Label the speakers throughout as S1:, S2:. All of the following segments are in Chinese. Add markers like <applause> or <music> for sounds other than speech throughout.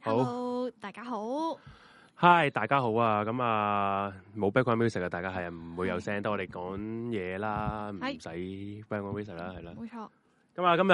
S1: 好
S2: Hello，大家好。
S1: Hi，大家好啊！咁啊，冇 background music 啊，大家係唔會有聲，得我哋講嘢啦，唔
S2: 係
S1: 使 background music 啦，係啦。
S2: 冇錯，
S1: 咁啊，今日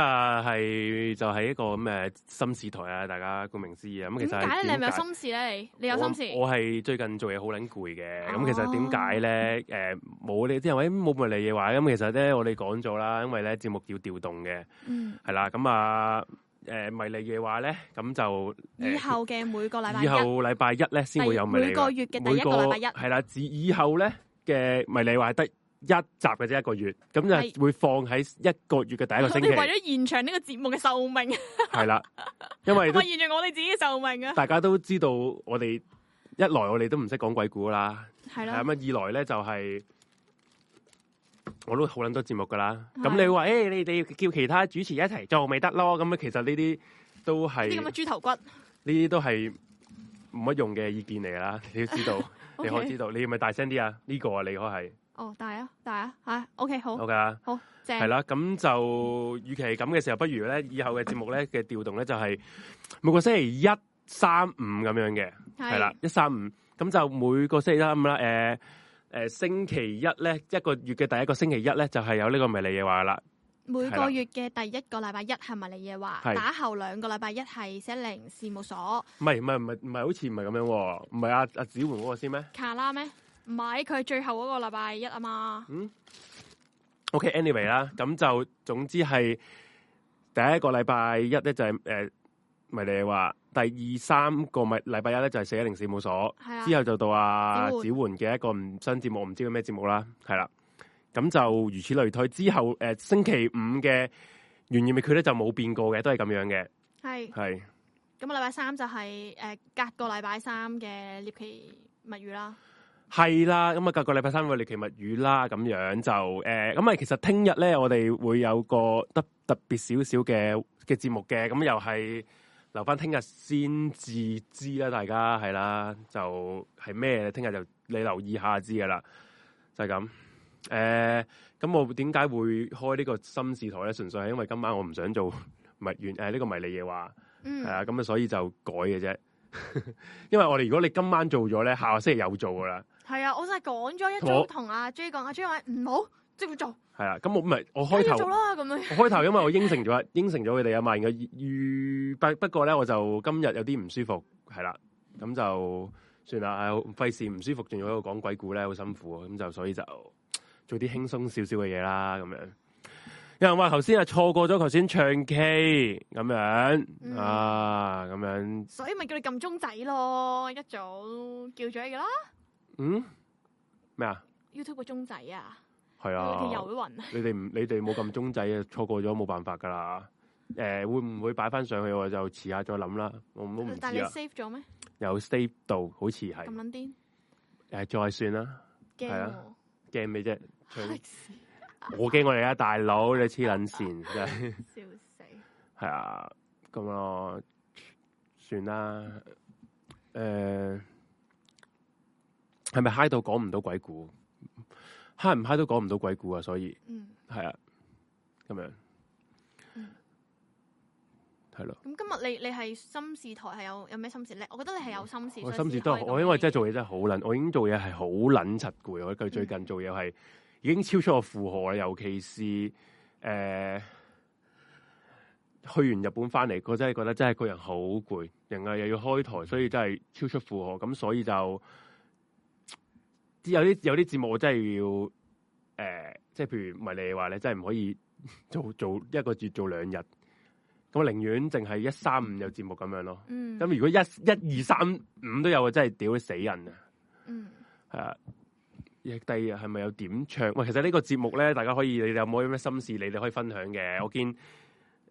S1: 係就係一個咁嘅心事台啊，大家顧名思義啊。咁其
S2: 點
S1: 實係
S2: 解咧？你係咪有
S1: 點解
S2: 心事咧？你你有心事？
S1: 我我係最近做嘢好撚攰嘅，咁、
S2: 哦
S1: 其實點解咧？诶、冇你啲人話咦冇咪你嘢話，咁其實咧我哋講咗啦，因為咧節目要調動嘅，
S2: 嗯，
S1: 係啦，咁啊诶迷你嘅話咧，咁就誒
S2: 以後嘅每個禮拜
S1: 以後
S2: 一，
S1: 禮拜一咧先會有迷你話，
S2: 每個月嘅第一個禮拜一
S1: 係啦，自以後咧嘅迷你話係得一集嘅啫，一個月，咁
S2: 係
S1: 就會放喺一個月嘅第一個
S2: 我
S1: 星
S2: 哋為
S1: 期，
S2: 咗延長呢個節目嘅壽命，
S1: 係啦，因
S2: <laughs>
S1: 為都
S2: 為延長我哋自己嘅壽命啊。
S1: 大家都知道我哋一來我哋都唔識講鬼故啦。
S2: 係
S1: 係
S2: 啦，
S1: 咁啊，二來咧就係、我都好撚多節目噶啦，咁
S2: 係
S1: 你話誒、欸你哋叫其他主持一齊做咪得咯？咁啊，其實呢啲都係
S2: 啲咁嘅
S1: 呢
S2: 豬頭骨。
S1: 啲都係冇乜用嘅意見嚟㗎啦，你要
S2: <laughs>
S1: 知道，你可以知
S2: OK，
S1: 道，你咪大聲啲啊！呢、個啊，你可係
S2: 哦，大啊，大啊，吓，OK，好，
S1: OK 啊。
S2: 好，正
S1: 系。啦，咁就與其係咁嘅時候，不如咧以後嘅節目咧嘅調動咧就係每個星期一、三、五咁樣嘅，
S2: 係
S1: 係啦，一三五，咁就每個星期一三五啦，诶、诶、星期一咧一個月嘅第一個星期一咧就係有呢個迷你嘢話啦，
S2: 每
S1: 係啦
S2: 個月嘅第一個禮拜一係咪你嘢話？
S1: 係
S2: 打後兩個禮拜一係寫零事務所
S1: 唔係唔係唔係唔係好似唔係咁樣喎，唔係阿阿子桓嗰個先咩
S2: 卡拉咩？唔係，佢係最後嗰個禮拜一啊嘛。
S1: ？OK，anyway、啦，咁就總之係第一個禮拜一咧就係诶迷你嘢話，第二三個咪禮拜一咧就係四一零事務所。
S2: 係啊。
S1: 之後就到阿
S2: 子
S1: 子
S2: 桓
S1: 媛嘅一個唔新節目，唔知佢咩節目啦，係啦。咁就如此類推。之後诶、呃星期五嘅悬而未決咧就冇變過嘅，都係咁樣嘅，
S2: 係。
S1: 係
S2: 咁啊，禮拜三就係誒隔個禮拜三嘅獵奇物語啦。
S1: 係啦。咁啊，隔個禮拜三個獵奇物語啦，咁樣就诶，咁、啊，其實聽日咧，我哋會有個特特別少少嘅嘅節目嘅，咁又係留翻聽日先至知啦，大家係啦，就係咩？聽日就你留意下就知噶啦，就係咁。誒、咁我點解會開呢個心事台咧？純粹係因為今晚我唔想做迷原誒呢個迷你嘢話，
S2: 嗯
S1: 係啊，咁啊，所以就改嘅啫。 <laughs> 因為我哋如果你今晚做咗咧，下個星期有做噶啦，
S2: 係啊，我就係講咗一
S1: 我
S2: 早同阿 J 講，阿 J 話唔好，即管做，
S1: 係啊。咁我唔係我
S2: 跟
S1: 開
S2: 住
S1: 頭
S2: 做。啦咁樣。
S1: 我開頭因為我應承咗， <laughs> 應承咗佢哋啊嘛，然後預不不過咧，我就今日有啲唔舒服，係啦，咁就算啦，唉好費事唔舒服，仲要喺度講鬼故咧，好辛苦，啊咁就所以就做啲輕鬆少少嘅嘢啦，咁樣。有人話頭先啊錯過咗頭先唱 K 咁樣、
S2: 嗯
S1: 啊，咁樣
S2: 所以咪叫你撳鐘仔咯，一早叫咗你噶啦
S1: 嗯咩啊？
S2: ，YouTube 個鐘仔啊，
S1: 係
S2: 我哋
S1: 啊，
S2: 游魂啊，
S1: 你哋唔你哋冇咁鐘仔啊，錯過咗冇辦法噶啦。誒、會唔會擺翻上去？我就遲下再諗啦，我都唔知
S2: 但係你
S1: 啊。
S2: save 咗咩？
S1: 有 stay 到，好似
S2: 咁
S1: 係
S2: 撚癲
S1: 誒再算啦，
S2: 驚
S1: 係
S2: 喎
S1: 啊，驚咩啫？唱
S2: 黑屎
S1: 我驚我哋啊，大佬你黐
S2: <laughs>
S1: 撚線真係
S2: <laughs> 笑死，
S1: 係啊，咁咯，算啦。誒係咪嗨到講唔到鬼故？嗨唔嗨都講唔到鬼故啊，所以
S2: 嗯，
S1: 係啊，咁樣
S2: 嗯
S1: 係咯。
S2: 咁今日你你係心事台係有有咩心事咧？我覺得你係有心事，所
S1: 我
S2: 以
S1: 心事
S2: 先
S1: 都
S2: 可以
S1: 係
S2: 講
S1: 我因為真係做嘢真係好撚，我已經做嘢係好撚柒攰。我佢最近做嘢係已經超出我負荷啦，尤其是誒、呃去完日本翻嚟，我真係覺得真係個人好攰，然後又要開台，所以真係超出負荷。咁所以就有啲 <laughs> 有啲節目我真係要誒、呃即係譬如唔係你話你真係唔可以做做一個月做兩日，咁我寧願淨係一三五有節目咁樣咯。
S2: 嗯
S1: 咁如果一一二三五都有啊，真係屌死人啊！
S2: 嗯
S1: 係啊，亦第二係咪有點唱？喂，其實呢個節目咧，大家可以你哋有冇啲咩心事，你哋可以分享嘅。我見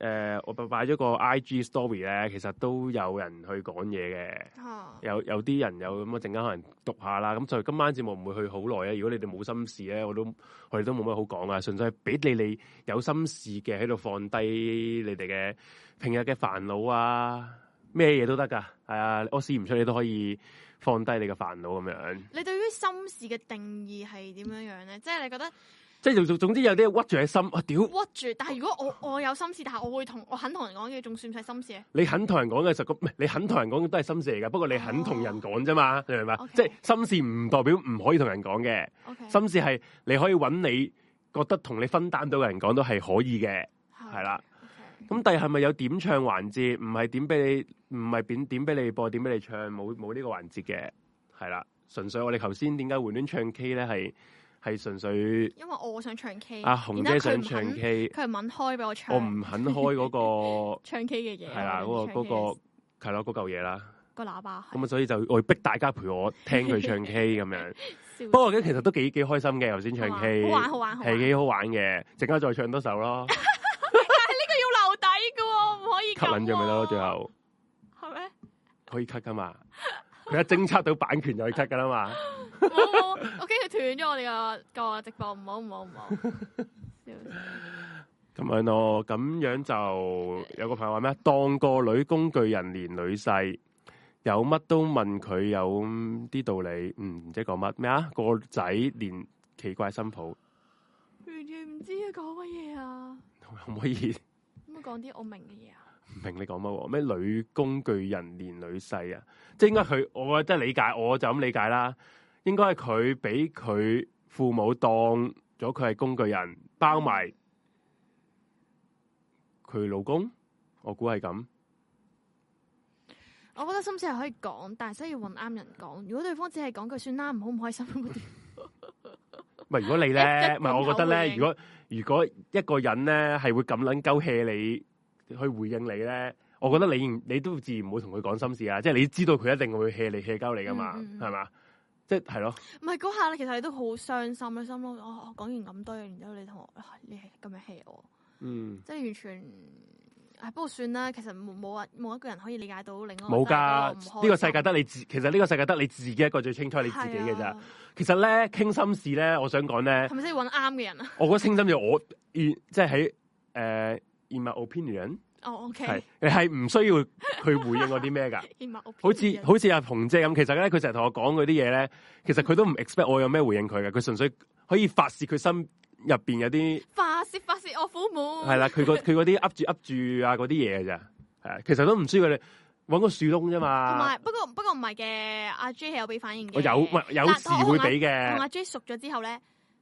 S1: 诶、呃我擺咗個 I G story 咧，其實都有人去講嘢嘅。
S2: 嚇
S1: 有有啲人有咁啊，陣間可能讀下啦。咁就今晚節目唔會去好耐啊。如果你哋冇心事咧，我都我哋都冇乜好講啊。純粹係俾你哋有心事嘅喺度放低你哋嘅平日嘅煩惱啊，咩嘢都得噶。係啊，我試唔出你都可以放低你嘅煩惱咁樣。
S2: 你對於心事嘅定義係點樣樣咧？即係你覺得
S1: 即係總總之有啲屈住喺心，啊屌！
S2: 屈住。但係如果我我有心事，但係我會同我肯同人講嘅，仲算唔算係心事啊咧？
S1: 你肯同人講嘅時候，咁唔係你肯同人講都係心事嚟噶，不過你肯同人講啫嘛，你明白？
S2: OK
S1: 即係心事唔代表唔可以同人講嘅，
S2: O K，
S1: 心事係你可以揾你覺得同你分擔到嘅人講都係可以嘅。係
S2: 係
S1: 啦。
S2: OK，
S1: 咁第係咪有點唱環節？唔係點俾你，唔係點點俾你播，點俾你唱，冇冇呢個環節嘅，係啦。純粹我哋頭先點解胡亂唱 K 咧，係係純粹
S2: 因為我想唱 K，
S1: 阿啊紅姐
S2: 然之後佢
S1: 想
S2: 唔
S1: 唱
S2: 肯
S1: K，
S2: 佢唔肯開俾我唱，
S1: 我唔肯開嗰、
S2: <laughs>
S1: 個
S2: 唱 K 嘅嘢，
S1: 係啦，
S2: 我
S1: 嗰、
S2: 唔想唱 K 嘅
S1: 個嗰、個係咯嗰嚿嘢啦。
S2: 個喇叭係，
S1: 咁啊，所以就我逼大家陪我聽佢唱
S2: <laughs>
S1: K 咁樣。
S2: 笑
S1: 不過其實都幾幾開心嘅，頭先唱 K
S2: 好玩好玩好玩，
S1: 係幾好玩嘅，陣間再唱多首咯，
S2: 要留底嘅喎，唔可以
S1: 吸引咗咪得咯，最後。
S2: 係咩？
S1: 可以 cut 噶嘛？佢一偵測到版權就可以 cut 噶啦嘛。
S2: 冇冇冇，我 <laughs> 驚佢斷咗我哋個個直播，唔好唔好唔好，笑死
S1: 咁樣咯，咁樣就有個朋友話咩？當個女工具人連女婿，有乜都問佢有啲道理，嗯，唔知講乜咩啊？個仔連奇怪新抱， <laughs>
S2: 完全唔知佢講乜嘢啊！
S1: 可唔可
S2: 可
S1: 以
S2: 唔可以講啲我明嘅嘢啊？
S1: 唔明你講乜喎？咩女工具人連女婿啊？即係應該
S2: 嗯
S1: 佢，我覺得理解，我就咁理解啦。應該係佢俾佢父母當咗佢係工具人，包埋佢老公，我估係咁。
S2: 我覺得心事係可以講，但係真係要揾啱人講。如果對方只係講句算啦，唔好唔開心咁嗰啲，
S1: 唔係如果你
S2: 一
S1: 咧，
S2: 一
S1: 唔係我覺得咧，
S2: 定有回應
S1: 如果如果一個人咧係會咁撚鳩氣你去回應你咧，我覺得你唔你都自然唔會同佢講心事啊，即係你知道佢一定會氣你氣鳩你噶嘛，
S2: 嗯嗯嗯
S1: 係嘛？即係係咯，
S2: 唔係嗰下咧，其實你都好傷心啦，心諗我我講完咁多嘢，然之後你同我，啊你係咁樣氣我，
S1: 嗯。
S2: 即係完全。唉，不過算啦，其實冇冇人冇一個人可以理解到另外一個
S1: 冇噶，
S2: 人覺得我唔開
S1: 呢個世界
S2: 心
S1: 得你自，其實呢個世界得你自己一個最清楚你自己嘅
S2: 係
S1: 咋。
S2: 啊
S1: 其實咧傾心事咧，我想講咧
S2: 係，咪先要揾啱嘅人啊？
S1: <laughs>
S2: <laughs>
S1: 我覺得傾心事我 in- 即係喺誒 in my opinion
S2: 哦，OK，
S1: 係你係唔需要佢回應我啲咩
S2: <laughs>
S1: 㗎。
S2: 起碼我
S1: 好似好似阿紅姐咁，其實咧佢成日同我講嗰啲嘢咧，其實佢都唔 expect 我有咩回應佢嘅，佢純粹可以發泄佢心入邊有啲
S2: 發泄發泄我父母，
S1: 係啦，
S2: <laughs>
S1: 佢個佢嗰啲噏住噏住啊嗰啲嘢嘅咋，係啊其實都唔需要你揾個樹窿啫
S2: 同
S1: 嘛。
S2: 埋不過不過唔係嘅，阿 J 係有俾反應嘅，
S1: 我有唔係有時會俾
S2: 同
S1: 嘅，
S2: 阿 J 熟咗之後咧，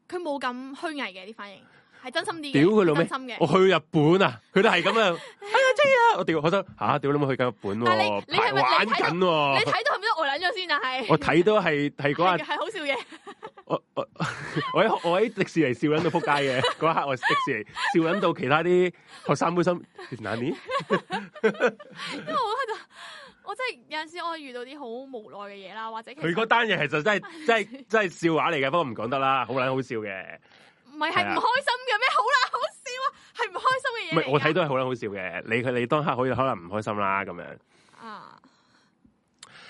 S2: 佢冇咁虛偽嘅啲反應，係真心啲嘅，
S1: 屌佢老味
S2: 係真心
S1: 我
S2: 嘅。
S1: 去日本啊，佢都係咁
S2: <laughs>
S1: 啊，哎呀真啊，我屌，我想吓屌你咪去緊日本
S2: 但係
S1: 喎
S2: 你你係咪
S1: 排玩緊
S2: 你
S1: 喎，
S2: 睇到係咪都呆撚咗先啊？係
S1: 我睇到係係嗰
S2: 係
S1: 日，
S2: 係好笑嘅，
S1: 我我我喺我喺迪士尼笑撚到扑街
S2: <laughs>
S1: 嘅，嗰一刻我迪士尼笑撚到其他啲學生妹心，
S2: <laughs>
S1: 哪年
S2: 因為我喺度，我真係有陣時我遇到啲好無奈嘅嘢啦，或者其實
S1: 佢嗰單嘢其實真係真係真係笑話嚟嘅，不過唔講得啦，好撚好笑嘅，
S2: 唔係係
S1: 係
S2: 唔
S1: 啊
S2: 開心嘅咩？好啦，好笑啊，係唔開
S1: 唔
S2: 心嘅嘢嚟㗎。
S1: 係我睇到係好撚好笑嘅，你佢你當刻可以可能唔開心啦咁樣。
S2: 啊，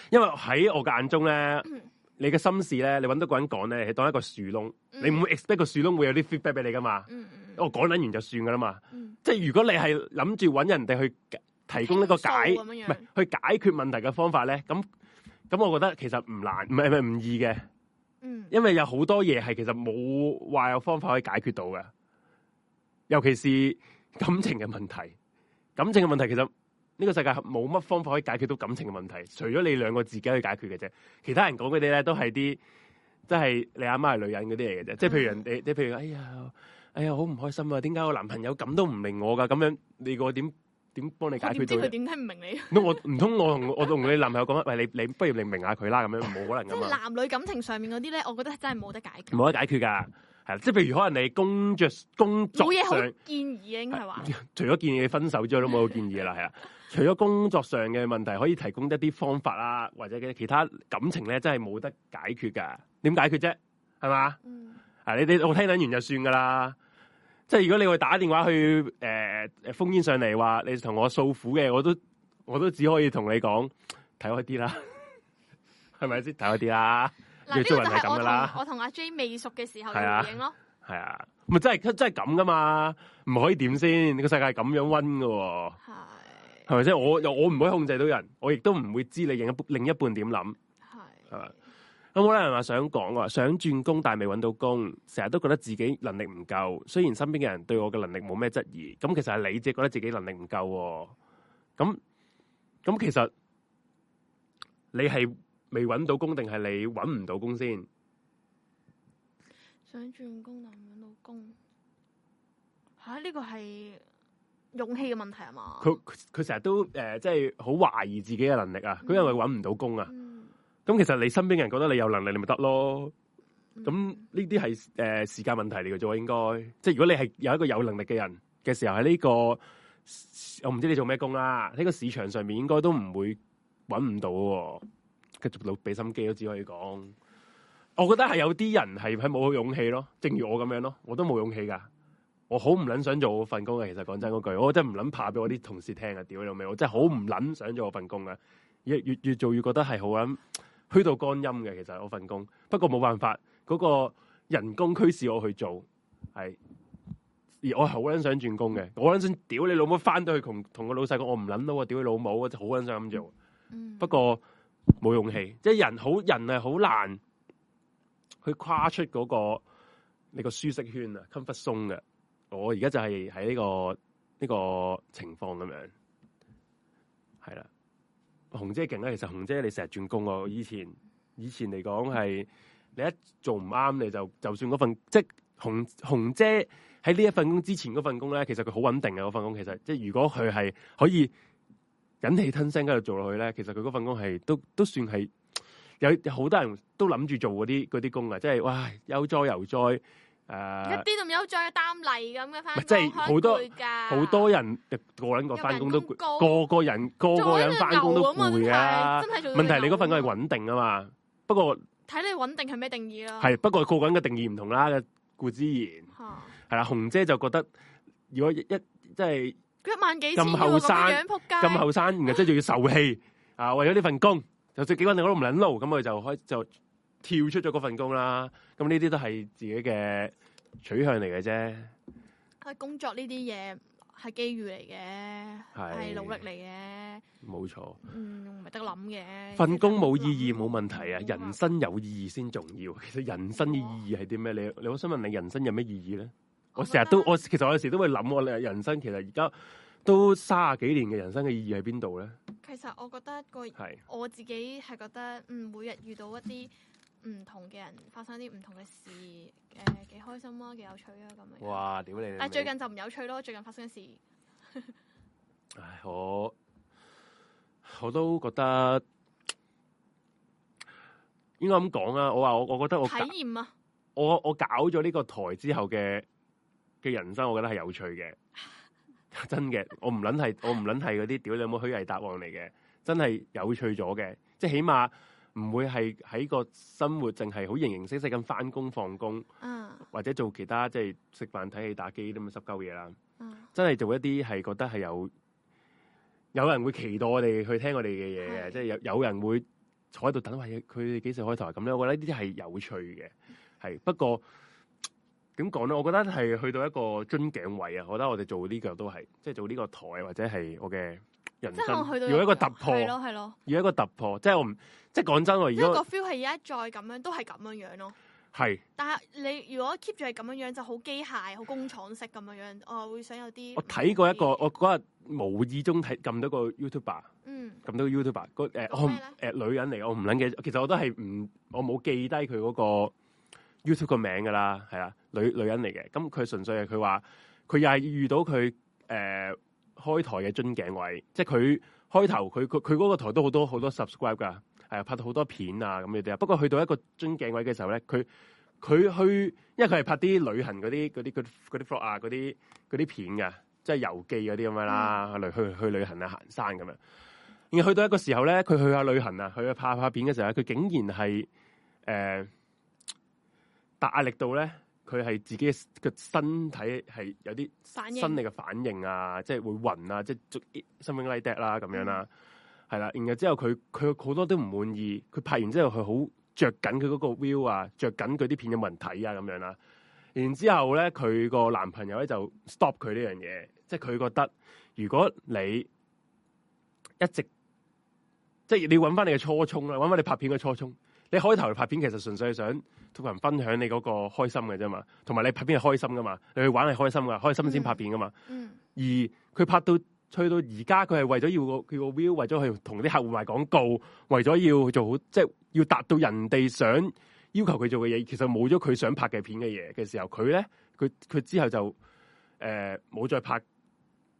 S1: 因為喺我嘅眼中咧
S2: 嗯，
S1: 你嘅心事咧，你揾到個人講咧，你當一個樹窿，
S2: 嗯
S1: 你唔哦會 expect 個樹窿會有啲 feedback 俾你噶嘛。
S2: 嗯嗯嗯
S1: 我講撚完就算噶啦嘛。
S2: 嗯。
S1: 即係如果你係諗住揾人哋去提供呢個解，
S2: 傾訴咁
S1: 唔
S2: 樣樣
S1: 係去解決問題嘅方法咧，咁咁我覺得其實唔難，唔係唔係唔易嘅，
S2: 嗯
S1: 因為有好多嘢係其實冇話有方法可以解決到嘅，尤其是感情嘅問題。感情嘅問題其實呢個世界冇乜方法可以解決到感情嘅問題，除咗你兩個自己去解決嘅啫。其他人講嗰啲咧都係啲，即係你阿媽係女人嗰啲嚟嘅啫。
S2: 嗯
S1: 即係譬如人哋，即係譬如哎呀，哎呀好唔開心啊！點解我男朋友咁都唔明我㗎？咁樣你個點點幫你解
S2: 我點
S1: 決
S2: 知佢
S1: 到啫？啊
S2: 點睇唔明你？
S1: 咁我唔通我同我同你男朋友講，喂你你不如你明下佢啦，咁樣冇可能
S2: 即
S1: 噶嘛
S2: 係。男女感情上面嗰啲咧，我覺得真係冇得解決，
S1: 冇得解決㗎，係啦，即係譬如可能你工作工
S2: 冇
S1: 作
S2: 嘢好
S1: 上，
S2: 建議啊，應該
S1: <laughs>
S2: 係話。
S1: 除咗建議你分手之外，都冇好建議啦，
S2: <laughs>
S1: 係啊。除咗工作上嘅問題，可以提供一啲方法啦，或者嘅其他感情咧，真係冇得解決㗎。點解決啫？係嘛？
S2: 嗯
S1: 啊，你哋我聽緊完就算㗎啦。即係如果你會打電話去誒誒、呃、封煙上嚟話你同我訴苦嘅，我都我都只可以同你講睇開啲啦，係咪先睇開啲啦？
S2: 嗱，呢個
S1: 做
S2: 就
S1: 人係
S2: 係
S1: 咁
S2: 我
S1: 㗎啦
S2: 同我同阿 J 未熟嘅時候
S1: 係啊
S2: 嘅回應咯。
S1: 系啊，咪真系真系咁噶嘛，唔可以點先？呢個世界係咁樣温噶、喎，
S2: 係
S1: 係咪先？我又我唔可以控制到人，我亦都唔會知你另一另一半點諗，
S2: 係
S1: 係嘛？咁咁好多人話想講話想轉工但係未揾到工，成日都覺得自己能力唔夠。雖然身邊嘅人對我嘅能力冇咩質疑，咁其實係你自己覺得自己能力唔夠喎。咁咁其實你係未揾到工定係你揾唔到工先？
S2: 想轉工但唔揾到工，吓、呢、個係勇氣嘅問題啊嘛。
S1: 佢佢佢成日都誒、呃即係好懷疑自己嘅能力啊！佢因為揾唔到工啊。
S2: 嗯
S1: 咁其實你身邊嘅人覺得你有能力，你咪得咯。
S2: 嗯
S1: 咁呢啲係誒時間問題嚟嘅啫，應該即係如果你係有一個有能力嘅人嘅時候，喺呢、個我唔知你做咩工啦，呢、個市場上面應該都唔會揾唔到喎。繼續努俾心機都只可以講，我覺得係有啲人係係冇勇氣咯，正如我咁樣咯，我都冇勇氣噶。我好唔撚想做我份工嘅，其實講真嗰句，我真係唔撚怕俾我啲同事聽啊！屌你老味，我真係好唔撚想做我份工啊！越越越做越覺得係好撚虛度光陰嘅，其實我份工。不過冇辦法，嗰、個人工驅使我去做，係而我係好撚想轉工嘅，我撚想屌你老母翻到去同同個老細講，我唔撚到啊！屌你老母，我真係好撚想咁做。
S2: 嗯
S1: 不過冇勇氣，即係人好人係好難去跨出嗰、個你個舒適圈啊，comfort zone 嘅。我而家就係喺呢個呢、個情況咁樣，係啦。紅姐勁啦，啊其實紅姐你成日轉工喎，以前以前嚟講係你一做唔啱，你就就算嗰份即係紅紅姐喺呢一份工之前嗰份工咧，其實佢好穩定嘅嗰份工，其實即係如果佢係可以忍氣吞聲喺度做落去咧，其實佢嗰份工係都都算係有有好多人都諗住做嗰啲嗰啲工啊，即係哇悠哉悠哉呃誒。
S2: 一啲都唔有再擔泥咁嘅翻
S1: 唔
S2: 工，
S1: 係即係
S2: 好
S1: 好多
S2: 攰㗎
S1: 好多人個人個翻工都
S2: 有人工高
S1: 攰，個個人個個人翻工都攰啊！
S2: 做緊隻牛咁啊真係真係做緊隻
S1: 問題你嗰份工係
S2: 牛啊
S1: 穩定啊嘛，不過
S2: 睇你穩定係咩定義啦。
S1: 係不過個個人嘅定義唔同啦，顧之然
S2: 嚇
S1: 係啦，紅姐就覺得如果一一即係
S2: 佢一萬幾千
S1: 咁
S2: 喎
S1: 後生
S2: 咁樣仆街，
S1: 咁後生，然後即係仲要受氣啊！為咗呢份工，就算幾穩定我都唔撚撈，咁佢就開就跳出咗嗰份工啦。咁呢啲都係自己嘅取向嚟嘅啫，
S2: 啊工作呢啲嘢係機遇嚟嘅，
S1: 係
S2: 係努力嚟嘅，
S1: 冇錯。
S2: 嗯，唔係得諗嘅。
S1: 份工冇意義冇問題啊，
S2: 嗯
S1: 人生有意義先重要。其實人生嘅意義係啲咩？你你我想問你人生有咩意義咧？我成日都我其實我有時都會諗我人生其實而家都三十幾年嘅人生嘅意義喺邊度咧？
S2: 其實我覺得個
S1: 係
S2: 我自己係覺得，嗯，每日遇到一啲唔同嘅人，發生啲唔同嘅事，誒、幾開心啊，幾有趣啊，咁樣。！
S1: 哇！屌你！
S2: 啊但係最近就唔有趣咯，最近發生嘅事，
S1: 唉，我我都覺得應該咁講啦。我話我我覺得我
S2: 體驗啊，
S1: 我我搞咗呢個台之後嘅嘅人生，我覺得係有趣嘅，真嘅。我唔撚係，我唔撚係嗰啲屌你有冇虛偽答案嚟嘅，真係有趣咗嘅。即係起碼唔會係喺個生活淨係好形形色色咁翻工放工，
S2: 嗯
S1: 或者做其他即係食飯睇戲打機咁樣濕鳩嘢啦。
S2: 嗯，
S1: 真係做一啲係覺得係有有人會期待我哋去聽我哋嘅嘢嘅，
S2: 係
S1: 即係有有人會坐喺度等，話佢哋幾時開台咁咧。我覺得呢啲係有趣嘅，係不過點講咧？我覺得係去到一個樽頸位啊！我覺得我哋做呢個都係，即係做呢個台或者係我嘅人
S2: 即係可能去到
S1: 生要一個突破，
S2: 係咯係咯，
S1: 要一個突破。即係我唔即係講真，我而
S2: 即係個
S1: 家
S2: feel 係而家再咁樣都係咁樣樣咯。
S1: 係
S2: 但係你如果 keep 住係咁樣樣，就好機械、好工廠式咁樣樣，我會想有啲
S1: 我睇過一個，我嗰日無意中睇撳到個 YouTuber。
S2: 嗯
S1: 咁多 YouTuber 個誒、
S2: 個
S1: 我唔
S2: 咩
S1: 誒女人嚟，我唔撚記得，其實我都係唔我冇記低佢嗰個 YouTube 個名噶啦，係啦，女女人嚟嘅。咁佢純粹係佢話佢又係遇到佢誒、呃、開台嘅樽頸位，即係佢開頭佢佢佢嗰個台都好多好多 subscribe 噶，係啊拍到好多片啊咁嘅啲啊。不過去到一個樽頸位嘅時候咧，佢佢去，因為佢係拍啲旅行嗰啲嗰啲嗰啲嗰啲 vlog 啊，嗰啲嗰啲片嘅，即係遊記嗰啲咁樣啦，去旅去去旅行啊，行山咁樣。然後去到一個時候咧，佢去下旅行啊，去下拍下片嘅時候呢，佢竟然係誒大壓力到咧，佢係自己嘅身體係有啲
S2: 反應
S1: 生理嘅反應啊，即係會暈啊，即係 something like that 啦咁樣啦，
S2: 嗯
S1: 係啦。然後之後佢佢好多都唔滿意，佢拍完之後佢好着緊佢嗰個 view 啊，着緊佢啲片有冇人睇啊咁樣啦。然之後咧，佢個男朋友咧就 stop 佢呢樣嘢，即係佢覺得如果你一直即係你揾翻你嘅初衷啦，揾翻你拍片嘅初衷，你開頭拍片其實純粹係想同人分享你嗰個開心嘅啫嘛，同埋你拍片係開心噶嘛，你去玩係開心噶，開心先拍片噶嘛。
S2: 嗯
S1: 而佢拍到去到而家，佢係為咗要個佢個 view，為咗去同啲客戶賣廣告，為咗要做好，即係要達到人哋想要求佢做嘅嘢。其實冇咗佢想拍嘅片嘅嘢嘅時候，佢咧佢佢之後就誒冇、再拍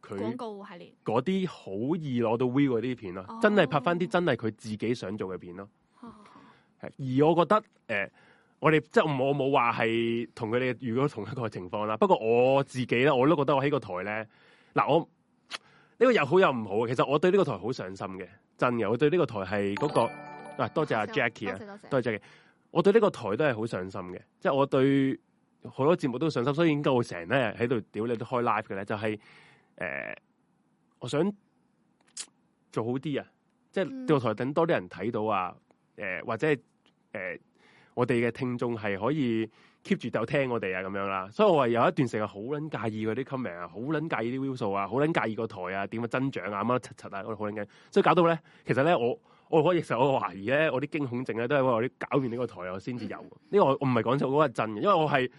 S2: 廣
S1: 佢
S2: 告系列，
S1: 嗰啲好易攞到 view 嗰啲片咯，
S2: 哦
S1: 真係拍翻啲真係佢自己想做嘅片咯。
S2: 哈哈哈
S1: 係而我覺得誒、呃我哋即係我我冇話係同佢哋遇到同一個情況啦。不過我自己咧，我都覺得我喺個台咧，嗱我呢、個又好又唔好嘅。其實我對呢個台好上心嘅，真嘅。我對呢個台係嗰、個啊，多謝阿 Jackie 啊，
S3: 多謝多謝。
S1: 多謝 Jackie。我對呢個台都係好上心嘅，即係我對好多節目都上心，所以點解我成日咧喺度屌你都開 live 嘅咧？就係、呃我想做好啲啊，即係
S2: 嗯
S1: 個台等多啲人睇到啊，誒、或者係誒、呃我哋嘅聽眾係可以 keep 住就聽我哋啊咁樣啦，所以我係有一段時間好撚介意嗰啲 comment 啊，好撚介意啲 view 數啊，好撚介意個台啊點樣增長啊乜乜柒柒啊，我好撚緊，所以搞到咧，其實咧我我我其實我懷疑咧，我啲驚恐症咧都係因為我啲搞完呢個台我先至有，呢、個我我唔係講笑，嗰個係真嘅，因為我係。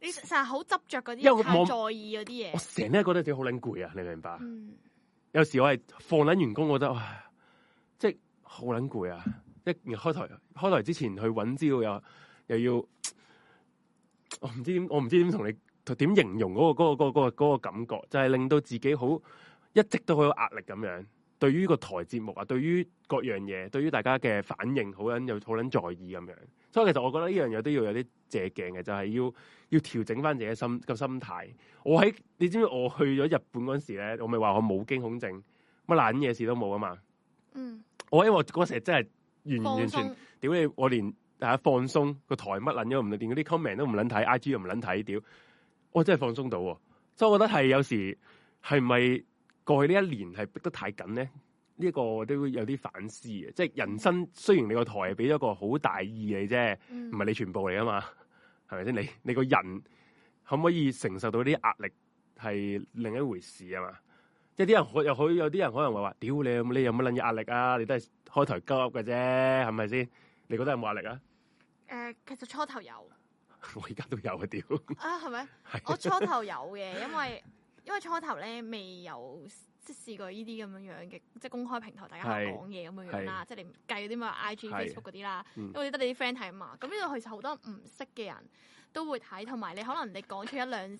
S2: 你成日好執着嗰
S1: 因為我
S2: 啲，太在意嗰啲
S1: 我
S2: 嘢，
S1: 成日都覺得自己好撚攰啊！你明唔明白？
S2: 嗯
S1: 有時我係放撚員工，我覺得哇，即係好撚攰啊！即係開台開台之前去揾資料又又要，我唔知點，我唔知點同你點形容嗰、個嗰、個嗰、個嗰、個感覺，就係、令到自己好一直都好有壓力咁樣。對於個台節目啊，對於各樣嘢，對於大家嘅反應，好撚又好撚在意咁樣。所以其實我覺得呢樣嘢都要有啲借鏡嘅，就係、要要調整翻自己嘅心個心態。我喺你知唔知我去咗日本嗰陣時咧，我咪話我冇驚恐症，乜懶嘢事都冇啊嘛。
S2: 嗯，
S1: 我因為我嗰時真係完完
S2: 放
S1: 全全
S2: 鬆，
S1: 屌你，我連啊放鬆個台乜撚咗唔理，連嗰啲 comment 都唔撚睇，IG 又唔撚睇，屌！我真係放鬆到喎，所以我覺得係有時係咪過去呢一年係逼得太緊咧？呢、個我都有啲反思嘅，即係人生雖然你個台係俾咗個好大意義你啫，
S2: 嗯
S1: 唔係你全部嚟噶啊嘛， <laughs> 係咪先？你你個人可唔可以承受到啲壓力係另一回事啊嘛？即係啲人可又可以有啲人可能會話：屌你有冇你有乜撚嘢壓力啊？你都係開台鳩噏嘅啫，係咪先？你覺得有冇壓力啊？ <laughs>
S2: 诶，其實初頭有
S1: 我而家都有啊，屌！
S2: 啊，係咪？
S1: <laughs> 係
S2: 我初頭有嘅，因為 <laughs> 因為初頭咧未有即係試過呢啲咁樣樣嘅，即係公開平台大家喺度講嘢咁樣樣啦，即係你唔計嗰啲咩 I G、
S1: 係
S2: Facebook 嗰啲啦，
S1: 嗯
S2: 因為得你啲 friend 睇嘛。咁呢度其實好多唔識嘅人都會睇，同埋你可能你講出一兩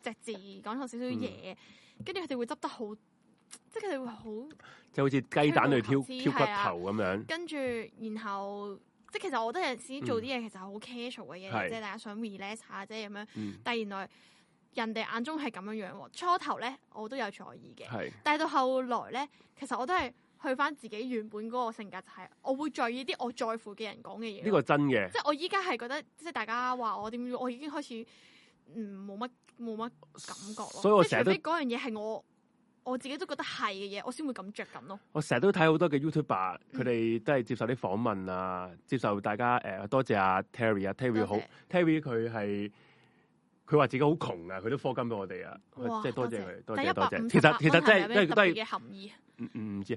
S2: 隻字，講錯少少嘢，
S1: 嗯
S2: 跟住佢哋會執得好，即係佢哋會好。
S1: 就好似雞蛋去挑
S2: 挑
S1: 挑骨頭咁樣，
S2: 跟住然後即係其實我覺得有陣時做啲嘢其實係好 casual 嘅嘢，
S1: 係
S2: 即係大家想 relax 下啫咁樣。
S1: 嗯，
S2: 但係原來人哋眼中係咁樣樣喎。初頭咧我都有在意嘅，
S1: 係
S2: 但係到後來咧，其實我都係去翻自己原本嗰個性格，就係、我會在意啲我在乎嘅人講嘅嘢咯。
S1: 呢個真嘅。
S2: 即係我依家係覺得，即係大家話我點，我已經開始嗯冇乜冇乜感覺咯。
S1: 所以我
S2: 即
S1: 成
S2: 係
S1: 日
S2: 除
S1: 都
S2: 非嗰樣嘢係我我自己都覺得係嘅嘢，我先會咁着緊咯。
S1: 我成日都睇好多嘅 YouTuber，
S2: 嗯
S1: 佢哋都係接受啲訪問啊，接受大家誒、呃多謝阿 Terry 啊，Terry 好
S2: 多謝
S1: ，Terry 佢係佢話自己好窮啊，佢都課金俾我哋啊，
S2: 哇
S1: 即係多謝佢，多
S2: 但
S1: 謝
S2: 一
S1: 多
S2: 百
S1: 謝。
S2: 五
S1: 其實其實真係
S2: 係
S1: 都
S2: 都
S1: 係都
S2: 係
S1: 係
S2: 嘅含義。
S1: 唔唔唔知，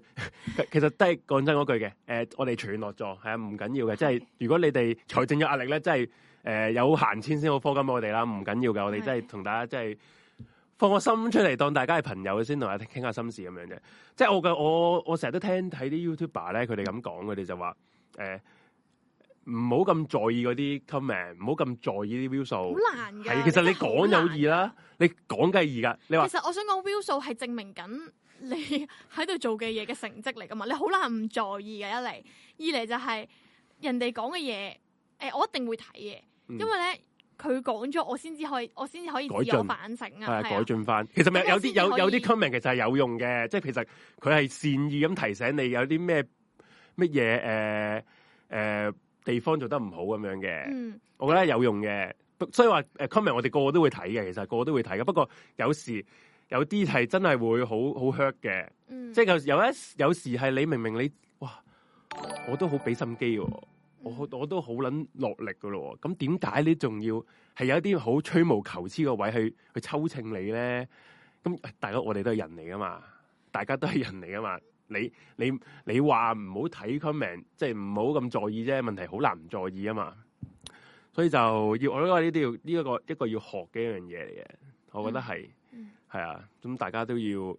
S1: 其其實都係講真嗰句嘅，誒、我哋全落座係啊，唔緊要嘅，即係如果你哋財政有壓力咧，真係誒、呃有閒錢先好課金俾我哋啦，唔緊要嘅，我哋
S2: 係
S1: 真係同大家真係放個心出嚟，當大家係朋友先，同大家傾下心事咁樣啫。即係我嘅，我我成日都聽睇啲 YouTuber 咧，佢哋咁講，佢哋就話誒唔好咁在意嗰啲 comment，唔好咁在意啲 view 數，
S2: 好難㗎
S1: 係其實你
S2: 真係好
S1: 講有
S2: 難
S1: 意啦，你講梗係易噶，你話
S2: 其實我想講 view 數係證明緊你 <laughs> 喺度做嘅嘢嘅成績嚟噶嘛，你好難唔在意嘅一嚟，二嚟就係人哋講嘅嘢，诶、我一定會睇嘅，
S1: 嗯
S2: 因為咧佢講咗，我先至可以，我先至可以
S1: 改
S2: 自
S1: 進
S2: 我反省
S1: 係啊
S2: 啊，係
S1: 改
S2: 啊，
S1: 進翻。其實咪
S2: 咁
S1: 有
S2: 我
S1: 啲
S2: 先
S1: 有
S2: 可以
S1: 有啲 comment 其實係有用嘅，即係其實佢係善意咁提醒你有啲咩乜嘢誒誒地方做得唔好咁樣嘅。
S2: 嗯，
S1: 我覺得有用嘅，不所以話誒 comment 我哋個個都會睇嘅，其實個個都會睇嘅。不過有時有啲係真係會好好 hurt 嘅，
S2: 嗯，
S1: 即係有有一有時係你明明你哇，我都好俾心機喎。我
S2: 嗯
S1: 好我都好撚落力噶咯喎，咁點解你仲要係有一啲好吹毛求疵嘅位去哎去抽秤你咧？咁大佬我哋都係人嚟噶嘛，大家都係人嚟噶嘛，你你你話唔好睇 comment，即係唔好咁在意啫。問題好難唔在意啊嘛，所以就要我覺得呢啲要呢一個一個要學嘅一樣嘢嚟嘅，我覺得係係、
S2: 嗯
S1: 啊。咁大家都要，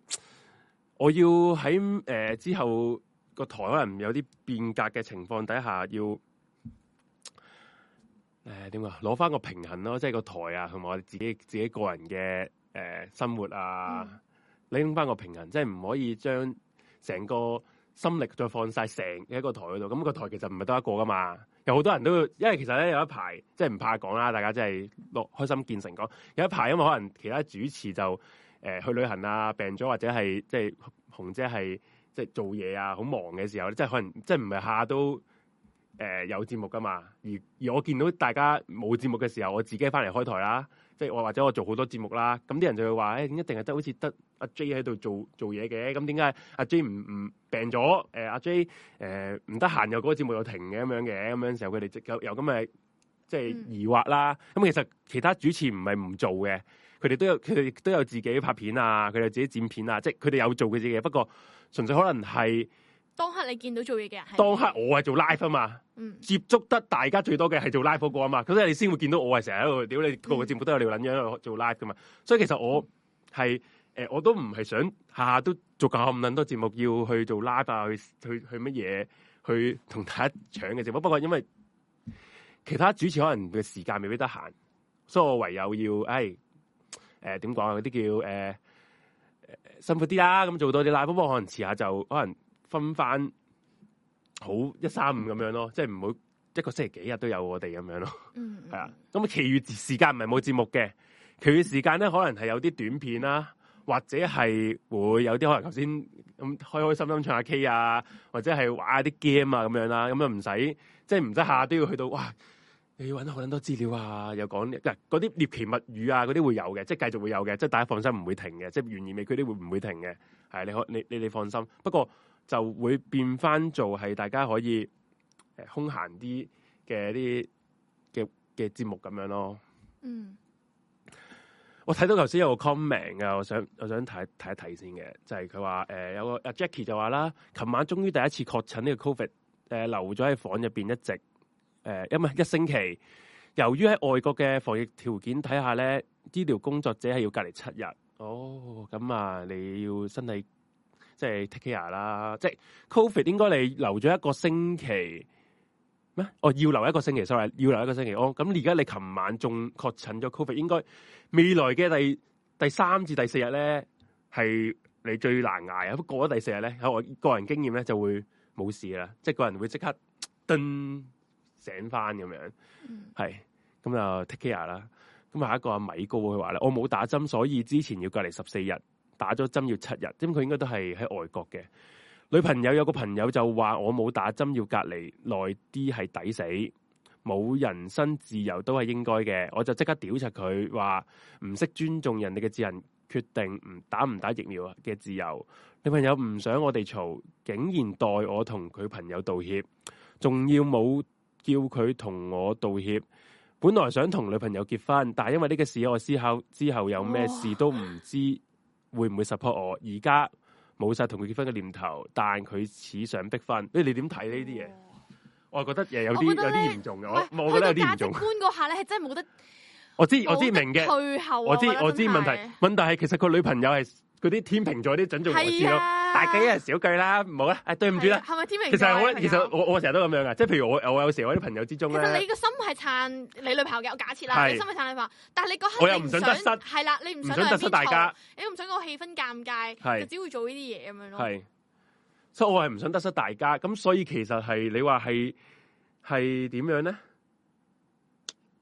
S1: 我要喺誒、呃之後個台可能有啲變革嘅情況底下要。誒點講啊？攞翻個平衡咯，即係個台啊，同埋我哋自己自己個人嘅誒、呃生活啊，
S2: 嗯
S1: 拎翻個平衡，即係唔可以將成個心力再放晒成一個台嗰度。咁、個台其實唔係得一個噶嘛，有好多人都會因為其實咧有一排即係唔怕講啦，大家真係落開心見誠講。有一排因為可能其他主持就誒、呃去旅行啊，病咗或者係即係紅姐係即係做嘢啊，好忙嘅時候即係可能即係唔係下都。誒、呃有節目噶嘛，而而我見到大家冇節目嘅時候，我自己翻嚟開台啦，即係我或者我做好多節目啦，咁啲人就會話：，誒、一定係得好似得阿 J 喺度做做嘢嘅，咁點解阿 J 唔唔病咗？誒、阿 J 誒唔得閒又嗰個節目又停嘅咁樣嘅，咁樣時候佢哋即有有咁嘅即係
S2: 嗯
S1: 疑惑啦。咁、其實其他主持唔係唔做嘅，佢哋都有佢哋都有自己拍片啊，佢哋有自己剪片啊，即係佢哋有做嘅嘢，不過純粹可能係
S2: 當刻你見到做嘢嘅人係
S1: 當刻我係做 live 啊嘛。
S2: 嗯
S1: 接觸得大家最多嘅係做 live 嗰個啊嘛，咁所以你先會見到我係成日喺度，屌你個個節目都有你撚樣喺度做 live 噶嘛，所以其實我係誒、呃我都唔係想下下都做咁撚多節目要去做 live 啊，去去去乜嘢去同大家搶嘅節目，不過因為其他主持可能嘅時間未必得閒，所以我唯有要誒誒點講啊，嗰啲叫誒、呃呃辛苦啲啦，咁做多啲 live，不過可能遲下就可能分翻。好一三五咁樣咯，即係唔好一個星期幾日都有我哋咁樣咯，
S2: 嗯
S1: 係啊。咁其餘時間唔係冇節目嘅，其餘時間咧可能係有啲短片啦，或者係會有啲可能頭先咁開開心心唱下 K 啊，或者係玩下啲 game 啊咁樣啦，咁啊唔使即係唔使下下都要去到哇，又要揾好撚多資料啊，又講嗱嗰啲獵奇物語啊嗰啲會有嘅，即係繼續會有嘅，即係大家放心唔會停嘅，即係懸而未決啲會唔會停嘅，係你可你你你放心，不過。就會變翻做係大家可以誒空閒啲嘅啲嘅嘅節目咁樣咯。
S2: 嗯
S1: 我睇到頭先有個 comment 嘅，我想我想睇睇一睇先嘅，就係佢話誒有個阿 Jackie 就話啦，琴晚終於第一次確診呢個 Covid，誒、留咗喺房入邊一直誒，呃因、為一星期。由於喺外國嘅防疫條件睇下咧，醫療工作者係要隔離七日。哦，咁啊，你要身體即係 take care 啦，即係 Covid 應該你留咗一個星期咩？哦，要留一個星期，sorry，要留一個星期。哦，咁而家你琴晚仲確診咗 Covid，應該未來嘅第第三至第四日咧係你最難捱啊！不過過咗第四日咧，喺我個人經驗咧就會冇事啦，即係個人會即刻噔醒翻咁樣。
S2: 嗯
S1: 系咁就 take care 啦。咁下一個阿米高佢話咧，我冇打針，所以之前要隔離十四日，打咗針要七日。咁佢應該都係喺外國嘅。女朋友有個朋友就話我冇打針要隔離耐啲係抵死，冇人身自由都係應該嘅。我就即刻屌柒佢話唔識尊重人哋嘅自人決定，唔打唔打疫苗嘅自由。女朋友唔想我哋嘈，竟然代我同佢朋友道歉，仲要冇叫佢同我道歉。本來想同女朋友結婚，但係因為呢個事，我思考之後有咩事都唔知會唔會 support 我。而家冇晒同佢結婚嘅念頭，但佢似想逼婚。你你點睇呢啲嘢？我覺得嘢有啲
S2: 嗯我覺
S1: 有
S2: 得
S1: 啲
S2: 咧
S1: 嚴重嘅，我
S2: 喂
S1: 我覺得有
S2: 去到
S1: 啲
S2: 價
S1: 嚴
S2: 值
S1: 重。
S2: 觀嗰下咧，係真係冇得
S1: 我知我知明嘅，
S2: 退後啊。
S1: 我知
S2: 覺得
S1: 我知
S2: 真
S1: 問
S2: 係
S1: 題問題係其實佢女朋友係嗰啲天秤座啲準做我知
S2: 係
S1: 咯，
S2: 啊，
S1: 大家一人少句啦，唔好啦，誒對唔住
S2: 係
S1: 啦
S2: 啊。係咪天秤
S1: 其
S2: 座
S1: 實
S2: 啊
S1: 我
S2: 你
S1: 其
S2: 朋
S1: 實
S2: 友
S1: 我我成日都咁樣啊嘅，即係譬如我我有時我啲朋友之中
S2: 其實你
S1: 咧，
S2: 個心係撐你女朋友嘅，我假設啦，
S1: 係
S2: 你心係撐你女朋友，但係你嗰刻
S1: 我又唔想得失
S2: 係啦，你唔
S1: 唔
S2: 想
S1: 想得失大家，
S2: 兩邊嘈，你唔想個氣氛尷尬，
S1: 係
S2: 就只會做呢啲嘢咁樣咯。
S1: 係，所以我係唔想得失大家，咁所以其實係你話係係點樣咧？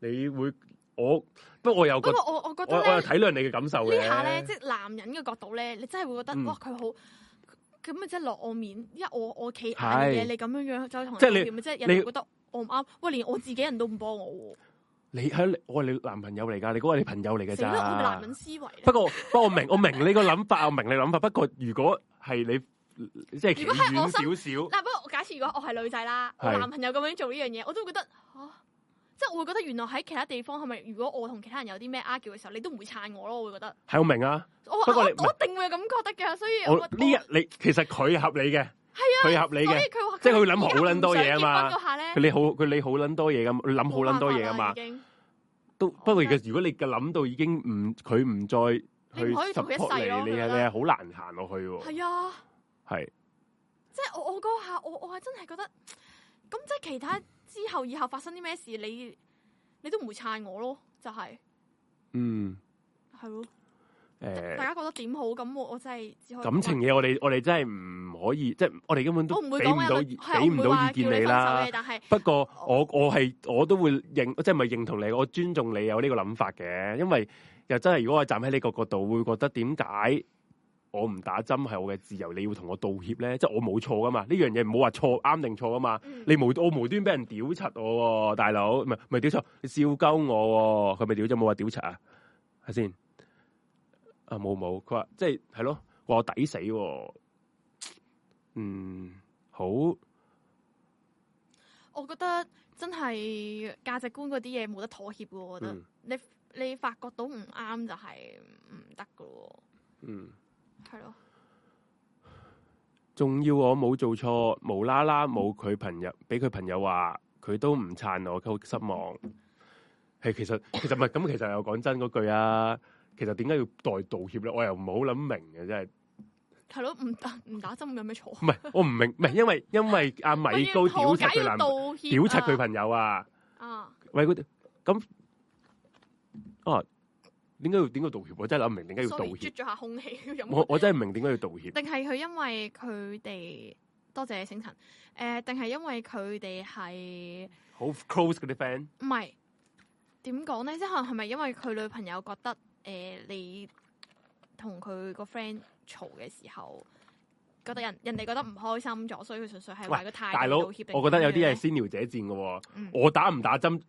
S1: 你會我不過我有
S2: 不
S1: 個
S2: 過我我覺
S1: 我
S2: 得
S1: 我有體
S2: 咧，
S1: 諒你嘅感受嘅
S2: 呢下咧，即係男人嘅角度咧，你真係會覺得
S1: 嗯
S2: 哇，佢好咁咪即係落我面，因為我我企硬
S1: 係
S2: 嘅嘢，你咁樣樣再同
S1: 即
S2: 人
S1: 係你
S2: 道歉咪即係
S1: 你
S2: 人哋覺得我唔啱，喂，連我自己人都唔幫我
S1: 你喺我係你男朋友嚟㗎，你嗰個係你朋友嚟
S2: 喎，
S1: 㗎
S2: 死啦！我嘅男
S1: 咋
S2: 人？思維呢。
S1: 不過不過我明我明你個諗法，我明你諗法。不過如果係你即係企
S2: 如果係我
S1: 遠少少，
S2: 嗱，不過我假設如果我係女仔啦，我
S1: 係
S2: 男朋友咁樣做呢樣嘢，我都會覺得吓，啊即係我會覺得原來喺其他地方係咪如果我同其他人有啲咩 argue 嘅時候，你都唔會撐我咯？我會覺得
S1: 係我明啊，
S2: 我
S1: 不
S2: 我
S1: 過
S2: 我
S1: 你唔係
S2: 一定會咁覺得嘅，所以
S1: 我
S2: 我
S1: 呢日你其實佢合理
S2: 係
S1: 嘅，
S2: 啊，
S1: 佢合理
S2: 所以
S1: 嘅，
S2: 佢話
S1: 即係佢諗好撚多嘢啊嘛
S2: 而家唔想結婚嗰下咧
S1: 佢，你好佢你好撚多嘢咁，佢諗好撚多嘢啊
S2: 冇辦
S1: 嘛
S2: 法啦已。經
S1: 都不過而家如果你嘅諗到已經唔佢唔再去
S2: 你唔可以同佢一世咯
S1: support 你，你
S2: 我覺
S1: 係你
S2: 得
S1: 係好難行落去喎。
S2: 係啊。
S1: 係
S2: 即係我我嗰下，我我係真係覺得，咁即係其他之後以後發生啲咩事，你你都唔會撐我咯，就係
S1: 嗯
S2: 係咯，
S1: 誒
S2: 大。家覺得點好咁，我我真係只可以
S1: 感情嘢我哋我哋真係唔可以，即係我哋根本
S2: 我
S1: 都
S2: 唔會
S1: 俾
S2: 講
S1: 唔
S2: 話有
S1: 到
S2: 個
S1: 意
S2: 係
S1: 俾唔
S2: 我會
S1: 到
S2: 話
S1: 意見
S2: 叫
S1: 你
S2: 分手
S1: 啦
S2: 嘅。但係
S1: 不過我我係我都會認，即係咪認同你？我尊重你有呢個諗法嘅，因為又真係如果我站喺呢個角度，會覺得點解我唔打針係我嘅自由，你要同我道歉咧？即係我冇錯噶嘛，呢樣嘢唔好話錯啱定錯啊嘛。
S2: 嗯
S1: 你無我無端俾人屌柒我喎、大佬唔係唔係屌柒，你笑鳩我喎、佢咪屌咗冇話屌柒啊？係先啊冇冇，佢話即係係咯，話我抵死喎、嗯好
S2: 我覺得真係價值觀嗰啲嘢冇得妥協嘅喎，我覺得、
S1: 嗯
S2: 你你發覺到唔啱就係唔得嘅喎，
S1: 嗯。
S2: 係咯，
S1: 仲要我冇做錯，無啦啦冇佢朋友，俾佢朋友話佢都唔撐我，佢好失望。係其實其實唔係咁，其實又講真嗰句啊，其實點解要代道歉咧？我又唔好諗明嘅，真係
S2: 係咯，唔打唔打針有咩錯？
S1: 唔係我唔明，唔係因為因為阿米高屌柒佢男，屌
S2: 道歉啊，
S1: 柒佢朋友啊，
S2: 啊！
S1: 喂佢咁啊，點解要點解要道歉？我真係諗唔明點解要
S2: sorry，
S1: 道
S2: 啜
S1: 歉。
S2: 咗下空氣，飲
S1: 我我真係唔明點解要道歉。
S2: 定係佢因為佢哋多謝星塵，誒、定係因為佢哋係
S1: 好 close 嗰啲 friend，
S2: 唔係點講咧？即係可能係咪因為佢女朋友覺得誒、呃你同佢個 friend 嘈嘅時候，覺得人人哋覺得唔開心咗，所以佢純粹係為個態
S1: 嗯大佬，
S2: 度道
S1: 我
S2: 歉定
S1: 覺得有啲
S2: 點
S1: 係
S2: 樣呢
S1: 先撩者戰嘅喎。
S2: 嗯
S1: 我打唔打針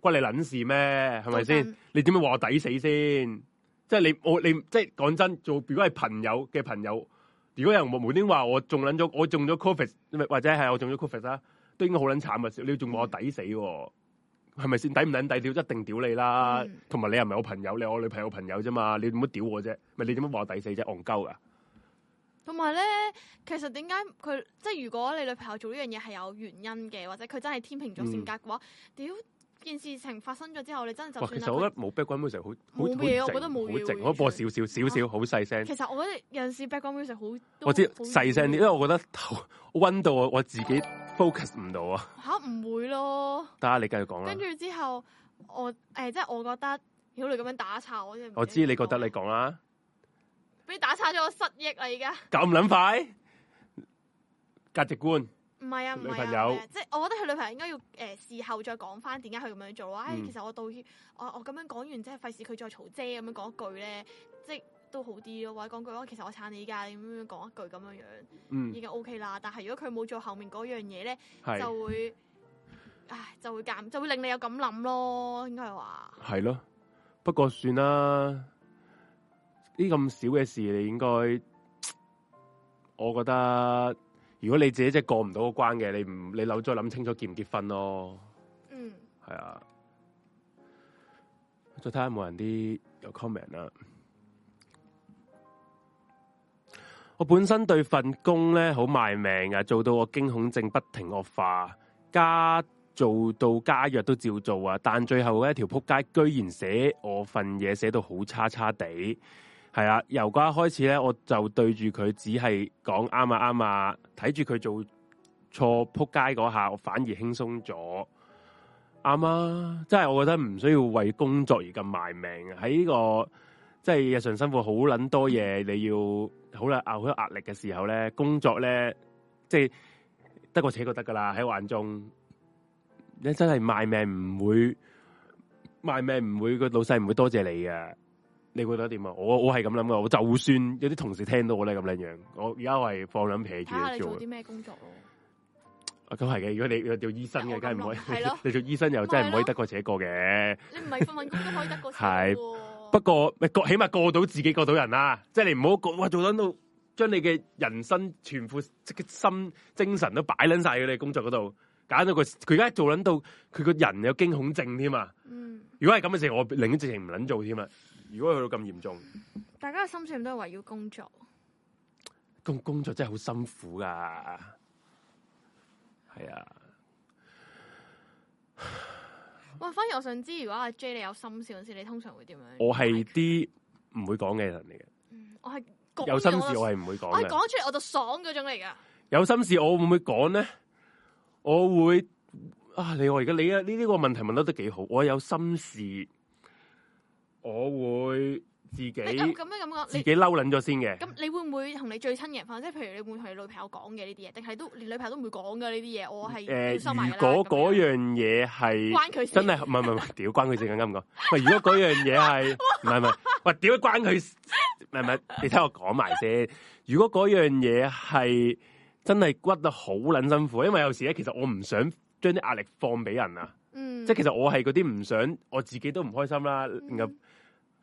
S1: 關你撚事咩？係咪
S2: 講
S1: 先
S2: 真？
S1: 你點樣話我抵死先？即係你我你即係講真，做如果係朋友嘅朋友，如果有人無無端話我中撚咗，我中咗 covid，或者係我中咗 covid 啦，都應該好撚慘嘅事。你仲話我抵死喎？係咪先？抵唔撚抵屌，一定屌你啦
S2: 嗯！
S1: 同埋、你又唔係我朋友，你係我女朋友朋友啫嘛，你點樣屌我啫？咪你點樣話我抵死啫？戇鳩噶！
S2: 同埋咧，其實點解佢即係如果你女朋友做呢樣嘢係有原因嘅，或者佢真係天秤座性格嘅話，屌、件事情發生咗之後，你真係
S1: 嗯
S2: 就
S1: 哇，其
S2: 算啦
S1: 實我覺得冇 background music 好好好
S2: 冇嘢
S1: 靜
S2: 我覺得冇嘢
S1: 好靜，
S2: 會
S1: 我播少少少少，好細聲。
S2: 其實我覺得有陣時 background music 好，都
S1: 我知
S2: 好
S1: 細聲啲，因為我覺得頭 <laughs> 温度我自己 focus 唔到啊。
S2: 吓唔會咯。
S1: 得啊，你繼續講
S2: 跟
S1: 啦。
S2: 住之後我誒、即係我覺得，如果你咁樣打岔我真係唔
S1: 我知你覺得你
S2: 點講
S1: 講啦，
S2: 俾你打岔咗，我失憶啦而家。
S1: 咁撚快，價值觀
S2: 唔係啊，唔係
S1: 女
S2: 啊，
S1: 朋友
S2: 唔係啊即係我覺得佢女朋友應該要誒、事後再講翻點解佢咁樣做啊。唉
S1: 嗯
S2: 其實我道歉，我我咁樣講完即係費事佢再嘈啫咁樣講一句咧，即係都好啲咯。或者講句我哦其實我撐你㗎，咁樣講一句咁樣樣
S1: 嗯
S2: 已經 OK 啦。但係如果佢冇做後面嗰樣嘢咧，
S1: 係
S2: 就會唉就會尷，就會令你有咁諗咯，應該係話。
S1: 係咯。不過算啦，呢咁少嘅事你應該，我覺得如果你自己真係過唔到個關嘅，你唔你諗再諗清楚結唔結婚咯。
S2: 嗯，
S1: 係啊，再睇下有冇人啲有 comment 啊啦。我本身對份工咧好賣命啊，做到我驚恐症不停惡化，加做到加藥都照做啊。但最後呢條撲街居然寫我份嘢寫到好差差地，係啊。由嗰一開始咧，我就對住佢只係講啱啊啱啊，睇住佢做錯撲街嗰下，我反而輕鬆咗。啱啊！即係我覺得唔需要為工作而咁賣命啊！喺呢、個即係日常生活好捻多嘢，你要好啦，好有壓力嘅時候咧，工作咧即係得過且過得噶啦。喺我眼中，你真係賣命唔會賣命唔會個老細唔會多謝你嘅。你覺得點啊？我我係咁諗噶，我就算有啲同事聽到我咧咁樣樣，我而家我係放諗撇
S2: 睇下
S1: 住
S2: 你
S1: 做
S2: 做。啲咩工作咯。
S1: 啊咁係嘅，如果你你做醫生嘅，梗係唔可
S2: 我
S1: 以
S2: 咁諗係咯。
S1: 你做醫生又真係唔可以得過且過嘅。
S2: 你唔係份份工都可以得個錢
S1: 係
S2: 喎。
S1: 不過咪過，起碼過到自己過到人啦，即係你唔好過哇做撚到將你嘅人生全副即係心精神都擺撚晒喺你工作嗰度，揀到佢，佢而家做捻到佢個人有驚恐症添啊！
S2: 嗯，
S1: 如果係咁嘅事情，我寧願直情唔捻做添啊！如果去到咁嚴重，
S2: 大家嘅心算都係圍繞工作，
S1: 工工作真係好辛苦噶，係啊，
S2: 哇！反而我想知，如果阿 J 你有心事嗰時，你通常會點樣？
S1: 我係啲唔會講嘅人嚟嘅，
S2: 嗯我係講
S1: 有心
S2: 完
S1: 事
S2: 就
S1: 我係唔會
S2: 我
S1: 講
S2: 係
S1: 嘅，
S2: 講出嚟我就爽嗰種嚟噶。
S1: 有心事我會唔會講咧？我會啊！你我而家你啊呢呢個問題問得都幾好，我有心事，我會自己
S2: 你咁咁樣咁講，
S1: 自
S2: 你
S1: 己嬲撚咗先嘅。
S2: 咁你會唔會同你最親嘅人分享？即係譬如你會唔會同你女朋友講嘅呢啲嘢，定係都連女朋友都唔會講嘅呢啲嘢？我係
S1: 诶、
S2: 要收埋㗎啦
S1: 如果
S2: 咁樣
S1: 嗰樣嘢係
S2: 關佢事
S1: 真係唔係唔係唔係，屌關佢事更加唔講。喂，如果嗰樣嘢
S2: <laughs>
S1: 係唔係唔係，喂，屌關佢事，唔係唔係，你聽我講埋先。如果嗰樣嘢係真係屈得好撚辛苦，因為有時咧，其實我唔想將啲壓力放俾人啊，
S2: 嗯，
S1: 即係其實我係嗰啲唔想我自己都唔開心啦，然後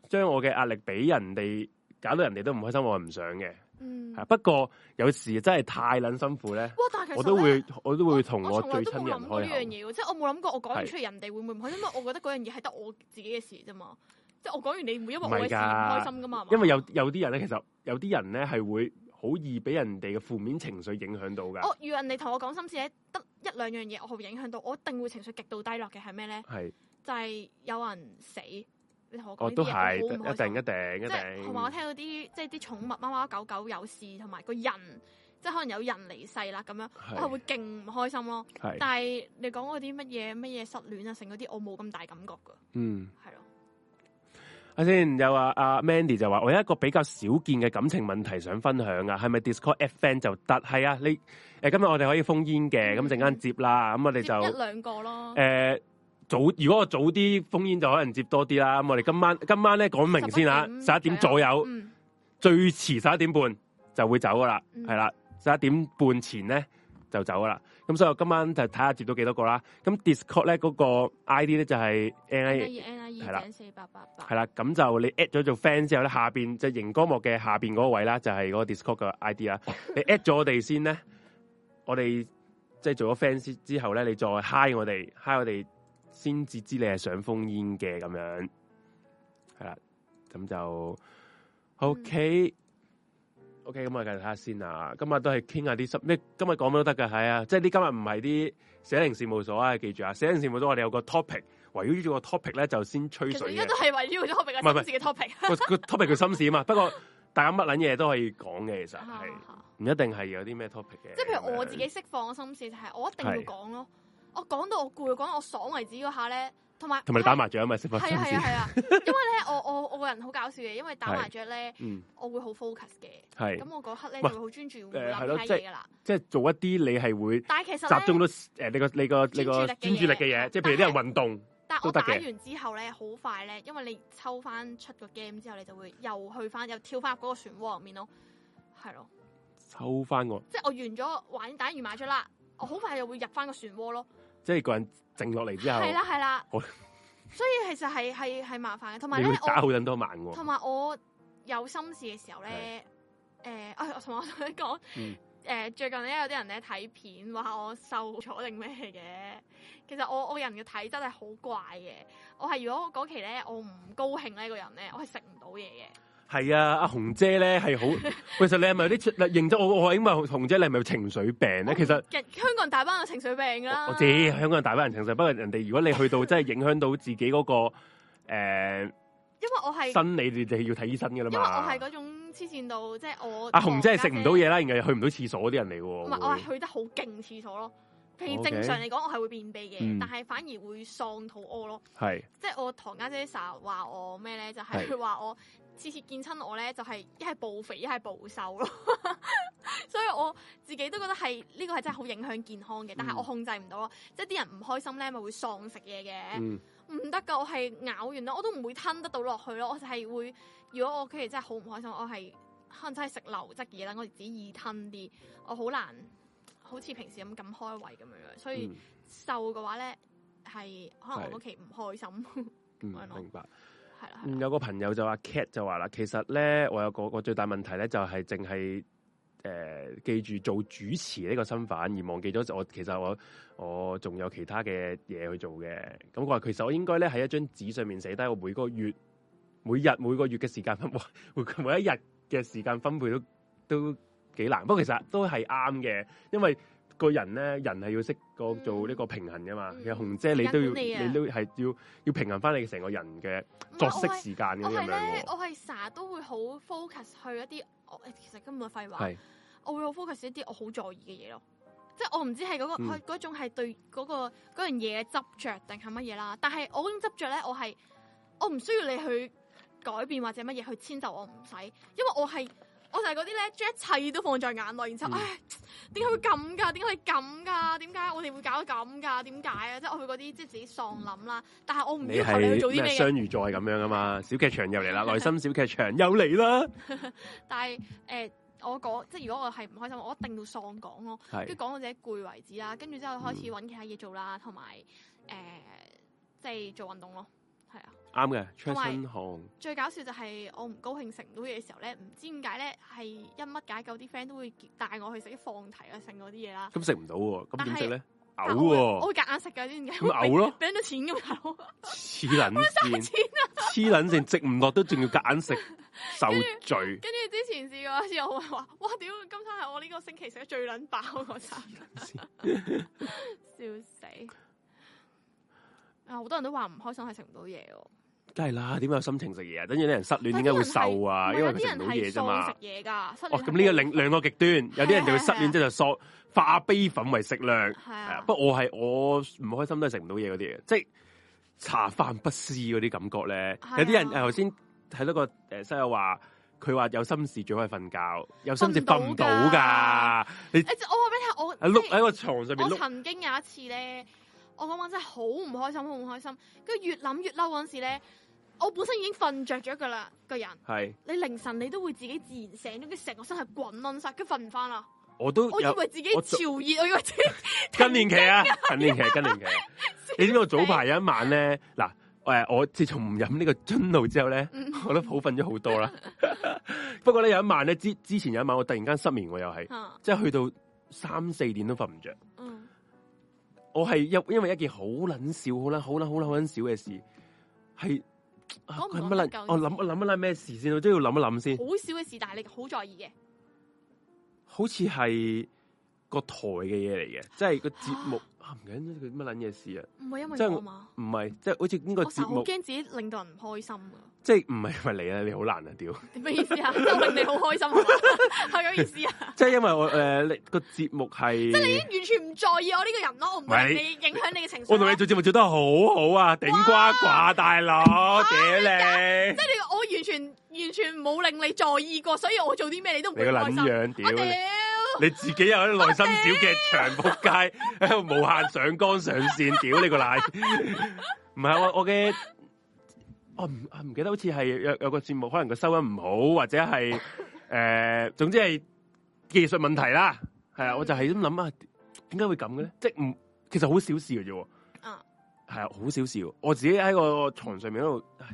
S1: 將我嘅壓力俾人哋，搞到人哋都唔開心，我係唔想嘅。
S2: 嗯，
S1: 係不過有時真係太撚辛苦咧。
S2: 哇！但係其實
S1: 我都
S2: 呢
S1: 會，我都會同
S2: 我
S1: 我
S2: 從
S1: 最
S2: 來都
S1: 親嘅
S2: 冇
S1: 人
S2: 諗過呢樣
S1: 開口。
S2: 嘢喎，即係我冇諗過我講完
S1: 係
S2: 出嚟人哋會唔會唔開心，因為我覺得嗰樣嘢係得我自己嘅事啫嘛。即係我講完你唔會因為我嘅事唔開心噶嘛，係嘛
S1: 因為有有啲人咧，其實有啲人咧係會好易俾人哋嘅負面情緒影響到噶。
S2: 我如果人哋同我講心事咧，得一兩樣嘢我會影響到，我一定會情緒極度低落嘅係咩咧？
S1: 係，
S2: 就係有人死，你同我
S1: 我
S2: 講呢
S1: 哦都
S2: 啲
S1: 係，
S2: 嘢，
S1: 一
S2: 我好唔開心
S1: 定一。定一
S2: 即係
S1: 定。
S2: 同埋我聽到啲即係啲寵物貓貓狗狗有事，同埋個人即係可能有人離世啦咁樣，我係
S1: 係
S2: 會勁唔開心咯。
S1: 係，
S2: 但係你講嗰啲乜嘢乜嘢失戀啊，成嗰啲我冇咁大感覺㗎，
S1: 嗯，
S2: 係咯。
S1: 啊先又話阿 Mandy 就話我有一個比較少見嘅感情問題想分享啊，係咪 Discord FN 就得？係啊，你誒今日我哋可以封煙嘅，咁陣間接啦，咁我哋
S2: 嗯接一
S1: 就
S2: 兩個咯。
S1: 誒。早如果我早啲封煙就可能接多啲啦，咁我哋今晚今晚咧講明先啦，十一
S2: 11
S1: 點左右，
S2: 嗯，
S1: 最遲十一點半就會走噶啦，
S2: 嗯
S1: 係啦、十一點半前咧就走噶啦。咁所以我今晚就睇下接到幾多個啦。咁 Discord 咧嗰、個 ID 咧就係 N
S2: 二二
S1: I 係
S2: N
S1: 啦
S2: 二井四八八八
S1: 係。啦，咁就你 at 咗做 friend 之後咧，下邊即係熒光幕嘅下邊嗰個位啦，就係、嗰個 Discord 嘅 ID
S2: <laughs>
S1: 啦。你 at 咗我哋先咧，我哋即係做咗 friend 之之後咧，你再 hi 我哋，hi 我哋先至知你係想封煙嘅咁樣。係啦，咁就
S2: 嗯
S1: OK。OK，咁我繼續睇下先啊。今日都係傾下啲心，咩今日講咩都得㗎，係啊，即係呢今日唔係啲寫零事務所啊，記住啊，寫零事務所我哋有個 topic，圍繞住個 topic 咧就先吹
S2: 其實
S1: 水
S2: 而
S1: 嘅
S2: 家。都係圍繞咗 topic
S1: 唔係唔係
S2: 嘅心事嘅 topic。
S1: <laughs> 個個 topic 佢心事啊嘛。不過大家乜撚嘢都可以講嘅，其
S2: <laughs>
S1: 實
S2: 啊
S1: 係唔一定係有啲咩 topic 嘅。
S2: 即係譬如我自己釋放嘅心事，就係我一定要
S1: 係
S2: 講咯。我講到我攰，講到我爽為止嗰下咧，同埋
S1: 同埋你打麻雀啊嘛，釋放
S2: 係
S1: 心
S2: 啊係啊
S1: 事。
S2: 係
S1: <laughs>
S2: 啊，因為咧我我我個人好搞笑嘅，因為打
S1: 係
S2: 麻雀咧
S1: 嗯，
S2: 我會好 focus 嘅，
S1: 係
S2: 咁我嗰刻咧就
S1: 喂
S2: 會好專注，唔會
S1: 誒係咯
S2: 諗其
S1: 即
S2: 他
S1: 係
S2: 嘢噶啦。
S1: 即係做一啲你係會
S2: 但係其實呢
S1: 集中到誒你個你個你個
S2: 專
S1: 專
S2: 注
S1: 注
S2: 力
S1: 力
S2: 嘅
S1: 嘅
S2: 嘢
S1: 嘢，即係譬如啲人運動
S2: 但我
S1: 都
S2: 打
S1: 得嘅
S2: 完之後咧，好快咧，因為你抽翻出個 game 之後，你就會又去翻，又跳翻入嗰個漩渦入面咯，係咯，
S1: 抽翻我，
S2: 即係我完咗玩打完麻雀啦，我好快又會入翻個漩渦咯，
S1: 即係個人靜落嚟之後，
S2: 係啦係啦
S1: 好，
S2: 所以其實係係係麻煩嘅，同埋
S1: 你
S2: 咧
S1: 會打
S2: 我
S1: 好撚多晚
S2: 同
S1: 喎。
S2: 埋我有心事嘅時候咧，誒啊同埋我想講
S1: 嗯。
S2: 誒、最近咧有啲人咧睇片話我瘦咗定咩嘅，其實我我人嘅體質係好怪嘅，我係如果嗰期咧我唔高興呢個人咧，我係食唔到嘢嘅。
S1: 係啊，阿紅姐咧係好，其實你係咪有啲認真？我我因為紅姐你係咪有情緒病咧？其實。
S2: 人香港人大班有情緒病㗎啦，
S1: 我知香港人大把人情緒，不過人哋如果你去到真係影響到自己嗰、個诶、
S2: 因為我係
S1: 生理，你哋要睇醫生噶啦
S2: 因為我係
S1: 嘛。
S2: 嗰種黐線到，即係我
S1: 阿啊紅真係食唔到
S2: 我家姐，
S1: 嘢啦，然後又去唔到廁所嗰啲人嚟
S2: 唔
S1: 喎。
S2: 係我
S1: 會
S2: 係去得好勁廁所咯。譬如
S1: OK
S2: 正常嚟講，我係會便秘嘅，
S1: 嗯
S2: 但係反而會喪肚屙咯。
S1: 係
S2: 即係我堂家姐成日話我咩咧，就係佢話我次次見親我咧，就係一係暴肥，一係暴瘦咯。 <laughs> 所以我自己都覺得係呢個係真係好影響健康嘅，但係
S1: 嗯
S2: 我控制唔到咯。即係啲人唔開心咧，咪會喪食嘢嘅。
S1: 嗯
S2: 唔得噶，我係咬完啦，我都唔會吞得到落去咯。我就係會，如果我屋企人真係好唔開心，我係可能真係食流質嘢啦，我自己易吞啲，我好難好似平時咁咁開胃咁樣樣。所以
S1: 嗯
S2: 瘦嘅話咧，係可能
S1: 係
S2: 我嗰期唔開心，
S1: 嗯
S2: 係咯
S1: 明白。
S2: 係啦，係
S1: 嗯
S2: 啦
S1: 有個朋友就話 Cat 就話啦，其實咧我有個我最大問題咧就係淨係诶、記记住做主持呢個身份，而忘記咗我其實我我仲有其他嘅嘢去做嘅。咁佢話其實我應該咧喺一張紙上面寫低我每個月、每日、每個月嘅時間分配， <laughs> 每每一日嘅時間分配都都幾難。不過其實都係啱嘅，因為個人咧，人係要識個做呢個平衡噶嘛。
S2: 嗯
S1: 其實紅姐你都要，
S2: 時間管理啊
S1: 你都係要要平衡翻你成個人嘅
S2: 唔係
S1: 作
S2: 我
S1: 息
S2: 係
S1: 時間咁
S2: 我
S1: 樣
S2: 係
S1: 樣
S2: 咧，
S1: 喎。
S2: 我係成日都會好 focus 去一啲，我其實根本係廢話。
S1: 係
S2: 我會好 focus 一啲我好在意嘅嘢咯。即係我唔知係嗰、個
S1: 嗯
S2: 佢嗰、種係對嗰、個嗰樣嘢嘅執着定係乜嘢啦。但係我嗰種執着咧，我係我唔需要你去改變或者乜嘢去遷就我唔使，因為我係我就係嗰啲咧，將一切都放在眼內，然之後
S1: 嗯
S2: 唉，點解會咁㗎？點解你咁㗎？點解我哋會搞到咁㗎？點解啊？即係我會嗰啲即係自己喪諗啦。但係我唔
S1: 你
S2: 要求你去做啲
S1: 係咩
S2: 咩
S1: 雙
S2: 嘅。
S1: 魚座係咁樣噶嘛？小劇場
S2: <laughs>
S1: 又嚟啦，內心小劇場又嚟啦，
S2: 但係誒、呃我講即係如果我係唔開心，我一定要喪講咯。
S1: 係嗯
S2: 跟住講到自己攰為止啦，跟住之後開始揾其他嘢做啦，同埋誒即係做運動咯，係啊。
S1: 啱嘅。出
S2: 同埋
S1: 新行
S2: 最搞笑就係我唔高興食唔到嘢嘅時候咧，唔知點解咧係因乜解救啲 friend 都會帶我去食啲放題啊、剩嗰啲嘢啦。
S1: 咁食唔到喎，咁點食咧？嘔
S2: 但我會我
S1: 喎，
S2: 會夾硬食㗎，知唔知？
S1: 咁嘔咯，
S2: <laughs> 俾咗錢咁大佬，
S1: 黐撚線，
S2: 錢啊！
S1: 黐撚線，食唔落都仲要夾硬食，受罪。
S2: 跟住之前試過一次，我會話：哇屌！今餐係我呢個星期食得最撚爆嗰
S1: <laughs>
S2: 餐，笑死！啊，好多人都話唔開心係食唔到嘢喎。
S1: 梗係啦，點有心情食嘢啊？等住啲人失戀點解會瘦啊？因為佢食唔到嘢啫嘛
S2: 食。嘢噶，失
S1: 哦，咁呢個兩兩個極端，有啲人就會失戀，即係就索化悲憤為食量。
S2: 係
S1: 係啊
S2: 啊，
S1: 不過我係我唔開心都係食唔到嘢嗰啲嘢，即係茶飯不思嗰啲感覺咧
S2: 係啊。
S1: 有啲人誒頭先睇到個誒室友話，佢話有心事最可以瞓覺，有心事瞓唔到
S2: 瞓唔到
S1: 㗎
S2: 㗎，
S1: 你
S2: 誒我話俾
S1: 喺
S2: 你
S1: 碌
S2: 聽，
S1: 喺個床上面
S2: 我即係我
S1: 碌。
S2: 曾經有一次咧，我嗰晚真係好唔開心，好唔開心，跟住越諗越嬲嗰陣時咧，我本身已經瞓着咗噶啦，個人
S1: 係，
S2: 你凌晨你都會自己自然醒咗，跟住成個身係滾撚晒，跟住瞓唔翻啦。
S1: 我都
S2: 我以
S1: 有
S2: 為自己
S1: 我
S2: 潮熱，我以為自己
S1: 更年期啊，
S2: <laughs>
S1: 更年期，更年期。你知唔知我早排有一晚咧，嗱，诶，我自從唔飲呢個樽露之後咧，
S2: 嗯
S1: 我都好瞓咗好多啦。 <laughs> 不過咧有一晚咧，之之前有一晚我突然間失眠喎，又係，
S2: 啊
S1: 即係去到三四點都瞓唔着。
S2: 嗯
S1: 我係因因為一件好撚少、好撚好撚好撚好撚少嘅事，係啊
S2: 講唔
S1: 佢
S2: 講
S1: 乜
S2: 得
S1: 撚
S2: 夠？
S1: 我諗我諗一諗咩事先，我都要諗一諗先
S2: 好。少嘅事，但係你好在意嘅，
S1: 好似係個台嘅嘢嚟嘅，即係個節目啊，唔記得咗佢乜撚嘢事啊。
S2: 唔係因
S1: 即係
S2: 為我嘛，
S1: 唔係，即係好似呢個
S2: 我成
S1: 節
S2: 日好
S1: 目，
S2: 驚自己令到人唔開心啊噶。
S1: 即係唔係咪你啊？你好難啊！
S2: <laughs>
S1: 屌，
S2: 咩意思啊？即係我令你好開心，係咪咁意思啊？ <laughs>
S1: 即係因為我诶，你個節目係
S2: 完全唔在意我呢個人咯，我唔會令你影響你嘅情緒咯。啊
S1: 我同你做節目做得好好啊，頂呱呱大佬，屌你，
S2: 即係你，我完全完全冇令你在意過，所以我做啲咩你都唔
S1: 你
S2: 會
S1: 個
S2: 開
S1: 撚
S2: 心。
S1: 樣，屌
S2: 我屌
S1: 你！！你自己又喺內心小劇場仆街，喺度無限上綱上線，屌你個奶！唔係我我嘅，我唔啊唔記得好似係有有個節目，可能個收音唔好，或者係誒、呃，總之係技術問題啦。係啊，
S2: 嗯
S1: 我就係咁諗啊，點解會咁嘅咧？即係唔其實好小事嘅啫喎。
S2: 啊
S1: 係啊，好小事喎。我自己喺個床上面喺度唉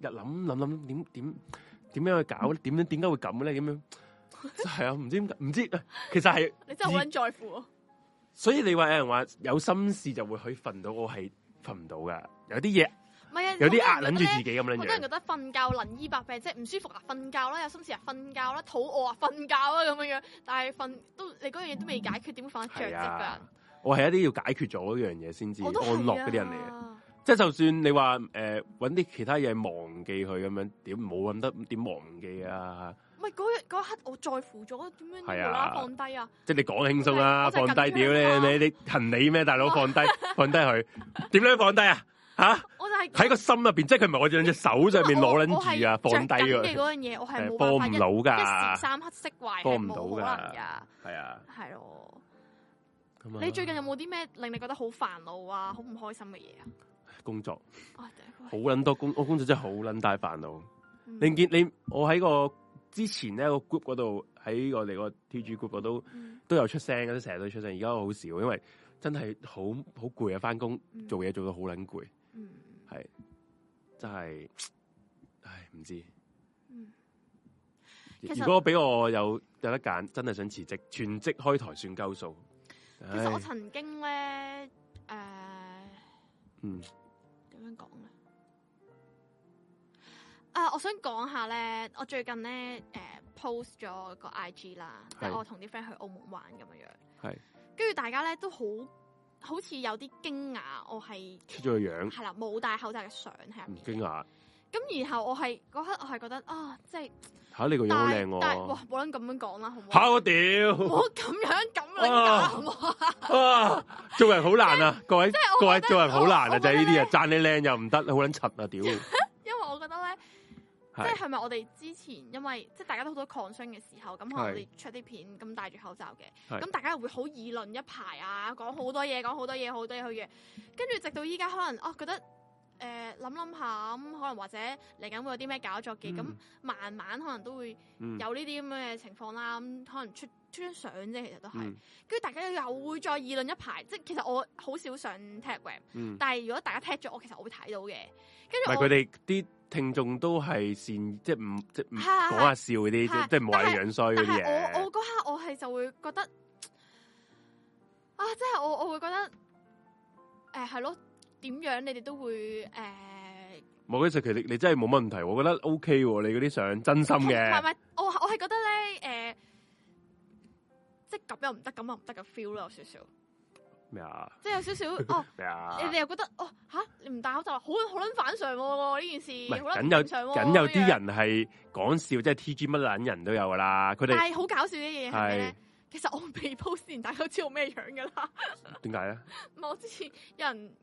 S1: 日諗諗諗點點點樣去搞咧？點樣點解會咁咧？咁樣係啊，唔知點解，唔知其實係。
S2: 你真係好撚在乎喎。
S1: 所以你話有人話有心事就會可以瞓到，我係瞓唔到噶。有啲嘢
S2: 唔係啊，
S1: 有啲壓撚住自
S2: 己。
S1: 己咁樣
S2: 好多人
S1: 樣
S2: 覺，得瞓覺能醫百病，即係唔舒服啊瞓覺啦，有心事啊瞓覺啦，肚餓啊瞓覺啦咁樣樣。但係瞓都你嗰樣嘢都未解決，點會瞓得着
S1: 係
S2: 啫？個
S1: 啊
S2: 人。
S1: 我係一啲要解決咗一樣嘢先至安
S2: 我都係
S1: 樂嗰啲人嚟嘅。
S2: 啊。
S1: 即係就算你話誒揾啲其他嘢忘記佢咁樣，點冇揾得點忘記啊？
S2: 唔係嗰日嗰一刻我在乎咗，點樣無
S1: 係啊
S2: 啦啦放低啊？
S1: 即係你講輕鬆啦，
S2: 我就
S1: 放
S2: 係
S1: 低屌
S2: 緊張啊
S1: 你你你行你咩大佬
S2: <laughs>
S1: 放低放低佢，點樣放低啊？嚇
S2: 我就係
S1: 喺個心入邊，即係佢唔係我兩隻手上面攞
S2: 我
S1: 撚住啊，
S2: 我係
S1: 放低
S2: 着緊嘅
S1: 佢，
S2: 嗰樣嘢，我係
S1: 係
S2: 冇辦
S1: 幫唔
S2: 法一
S1: 到
S2: 一
S1: 㗎
S2: 時，三刻釋懷，
S1: 幫
S2: 係
S1: 唔到
S2: 冇可能㗎，
S1: 係啊。
S2: 係咯。
S1: 咁啊
S2: 你最近有冇啲咩令你覺得好煩惱啊、好唔開心嘅嘢啊？
S1: 工作？
S2: 啊對
S1: 好撚多工，我工作真係好撚大煩惱。
S2: 嗯
S1: 你見你我喺個之前咧個 group 嗰度，喺我哋個 T G group 嗰度
S2: 嗯
S1: 都有出聲嘅，都成日都出聲。而家我好少，因為真係好好攰啊！翻工
S2: 嗯
S1: 做嘢做到好撚攰，
S2: 嗯
S1: 真係，唉唔知。
S2: 嗯其實
S1: 如果俾我有有得揀，真係想辭職，全職開台算鳩數。
S2: 其實我
S1: 唉
S2: 曾呃經咧，诶、
S1: 嗯，
S2: 點樣講咧？啊，我想講下咧，我最近咧誒、呃 post 咗個 IG 啦，即係
S1: 係
S2: 我同啲 friend 去澳門玩咁樣樣，
S1: 係
S2: 跟住大家咧都好好似有啲驚訝，我係
S1: 出咗個樣，
S2: 係啦冇戴口罩嘅相喺入
S1: 嗯唔啊
S2: 面
S1: 驚
S2: 嘅。
S1: 訝。
S2: 咁然後我係嗰刻我係覺得啊，即係
S1: 嚇你個樣好
S2: 戴
S1: 靚
S2: 戴哇
S1: 喎！，
S2: 冇撚咁樣講啦，好唔
S1: 嚇
S2: 好？
S1: 我屌！
S2: 唔好咁樣咁樣講
S1: 啊
S2: 好唔好？
S1: 啊！做人好難啊，各位
S2: 係我
S1: 各位
S2: 覺得
S1: 做人好難
S2: 我
S1: 啊，
S2: 我
S1: 就係
S2: 覺
S1: 呢
S2: 得
S1: 啲啊，讚你靚又唔得，好撚柒啊，屌！
S2: 因為我覺得咧，即
S1: 係
S2: 係係咪我哋之前因為即係大家都好多抗傷嘅時候，咁可能
S1: 係
S2: 我哋出啲片咁戴住口罩嘅，
S1: 係
S2: 咁大家又會好議論一排啊，講好多嘢，講好多嘢，好多嘢，好嘢，跟住直到依家可能哦覺得。誒諗諗下咁，可能或者嚟緊會有啲咩搞作嘅，咁、
S1: 嗯
S2: 慢慢可能都會
S1: 嗯
S2: 有呢啲咁嘅情況啦。咁可能出出張相啫，其實都係，跟
S1: 嗯
S2: 住、大家又會再議論一排。即係其實我好少上 tag web，
S1: 嗯，
S2: 但係如果大家 tag 咗我，其實我會睇到嘅。跟
S1: 唔
S2: 住
S1: 係
S2: 我
S1: 佢哋啲聽眾都係善，即係唔即係唔
S2: 係係
S1: 講下笑嗰啲，即係
S2: 係
S1: 即係唔話你樣衰嗰
S2: 但
S1: 啲
S2: 係我
S1: 嘢
S2: 我。嗰下我係就會覺得啊，即係我我會覺得誒係咯，點樣你哋都會誒，
S1: 冇，其實其實你真係冇乜問題，我覺得 O K 喎，你嗰啲相真心
S2: 同唔係唔
S1: 嘅，
S2: 係，我我係覺得咧誒、即係咁又唔得，咁又唔得嘅 feel 咯，有少少，
S1: 咩啊
S2: 即係有少少哦。
S1: 咩 <laughs> 啊
S2: 你，哋又覺得哦吓，你唔戴口罩好好撚反常喎呢件
S1: 唔
S2: 事，
S1: 係
S2: 好撚
S1: 梗
S2: 唔
S1: 有
S2: 正常喎
S1: 梗有
S2: 咁
S1: 啲
S2: 樣
S1: 人係講笑，即係 T G 乜撚人都有噶啦，佢
S2: 但
S1: 哋
S2: 係好搞笑嘅嘢係咩
S1: 係
S2: 咧？其實我未 post 之前，大家都知道咩樣㗎啦。
S1: 點解咧？
S2: 唔係我之前有人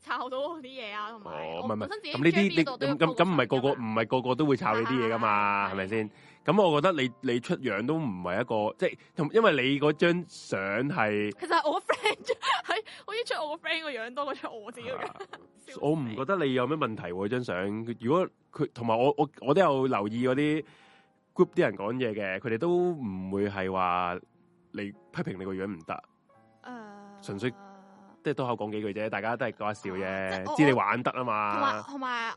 S2: 抄到我啲嘢啊，同埋
S1: 哦，
S2: 我
S1: 唔係唔
S2: 本
S1: 係
S2: 身自己
S1: 咁呢啲
S2: JB
S1: 你
S2: 度都有
S1: 咁咁咁唔係個個
S2: 報
S1: 唔係個個都會炒你啲嘢噶嘛，
S2: 係
S1: 啊係咪先？咁我覺得你你出樣都唔係一個即係同，因為你嗰張相係
S2: 其實我個 <laughs> friend 係我已經出我個 friend 個樣多過出我自己個樣，笑死
S1: 啊我唔覺得你有咩問題喎、張相。如果佢同埋我我我都有留意嗰啲 group 啲人講嘢嘅，佢哋都唔會係話你批評你個樣唔得，
S2: 誒
S1: 純粹即係多口講幾句啫，大家都係講下笑
S2: 啊即係
S1: 啫，
S2: 我
S1: 知你玩得啊
S2: 同埋
S1: 嘛。
S2: 同埋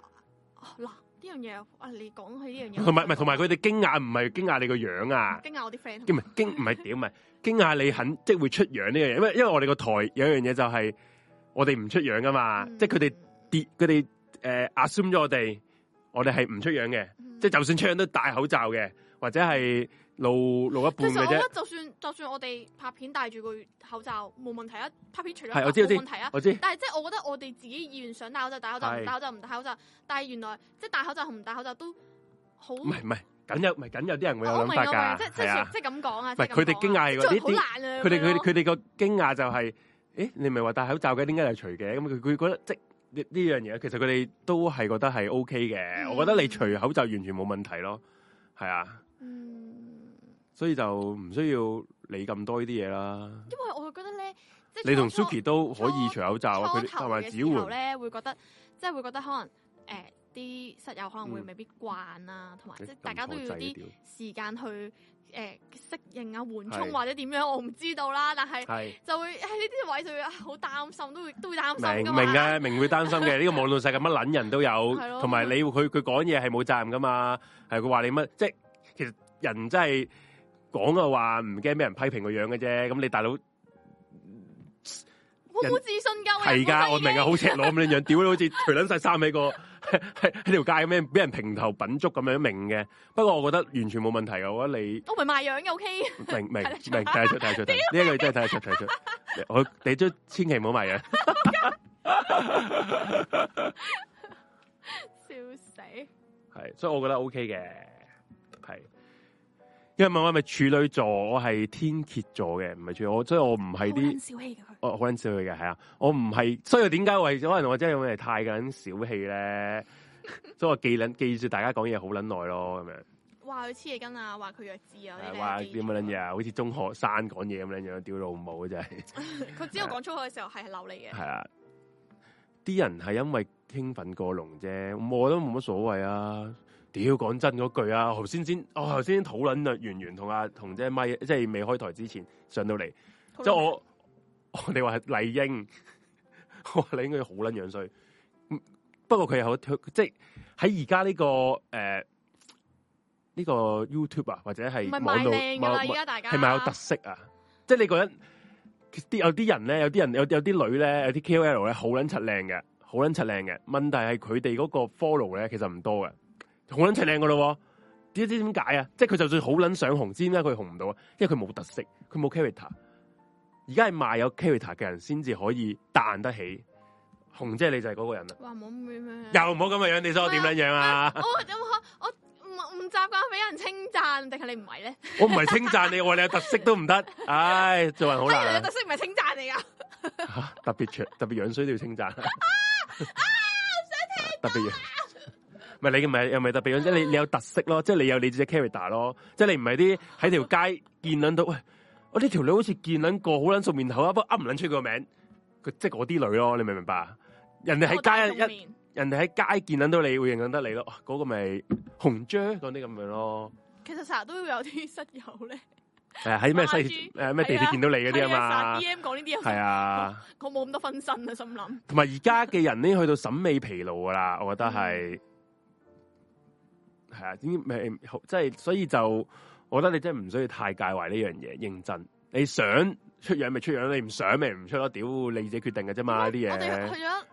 S2: 哦嗱呢樣嘢啊，你講起呢樣嘢，
S1: 同埋唔係同埋佢哋驚訝唔係驚訝你個樣啊。
S2: 驚訝我啲 friend
S1: 驚唔係驚唔係屌唔係驚訝你肯即係會出樣呢樣嘢，因為因為我哋個台有一樣嘢就係我哋唔出樣噶嘛，
S2: 嗯
S1: 即係佢哋跌佢哋誒 assume 咗我哋，我哋係唔出樣嘅，
S2: 嗯
S1: 即係就算出樣都戴口罩嘅，或者係露露一
S2: 其
S1: 半
S2: 實
S1: 嘅
S2: 我覺
S1: 啫
S2: 得。就算就算我哋拍片戴住個口罩冇問題啊，拍片除咗
S1: 係我知我知
S2: 冇問題啊。
S1: 我知
S2: 但係即係我覺得我哋自己意願想戴口罩戴口罩，
S1: 係
S2: 唔戴口罩唔戴口罩。但係原來即係戴口罩同唔戴口罩都好，
S1: 唔係唔係，梗有唔係梗有啲人會有
S2: 我
S1: 諗
S2: 明我明
S1: 法
S2: 啊，
S1: 㗎
S2: 即係，即
S1: 係
S2: 係
S1: 啊
S2: 即。係咁講啊。
S1: 唔係佢哋驚訝
S2: 係
S1: 係嗰啲
S2: 好難啊！
S1: 佢哋佢哋
S2: 咁樣咯
S1: 佢哋個驚訝就係、咦，你咪話戴口罩嘅，點解你除嘅？咁佢佢覺得即呢呢樣嘢，其實佢哋都係覺得係 O K 嘅。
S2: 嗯
S1: 我覺得你除口罩完全冇問題咯，係啊，
S2: 嗯，
S1: 所以就唔需要理咁多呢啲嘢啦。
S2: 因為我會覺得咧，即係
S1: 你同
S2: 初
S1: Suki 都可以除口罩啊，佢
S2: 初
S1: 哋
S2: 頭
S1: 同埋
S2: 嘅
S1: 子
S2: 時候
S1: 桓
S2: 咧，會覺得即係會覺得可能誒啲室友可能會
S1: 嗯
S2: 未必慣啦，同埋即
S1: 咦
S2: 係大家都
S1: 撳
S2: 要
S1: 錯掣
S2: 啲。
S1: 屌
S2: 時間去誒、呃、適應啊、緩
S1: 係
S2: 衝或者點樣，我唔知道啦。但係
S1: 係
S2: 就會喺呢啲位就會啊好擔心，都會都會擔心
S1: 明
S2: 噶嘛。
S1: 明啊嘅，明會擔心嘅。呢個網絡世界乜撚人都有
S2: 係，咯
S1: 同埋你佢佢講嘢係冇責任噶嘛，係佢話你乜，即係其實人真係講嘅話唔驚俾人批評個樣嘅啫。咁你大佬
S2: 好冇自信㗎，
S1: 係
S2: 㗎，
S1: 㗎，我明啊，好赤裸咁樣樣，屌你好似除撚晒衫喺個喺條街咁樣，俾人平頭品足咁樣明嘅。不過我覺得完全冇問題嘅，我覺得你。
S2: 我唔係賣樣嘅，OK？ <laughs>
S1: 明明明
S2: 睇得出
S1: 睇得出睇得出，睇得出呢一句真係睇得出睇得 <laughs> 出。我你都千祈唔好埋樣。
S2: 笑死！
S1: 系，所以我覺得 O K 嘅，系。因為問我係咪處女座，我係天蝎座嘅，唔係處女，我所以我唔係
S2: 好撚
S1: 啲，
S2: 小氣嘅佢，
S1: 我好撚小氣嘅，係啊，我唔係，所以點解我係可能我真係因為太撚小氣 <laughs> 咧，所以我記撚記住大家講嘢好撚耐咯，咁樣，
S2: 話佢黐嘢筋啊，話佢弱智啊，
S1: 哦係
S2: 呢
S1: 哇
S2: 啲
S1: 點樣撚嘢啊，好似中學生講嘢咁樣樣，屌老母真係，
S2: 佢只有講粗口嘅時候係流你嘅，
S1: 係啊，啲人係因為興奮過龍啫，咁我覺得冇乜所謂啊。屌，講真嗰句啊，頭先先，我頭先討論啊，圓圓同阿同姐咪，即係未開台之前上到嚟，即係我我哋話係麗英， <laughs> 我話你應該好撚樣衰。嗯不過佢又好，佢即係喺而家呢個誒、呃呢個 YouTube 啊，或者係
S2: 唔係
S1: 網
S2: 賣
S1: 度
S2: 靚㗎啦，
S1: 網
S2: 依家大家
S1: 係咪有特色啊？即係你覺得其實啲有啲人咧，有啲人有有啲女咧，有啲 KOL 咧，好撚柒靚嘅，好撚柒靚嘅。問題係佢哋嗰個 follow 咧，其實唔多嘅，好撚柒靚噶咯。知唔知點解啊？即係佢就算好撚想紅，知點解佢紅唔到啊？因為佢冇特色，佢冇 character。而家係賣有 character 嘅人先至可以彈得起紅，姐你就係嗰個人啦。
S2: 哇，冇咁哦樣。
S1: <laughs> 又唔好咁嘅樣，你想我點樣樣啊？
S2: 我我我唔唔習慣俾人稱讚，定係你唔係咧？
S1: 我唔係稱讚你，我話你有特色都唔得。唉，做人好
S2: 哎呀
S1: 難
S2: 你嘅特色唔係稱讚嚟㗎。
S1: 啊！特別 <laughs> 長特別樣衰都要稱讚。啊特別樣，唔係你嘅唔係又唔係特別樣，即係你你有特色咯，即係你有你自己 character 咯，即係你唔係啲喺條街見撚到喂，我呢條女好似見撚過好撚熟面口啊，不過噏唔撚出佢個名，佢即係嗰啲女咯，你明唔明白啊？人哋喺街一
S2: 一
S1: 人哋喺街見撚到你會認撚得你咯，哇嗰、個咪紅姐嗰啲咁樣咯，
S2: 其實成日都會有啲室友咧，
S1: 係啊喺咩西
S2: 係
S1: 誒咩地
S2: 係
S1: 鐵
S2: 啊
S1: 見到你嗰啲啊嘛
S2: 成日，DM 講呢啲嘢
S1: 係，啊。
S2: 我冇咁多分身啊，心諗。
S1: 同埋而家嘅人咧，去到審美疲勞噶啦，我覺得
S2: 嗯
S1: 係係啊，點咪即係所以就，我覺得你真係唔需要太介懷呢樣嘢，認真。你想出樣咪出樣，你唔想咪唔出咯，屌你自己決定嘅啫嘛呢啲
S2: 我哋
S1: 嘢。
S2: 去咗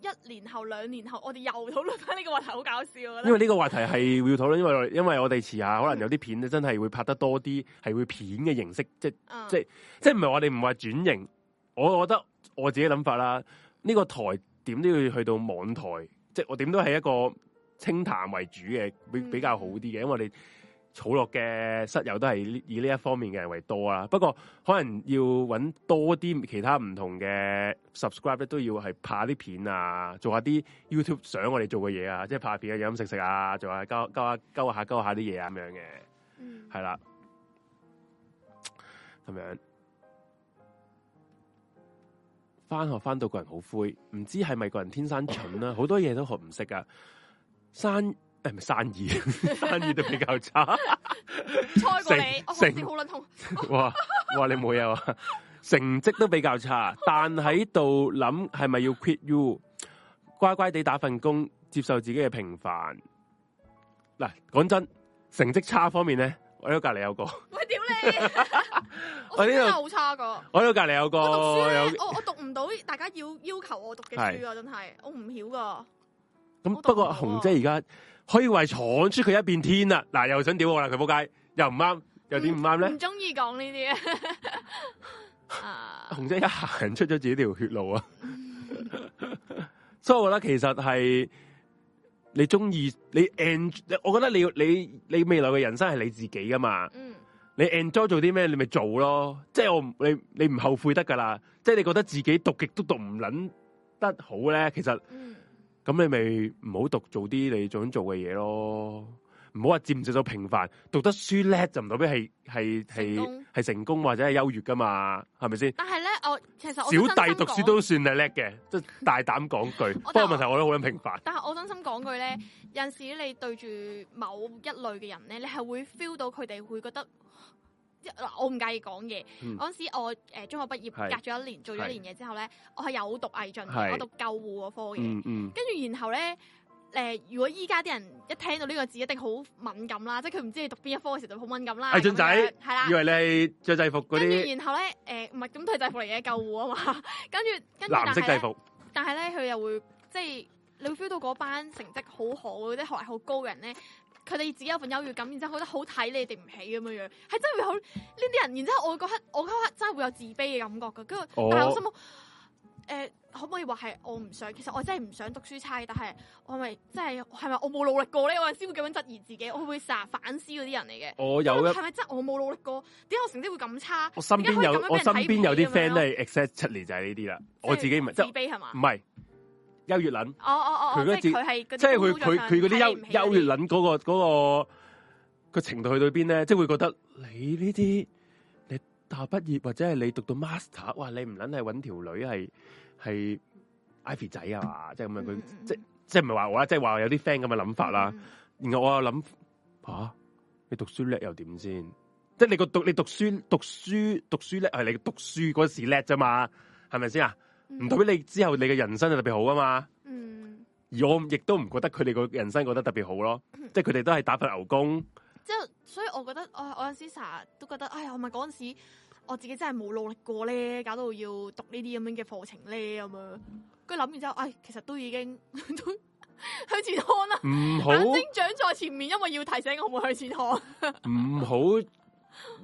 S2: 一年後、兩年後，我哋又討論翻呢個話題，好搞笑嘅
S1: 因
S2: 咧。
S1: 為呢個話題係會要討論，因為我因為我哋遲下可能有啲片咧，真係會拍得多啲，係會片嘅形式，即係
S2: 嗯
S1: 即係即係唔係我哋唔話轉型，我覺得我自己諗法啦。呢、個台點都要去到網台，即係我點都係一個清談為主嘅，比
S2: 嗯
S1: 比較好啲嘅，因為我哋草落嘅室友都係呢以呢一方面嘅人為多啦。不過可能要揾多啲其他唔同嘅 subscribe 咧，都要係拍啲片啊，做下啲 YouTube 想我哋做嘅嘢啊，即係拍片啊，飲飲食食啊，做下鳩鳩下鳩下鳩下啲嘢啊咁樣嘅。
S2: 嗯
S1: 系啦，咁样翻學翻到個人好灰，唔知係咪個人天生
S2: <laughs>
S1: 蠢啦，好多嘢都學唔識噶。生诶唔係生意， <laughs> 生意都比較差。 <laughs>
S2: 猜過你哦
S1: 成，
S2: 我學
S1: 成
S2: 先好撚痛。
S1: 哇哇，你冇嘢啊！成績都比較差，但喺度諗係咪要 quit you，乖乖地打份工，接受自己嘅平凡。嗱，講真，成績差方面咧，我喺隔離有個。
S2: 喂，屌
S1: <laughs>
S2: 你！
S1: 我
S2: 我
S1: 呢
S2: 真
S1: 度
S2: 係好差噶。
S1: 我喺度隔離有個
S2: 我讀書
S1: 有
S2: 咧，我我讀唔到大家要要求我讀嘅書啊，真係我唔曉噶。我
S1: 咁，不
S2: 讀唔
S1: 過
S2: 到
S1: 紅
S2: 啊
S1: 姐而家可以為闖出佢一片天啦！嗱，又想屌我啦，佢仆街，又唔啱，又點唔啱咧
S2: 唔？中意講呢啲 <laughs> 啊。
S1: 紅姐一行出咗自己條血路啊！ <laughs> 所以我覺得其實係你中意你 en，我覺得你要你你未來嘅人生係你自己噶嘛。
S2: 嗯，
S1: 你 enjoy 做啲咩，你咪做咯。即係我唔你你唔後悔得噶啦。即係你覺得自己讀極都讀唔撚得好咧，其實。
S2: 嗯，
S1: 咁你咪唔好讀做啲你想做嘅嘢咯，唔好話接唔接受平凡，讀得書叻就唔代表係係
S2: 成
S1: 係
S2: 功
S1: 係成功或者係優越噶嘛，係咪先？
S2: 但係咧，我其實
S1: 小
S2: 我真
S1: 弟
S2: 心
S1: 讀
S2: 講
S1: 書都算係叻嘅，即係大膽講句。不
S2: 我
S1: 過問題我都好撚平凡，
S2: 但係我真心講句咧，有陣時你對住某一類嘅人咧，你係會 feel 到佢哋會覺得，即嗱我唔介意講嘢。
S1: 嗯
S2: 嗰陣時我誒、呃中學畢業，
S1: 係
S2: 隔咗一年，做咗一年嘢之後咧，我係有讀藝進
S1: 係
S2: 嘅，我讀救護嗰科嘅。
S1: 嗯嗯，
S2: 跟住然後咧，誒、如果依家啲人一聽到呢個字，一定好敏感啦，即係佢唔知你讀邊一科嘅時候就好敏感啦。
S1: 藝進仔
S2: 咁樣係啦
S1: 以。為你係着制服嗰
S2: 啊跟住
S1: 啲
S2: 然後咧，誒唔係咁佢係制服嚟嘅救護啊嘛，跟住跟住但
S1: 藍色
S2: 係咧
S1: 制。服，
S2: 但係咧，佢又會即係你會 feel 到嗰班成績好好、啲學歷好高嘅人咧，佢哋自己有份優越感，然之後覺得好睇你哋唔起咁樣樣，係真係會好呢啲人。然之後我嗰刻，我嗰刻真係會有自卑嘅感覺㗎。跟住，
S1: 哦
S2: 但係我心諗，誒、可唔可以話係我唔想？其實我真係唔想讀書差嘅，但係我係咪真係係咪我冇努力過咧？我有陣時會咁樣質疑自己，我會成日反思嗰啲人嚟嘅。
S1: 我有一
S2: 係咪真係我冇努力過？點解我成績會咁差？
S1: 我身邊有
S2: 點解可以咁樣俾人
S1: 我身邊有啲
S2: 睇唔起咁
S1: friend
S2: 樣
S1: 都係 exactly 就係呢啲啦，我自己唔係
S2: 自
S1: 即係
S2: 卑係嘛
S1: 唔？係優越撚。
S2: 哦哦
S1: 佢
S2: 哦
S1: 嗰
S2: 哦，
S1: 節
S2: 即係佢係嗰啲
S1: 即係佢
S2: 工作
S1: 佢
S2: 上
S1: 佢嗰啲
S2: 睇
S1: 優
S2: 唔起嗰
S1: 優越撚嗰、個嗰、個個程度去到邊咧，即係會覺得你呢啲你大學畢業或者係你讀到 master，哇！你唔撚係揾條女係係 ivy 仔啊嘛，即係咁樣佢
S2: 嗯嗯
S1: 即即係唔係話我啦，即係話有啲 friend 咁嘅諗法啊啦。
S2: 嗯
S1: 然後我又諗吓、啊你讀書叻又點先？即係你個讀你讀書讀書讀書叻係你讀書嗰時叻啫嘛，係咪先啊？
S2: 嗯
S1: 唔代表你之後你嘅人生就特別好啊嘛。
S2: 嗯，嗯
S1: 而我亦都唔覺得佢哋個人生過得特別好咯，即係佢哋都係打份牛工，
S2: 之後，所以我覺得，我我有時成日都覺得，哎呀，我咪嗰陣時我自己真係冇努力過咧，搞到要讀呢啲咁樣嘅課程咧，咁樣。跟住諗完之後，唉、其實都已經 <laughs> 都向前看啦。
S1: 唔
S2: <laughs>
S1: 好
S2: 眼睛長在前面，因為要提醒我冇向前看。
S1: 唔好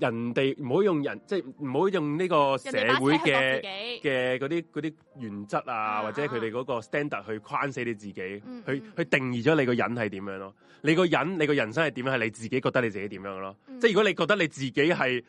S1: 人哋唔好用人，即系唔好用呢個社
S2: 人哋把
S1: 會
S2: 尺係度自
S1: 嘅
S2: 己，
S1: 嘅嗰啲嗰啲原則啊，
S2: 啊
S1: 或者佢哋嗰個 standard 去框死你自己，
S2: 嗯
S1: 去
S2: 嗯
S1: 去定義咗你個人係點樣咯。你個人你個人生係點樣，係你自己覺得你自己點樣咯。
S2: 嗯
S1: 即係如果你覺得你自己係，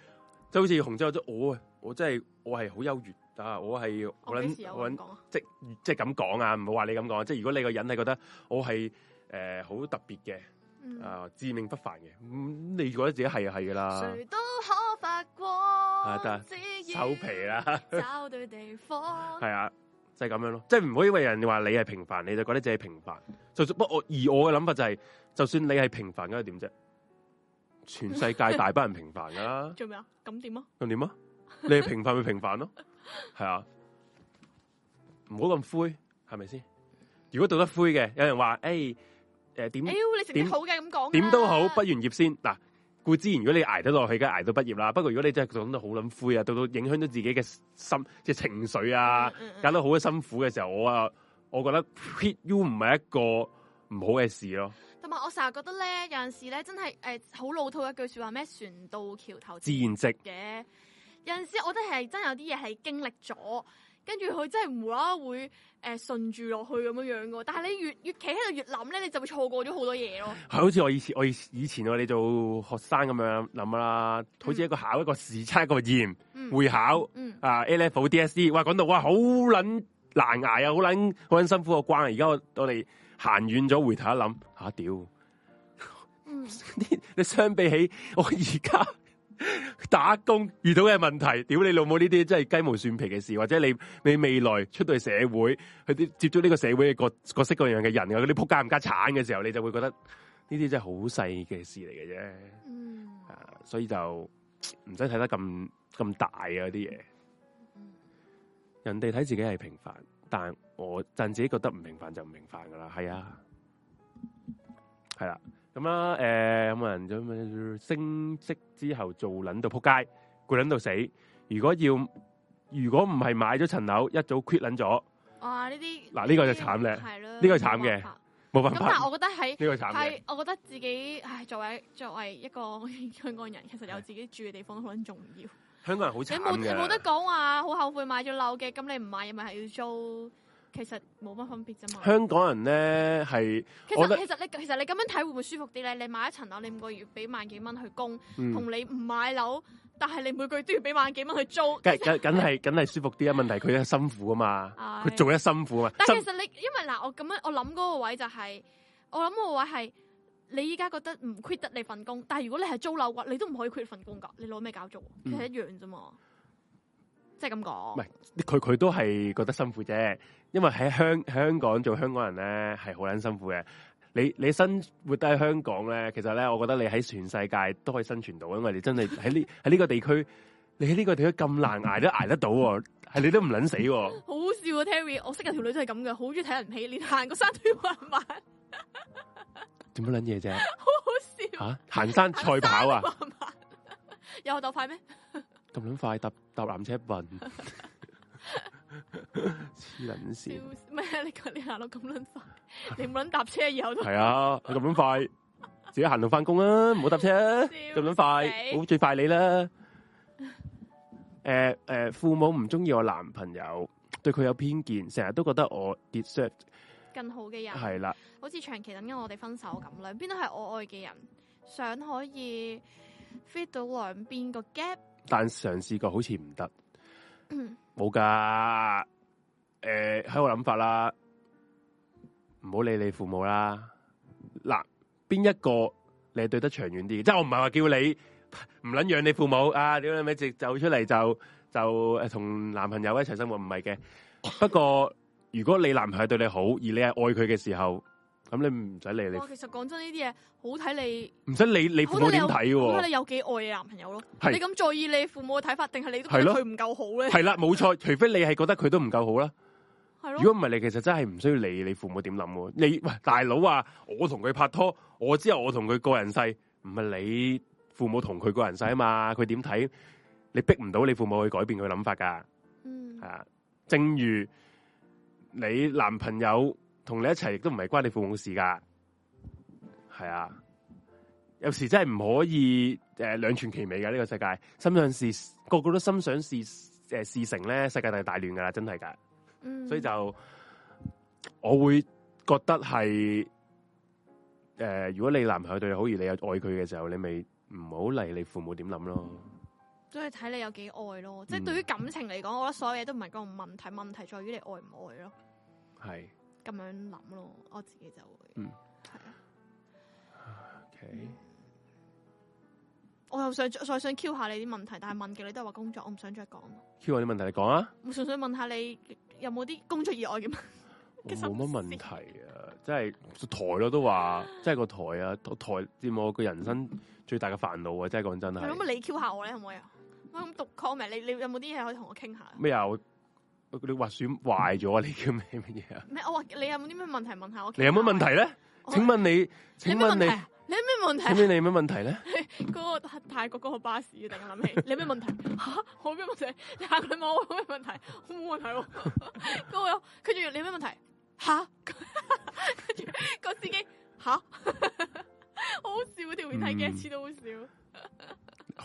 S1: 就好似洪州，我我真係我係好優越啊，我係好
S2: 我幾時
S1: 撚
S2: 有
S1: 好撚
S2: 咁講啊？
S1: 即即係咁講啊，唔好話你咁講。即係如果你個人係覺得我係誒好特別嘅，
S2: 嗯
S1: 啊、致命不凡嘅，咁、你覺得自己係就啊係噶啦，
S2: 誰都可發光，
S1: 係啊得
S2: 只要
S1: 收皮啦，
S2: 找對地方。
S1: <laughs> 係啊，就係、咁樣咯。即係唔好以為人哋話你係平凡，你就覺得自己平凡。就算不過我而我嘅諗法就係、就算你係平凡，咁又點啫？全世界大班人平凡噶啦。
S2: <laughs> 做咩啊？咁點啊？
S1: 咁點啊？你係平凡咪平凡咯，係啊，唔好咁灰，係咪先？如果讀得灰嘅，有人話哎誒誒點
S2: 哎呦，你成績
S1: 點
S2: 好嘅咁啊講啦，
S1: 點都好，畢完業先嗱。固之然，如果你捱得落去，梗係捱到畢業啦。不過如果你真係講得好撚灰啊，到到影響到自己嘅心即係情緒啊，
S2: 嗯，嗯嗯
S1: 搞到好辛苦嘅時候，我啊，我覺得 quit you 唔係一個唔好嘅事咯。
S2: 同埋我成日覺得咧，有陣時咧真係誒好老土一句説話咩船到橋頭
S1: 自然值
S2: 嘅。有陣時我覺得係真有啲嘢係經歷咗，跟住佢真係無啦啦會誒、呃、順住落去咁樣樣嘅喎。但係你越越企喺度越諗咧，你就會錯過咗好多
S1: <laughs>
S2: 嘢咯。
S1: 係好似我以前我以以前我哋做學生咁樣諗啦，好似一個考一個試測一個驗。
S2: 嗯，
S1: 會考
S2: 嗯
S1: 啊 A level DSE，哇講到哇好撚難捱啊，好撚好撚辛苦個關啊！而家我我哋行遠咗，回頭一諗吓屌，
S2: 嗯
S1: <laughs> 你相比起我而家打工遇到嘅問題，屌你老母呢啲真係雞毛蒜皮嘅事，或者你你未來出到去社會，去啲接觸呢個社會嘅各各式各樣嘅人啊，嗰啲仆街唔家產嘅時候，你就會覺得呢啲真係好細嘅事嚟嘅啫，
S2: 嗯
S1: 啊，所以就唔使睇得咁咁大啊啲嘢。
S2: 嗯
S1: 人哋睇自己係平凡，但我但自己覺得唔平凡就唔平凡噶啦，係啊，係啦，咁啦，誒、有冇人想咩升職之後做撚到撲街，攰撚到死？如果要如果唔係買咗層樓，一早 quit 撚咗，
S2: 哇！呢啲
S1: 嗱呢個就慘咧
S2: 係啦，
S1: 呢個慘嘅
S2: 冇辦法
S1: 冇
S2: 咁但
S1: 辦 <laughs>
S2: 係
S1: 法，
S2: 我覺得喺
S1: 呢個慘嘅
S2: 係，我覺得自己唉，作為作為一個 <laughs> 香港人，其實有自己住嘅地方好撚重要。
S1: 香港人好
S2: 你冇
S1: 慘
S2: 你冇得
S1: 嘅，
S2: 講話好後悔買咗樓嘅，咁你唔買咪係要租，其實冇乜分別啫嘛。
S1: 香港人咧係，
S2: 其
S1: 我覺
S2: 實
S1: 得
S2: 其實你其實你咁樣睇會唔會舒服啲咧？你買一層樓，你每個月俾萬幾蚊去供，
S1: 嗯，
S2: 同你唔買樓，但係你每個月都要俾萬幾蚊去租。
S1: 梗梗梗係梗係舒服啲啊！問題佢辛苦啊嘛，
S2: 唉
S1: 佢做得辛苦啊嘛，
S2: 但
S1: 辛
S2: 其實你因為嗱，我咁樣我諗嗰個位就係、我諗嗰個位係你依家覺得唔 quit 得你份工，但係如果你係租樓嘅話，你都唔可以 quit 份工㗎，你攞咩搞租？其
S1: 嗯
S2: 實一樣啫嘛，即係咁
S1: 唔係
S2: 講。
S1: 佢佢都係覺得辛苦啫，因為喺香香港做香港人咧係好撚辛苦嘅。你你生活得喺香港咧，其實咧，我覺得你喺全世界都可以生存到，因為你真係喺呢喺呢個地區，你喺呢個地區咁難捱都捱得到喎，係你都唔撚死
S2: <laughs>
S1: 喎。
S2: 好好笑啊，Terry！我識有條女都係咁嘅，好中意睇人戲，連行個山都要揾人玩，
S1: <laughs>
S2: 好
S1: 做乜撚嘢啫？
S2: 好
S1: 嚇、
S2: 笑。
S1: 行山賽跑
S2: <laughs>
S1: 啊，
S2: 行山都玩玩！有我鬥快咩？
S1: 咁撚快搭搭纜車笨，黐撚
S2: 笑
S1: 線。
S2: 死咩？你講你行到咁撚
S1: <laughs>
S2: 快，你唔撚搭車以後都
S1: 係啊，咁撚快，自己行路翻工啊，唔好搭車啊，
S2: 笑
S1: 咁撚快，
S2: 死
S1: 好最快你啦。诶诶，父母唔中意我男朋友，對佢有偏見，成日都覺得我 deserve
S2: 更好嘅人。
S1: 係啦，
S2: 好似長期等緊我哋分手咁，兩邊都係我愛嘅人，想可以 fit 到兩邊個 gap。
S1: 但嘗試過好似唔得
S2: 嗯，
S1: 冇噶。诶、喺我諗法啦，唔好理你父母啦。嗱，邊一個你係對得長遠啲？即系我唔係話叫你唔撚養你 <laughs> 父母啊，屌你咪直走出嚟就就诶同男朋友一齊生活，唔係嘅。不過如果你男朋友對你好，而你係愛佢嘅時候，咁你唔使理
S2: 哇，其實講真呢啲嘢，好睇你，
S1: 你，唔使理你父母點睇嘅
S2: 好睇
S1: 喎。
S2: 你有幾愛你男朋友咯。
S1: 係
S2: 你咁在意你父母嘅睇法，定係你都覺
S1: 係
S2: 得
S1: 咯
S2: 佢唔夠好咧？
S1: 係啦，冇錯，除非你係覺得佢都唔夠好啦。
S2: 係咯，
S1: 如果唔係你，其實真係唔需要 <laughs> 理你父母點諗喎。你喂大佬啊，我同佢拍拖，我之後我同佢個人世，唔係你父母同佢個人世啊嘛，佢點睇你逼唔到你父母去改變佢諗法㗎。
S2: 嗯
S1: 系，啊，正如你男朋友同你一齊，亦都唔係關你父母事噶。係啊，有時真係唔可以诶两、全其美噶呢、個世界，心想事個個都心想事诶、事成咧，世界就係大亂噶啦，真係噶。
S2: 嗯
S1: 所以就我會覺得係诶、呃如果你男朋友對你好，而你又愛佢嘅時候，你咪唔好理你父母點諗咯。
S2: 都要睇你有幾愛咯。即係
S1: 嗯
S2: 對於感情嚟講，我覺得所有嘢都唔係個問題，問題在於你愛唔愛咯。
S1: 係
S2: 咁樣諗咯，我自己就會。
S1: 嗯
S2: 係啊，
S1: ，OK，
S2: 我又想再想 Q 下你啲問題，但係問嘅你都係話工作，我唔想再講。
S1: Q 我啲問題你講啊。
S2: 我純粹問下你有冇啲工作以外嘅
S1: <laughs>
S2: 問
S1: 我
S2: 嘅心
S1: 冇乜問題啊，即係台咯都話，即係個台啊，台佔我個人生最大嘅煩惱啊！真係講
S2: 係
S1: 真
S2: 咯，
S1: 係，
S2: 咁你 Q 下我咧，可唔可以啊？我咁讀 comment，你你有冇啲嘢可以同我傾下？
S1: 咩啊？我你滑鼠壞咗啊？你叫咩乜嘢啊？
S2: 咩？ <laughs> 我話你有冇啲咩問題問下我？
S1: 你有乜問題？咧？
S2: 我
S1: 請問你？
S2: 你
S1: 請
S2: 有咩
S1: 問
S2: 問題
S1: 你？
S2: 啊？你有咩問題
S1: 請
S2: 啊？
S1: 問你有咩問題咧？
S2: 嗰個泰國嗰個巴士，突然間諗起，你 <laughs> 有咩問題？吓，我有咩問題？你下個禮拜我有咩問題？我冇問
S1: <laughs>
S2: 題喎。啊嗰個有跟住你有咩問題？ <laughs> 吓，跟住個司機吓，好 <laughs> 好笑條片睇幾次都好笑。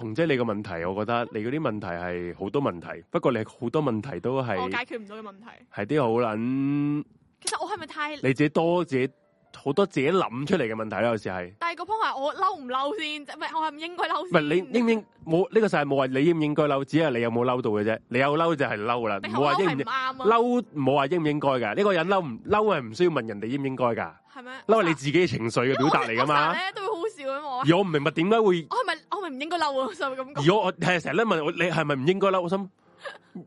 S1: 紅姐，你個問題，我覺得你嗰啲問題係好多問題，不過你好多問題都
S2: 我
S1: 係
S2: 解決唔到嘅問題，
S1: 係啲好撚
S2: 其實我係咪太？
S1: 你自己多自己好多自己諗出嚟嘅問題啦，有時係。
S2: 但係個 point 係我嬲唔嬲先，即係唔係我係唔應該嬲
S1: 唔
S2: 先？
S1: 係你應唔應冇呢、個世界冇話你應唔應該嬲，只係你有冇嬲到嘅啫。你有嬲就係嬲啦，唔
S2: 定係
S1: 好
S2: 我
S1: 話
S2: 嬲係
S1: 應
S2: 唔
S1: 唔
S2: 啱啊？
S1: 嬲，唔好話應唔應該㗎。呢個人嬲唔嬲係唔需要問人哋應唔應該㗎，
S2: 係咪？
S1: 嬲係你自己嘅情緒嘅表達嚟㗎
S2: 我成。
S1: 嘛
S2: 日咧都會好笑咁我。
S1: 而我唔明白點解會，
S2: 我係咪我係咪唔應該嬲啊？ <laughs> 就係咁講。
S1: 而我我係成日咧問我你係咪唔應該嬲？我心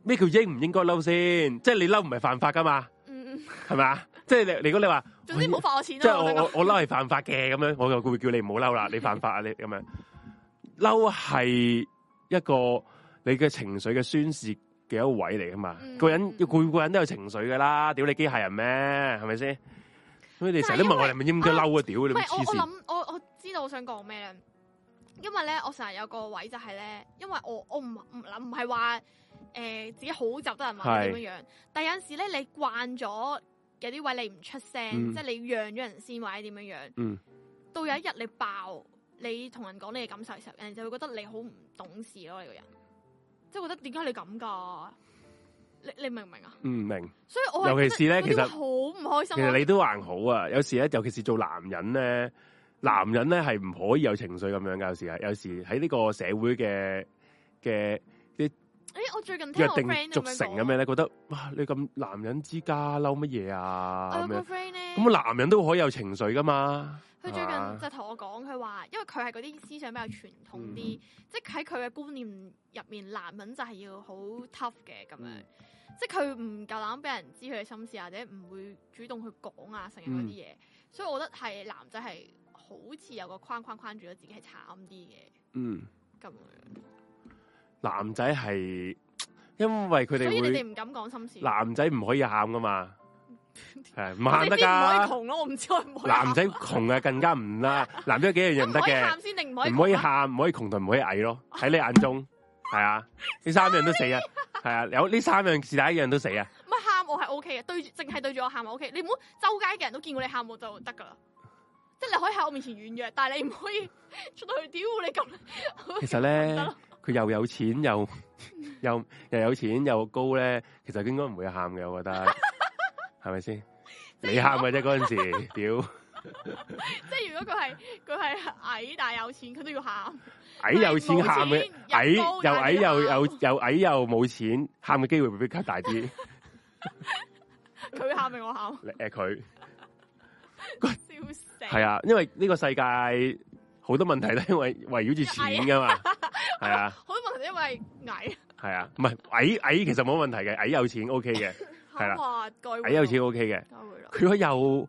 S1: 咩叫應唔應該嬲先？即係你嬲唔係犯法㗎嘛，
S2: 嗯，嗯
S1: 係咪啊？即係你如果你話，
S2: 總之唔好罰我錢
S1: 即係
S2: 啦。
S1: 我
S2: 我想講
S1: 我我嬲係犯法嘅咁樣，我就會叫你唔好
S2: <laughs>
S1: 嬲啦，你犯法啊你咁樣。嬲係一個你嘅情緒嘅宣泄嘅一位嚟噶嘛，
S2: 嗯
S1: 個人個個人都有情緒噶啦，屌你機械人咩？係咪先？所以你成日都問我哋係咪應該嬲啊？屌你
S2: 唔
S1: 咪
S2: 係我
S1: 黐
S2: 我
S1: 線！
S2: 諗我我知道我想講咩咧，因為咧我成日有個位就係咧，因為我我唔唔唔係話誒自己好就得人話
S1: 係
S2: 點樣樣，但有陣時咧你慣咗有啲位你唔出聲，
S1: 嗯
S2: 即係你讓咗人先或者點樣樣，
S1: 嗯
S2: 到有一日你爆，你同人講你嘅感受嘅時候，人哋就會覺得你好唔懂事咯，你個人，即係覺得點解你咁㗎？你你明唔明啊？
S1: 唔嗯明，
S2: 所以我係
S1: 尤其是呢
S2: 覺得嗰啲
S1: 其
S2: 好
S1: 實
S2: 唔開心
S1: 其
S2: 咯。
S1: 實你都還好啊。有時咧，尤其是做男人咧，男人咧係唔可以有情緒咁樣噶。有時係，有時喺呢個社會嘅嘅
S2: 诶、我最近聽
S1: 約
S2: 我
S1: 定
S2: friend
S1: 俗
S2: 咁樣
S1: 成咁
S2: 講
S1: 樣咧，覺得哇你咁男人之家嬲乜嘢啊
S2: 我有
S1: 咁
S2: 個
S1: 樣，
S2: friend 咧，
S1: 咁男人都可以有情緒噶嘛？
S2: 佢最
S1: 啊
S2: 近就同我講，佢話因為佢係嗰啲思想比較傳統
S1: 嗯
S2: 啲，即係喺佢嘅觀念入面，男人就係要好 tough 嘅咁樣，
S1: 嗯
S2: 即係佢唔夠膽俾人知佢嘅心事，啊或者唔會主動去講啊，成日嗰
S1: 嗯
S2: 啲嘢，所以我覺得係男仔係好似有個框框框住咗自己係慘啲嘅
S1: 嗯，
S2: 咁樣，
S1: 男仔係因為佢哋
S2: 所以你哋
S1: 會
S2: 唔敢講心事，
S1: 男仔唔可以喊
S2: <laughs>
S1: 噶嘛，係唔
S2: 我
S1: 喊
S2: 哋
S1: 得
S2: 邊唔可
S1: 噶。
S2: 以窮咯，我唔知可唔可以喊
S1: 男仔窮啊，更加
S2: <laughs>
S1: 唔啦。男仔有幾樣嘢唔得
S2: 可以
S1: 嘅，
S2: 喊先定唔可以
S1: 唔可以
S2: 窮啊
S1: 喊，唔可以窮同唔可以矮咯。喺你眼中係啊，呢三樣都死
S2: <laughs>
S1: 啊，係啊，有呢三樣是但一樣都死啊。
S2: 唔係喊我係 O K 嘅，對住淨係對住我喊我 O K。你唔好周街嘅人都見過你喊我就得噶啦。即係你可以喺我面前軟弱，但係你唔可以 <laughs> 出到去屌你咁。
S1: <laughs> 其實咧，佢又有錢又
S2: 嗯
S1: 又又有錢又高咧，其實應該唔會喊嘅，我覺
S2: <laughs>
S1: 得係咪先？你喊嘅啫嗰陣時，屌
S2: <laughs> 即係如果佢係佢係矮但係有錢，佢都要喊。
S1: 矮有錢喊嘅，矮
S2: 冇錢
S1: 又矮
S2: 又高
S1: 又又
S2: 但
S1: 又矮又冇錢，喊嘅機會會比較大
S2: <laughs>
S1: 啲。
S2: 佢喊定我喊，
S1: 誒佢
S2: 笑死。
S1: 係啊，因為呢個世界好多問題都
S2: 嗯
S1: 係因為圍繞住錢噶嘛，係啊
S2: 好多問題因為矮，
S1: 係啊，唔係矮矮其實冇問題嘅，矮有錢
S2: <laughs>
S1: OK 嘅，係啦
S2: 哇，該會
S1: 矮有
S2: 咯
S1: 錢 OK 嘅。
S2: 該會咯。
S1: 佢如果又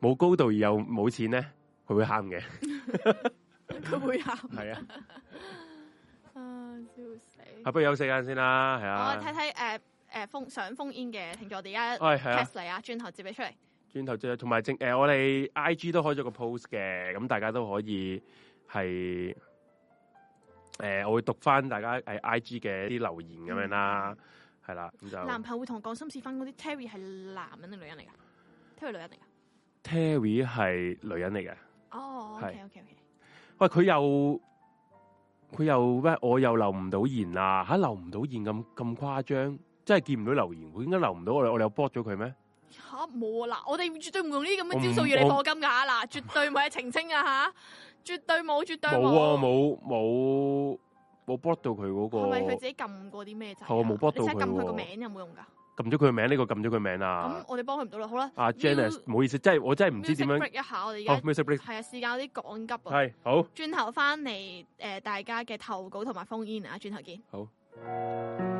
S1: 冇高度而又冇錢咧，佢會喊嘅。
S2: 佢會喊。
S1: 係啊，
S2: 啊，笑死。
S1: 啊不如休息間先啦，係
S2: 我
S1: 啊
S2: 睇。睇誒誒封上封煙嘅聽眾，我哋而家
S1: 喂，係啊
S2: test，嚟啊，轉頭接你出嚟。
S1: 轉頭再同埋正誒，我哋 I G 都開咗個 post 嘅，咁大家都可以係诶、誒我會讀翻大家喺 I G 嘅啲留言咁樣啦，係啦，咁就
S2: 男朋友會同我講心事分嗰啲 Terry 係男人定女人嚟㗎 t e r r y 女人嚟㗎。
S1: Terry 係女人嚟嘅。
S2: 哦
S1: 係
S2: ，OK OK OK，
S1: 喂，佢又佢又咩？我又留唔到言啊！吓、留唔到言咁咁誇張，真係見唔到留言。佢應該留唔到我哋，我哋有 block 咗佢咩？
S2: 吓冇啊！嗱，我哋絕對唔用呢啲咁
S1: 我唔
S2: 嘅招數要你
S1: 我
S2: 課金㗎
S1: <laughs>
S2: 嗱，絕對唔係澄清啊吓，絕對冇，絕對
S1: 冇啊，冇冇冇 block 到佢嗰、
S2: 係咪佢
S1: 個
S2: 自己撳過啲咩掣啊？
S1: 係我冇 block 到
S2: 你真係撳
S1: 佢
S2: 佢個
S1: 喎
S2: 名有冇用㗎？
S1: 撳咗佢名，呢、個撳咗佢名
S2: 咁
S1: 啊！
S2: 我哋幫佢唔到啦，好啦。
S1: 阿 Janice，唔好意思，真係我真係唔知點
S2: music
S1: 樣。
S2: break 一下，我哋
S1: 好
S2: 而家
S1: ，music break
S2: 係啊，時間有啲趕急啊。
S1: 係好。
S2: 轉頭翻嚟誒，大家嘅投稿同埋封煙啊，轉頭見。
S1: 好。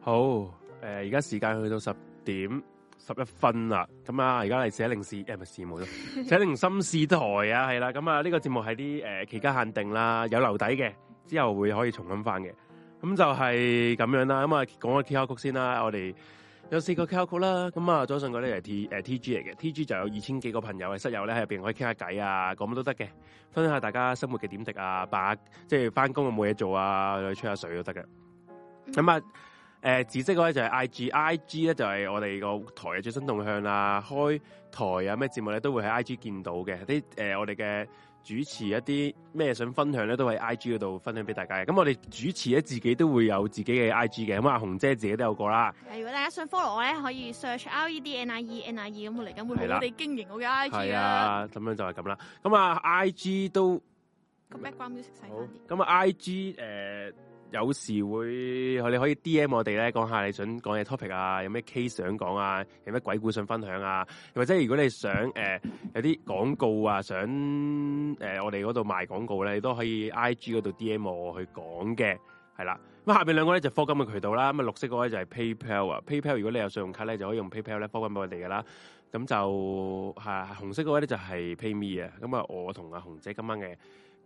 S1: 好，诶、而家時間去到十點十一分啦，咁啊，而家嚟寫零事，诶、唔係事務啦，寫零心事台啊，係啦，咁啊，呢、個節目係啲诶期間限定啦，有留底嘅，之後會可以重温翻嘅，咁就係咁樣啦，咁啊，講個 QR code 先啦，我哋有四個 QR code 啦，咁啊，左上角咧係 T 诶 T G 嚟嘅，T G 就有二千幾個朋友嘅室友咧喺入边可以傾下偈啊，講乜都得嘅，分享下大家生活嘅點滴啊，把即係翻工有冇嘢做啊，去吹下水都得嘅，咁啊。誒、紫色嗰咧就係 I G I G 咧就係我哋個台嘅最新動向啦，開台啊咩節目咧都會喺 I G 見到嘅，啲誒、呃我哋嘅主持一啲咩想分享咧都喺 I G 嗰度分享俾大家嘅。咁我哋主持咧自己都會有自己嘅 I G 嘅，咁阿紅姐自己都有個啦，
S2: 係如果大家想 follow 我咧，可以 search R E D N I E N I E，咁我嚟緊會
S1: 係
S2: 好
S1: 啦
S2: 好地經營我嘅 I G
S1: 係
S2: 啊，
S1: 啊，咁樣就係咁啦。咁啊 I G 都
S2: 個 background music 細
S1: 好
S2: 翻啲。，
S1: 咁啊 I G 誒、有時會你可以 D M 我哋咧，講下你想講嘅 topic 啊，有咩 case 想講啊，有咩鬼故想分享啊，又或者如果你想誒、有啲廣告啊，想誒、我哋嗰度賣廣告咧，你都可以 I G 嗰度 D M 我去講嘅，係啦。咁下邊兩個咧就科金嘅渠道啦，咁啊綠色嗰個咧就係 PayPal 啊，PayPal 如果你有信用卡咧就可以用 PayPal 咧科金俾我哋噶啦。咁就係紅色嗰位咧就係 PayMe 啊，咁啊我同阿紅姐今晚嘅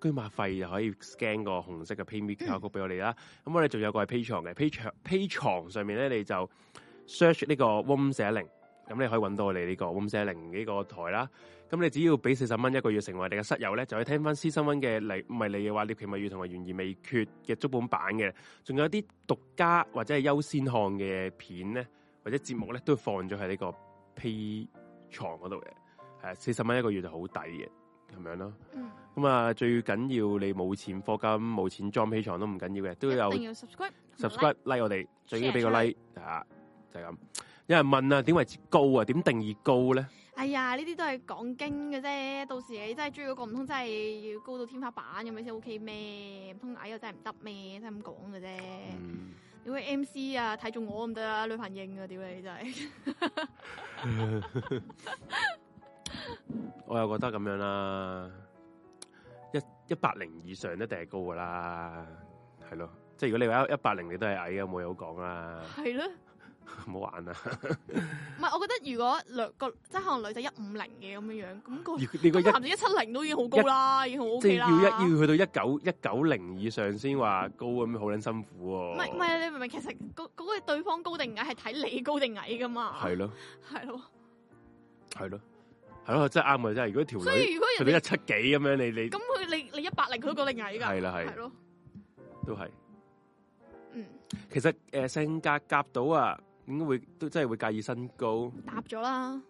S1: 居馬費就可以 scan 個紅色嘅 PayMe QR code 俾我哋啦。咁我哋仲有個係 Pay 床嘅 Pay 床 Pay 床上面咧，你就 search 呢個 Room 四一零，咁你可以揾到我哋呢個 Room 四一零呢個台啦。咁你只要俾四十蚊一個月成為你嘅室友咧，就可以聽翻私生温嘅你唔係你嘅話，獵奇物語同埋懸而未決嘅足本版嘅，仲有啲獨家或者係優先看嘅片咧，或者節目咧，都會放咗喺呢個 P 床嗰度嘅。係啊四十蚊一個月就好抵嘅，咁樣咯。
S2: 嗯，
S1: 咁啊，最緊要你冇錢課金、冇錢裝 P 床都唔緊要嘅，都有
S2: 一定要 subscribe 同埋 like。
S1: subscribe like 我哋，最緊要俾個
S2: share 出
S1: like 啊，就係咁。有人問啊，點為之高啊？點定義高咧？
S2: 哎呀，呢啲都係講經嘅啫，到時你真係追嗰個，唔通真係要高到天花板咁樣先 OK 咩？唔通矮又真係唔得咩？真係咁講嘅啫。
S1: 嗯，
S2: 屌你 MC 啊，睇中我咁得啦，女朋應啊，屌你真 <laughs> 係。
S1: 我又覺得咁樣啦，一一百零以上一定係高噶啦，係咯。即係如果你話一百零你都係矮嘅，冇嘢好講啦， <laughs>
S2: 係咯，
S1: 唔好玩啦。
S2: 唔係我覺得如果兩個即係可能女仔一五零嘅咁樣樣，咁、個
S1: 要你個一
S2: 咁男仔一七零都已經好高啦，已經好 OK
S1: 即係
S2: 啦。
S1: 要一要去到一九一九零以上先話高咁，好撚辛苦
S2: 唔
S1: 喎。
S2: 係唔係，你明唔明？其實嗰嗰個對方高定矮係睇你高定矮噶嘛。
S1: 係咯，
S2: 係咯，
S1: 係咯，係咯，真係啱嘅啊真係。如果條
S2: 所以
S1: 女
S2: 如果
S1: 去
S2: 人哋
S1: 到一七幾咁樣，你你
S2: 咁佢你你一百零佢都高定矮㗎。
S1: 係啦係
S2: 係咯，
S1: 都係。
S2: 嗯，
S1: 其實誒性格夾到啊，應該會都真係會介意身高，唔
S2: 答咗啦。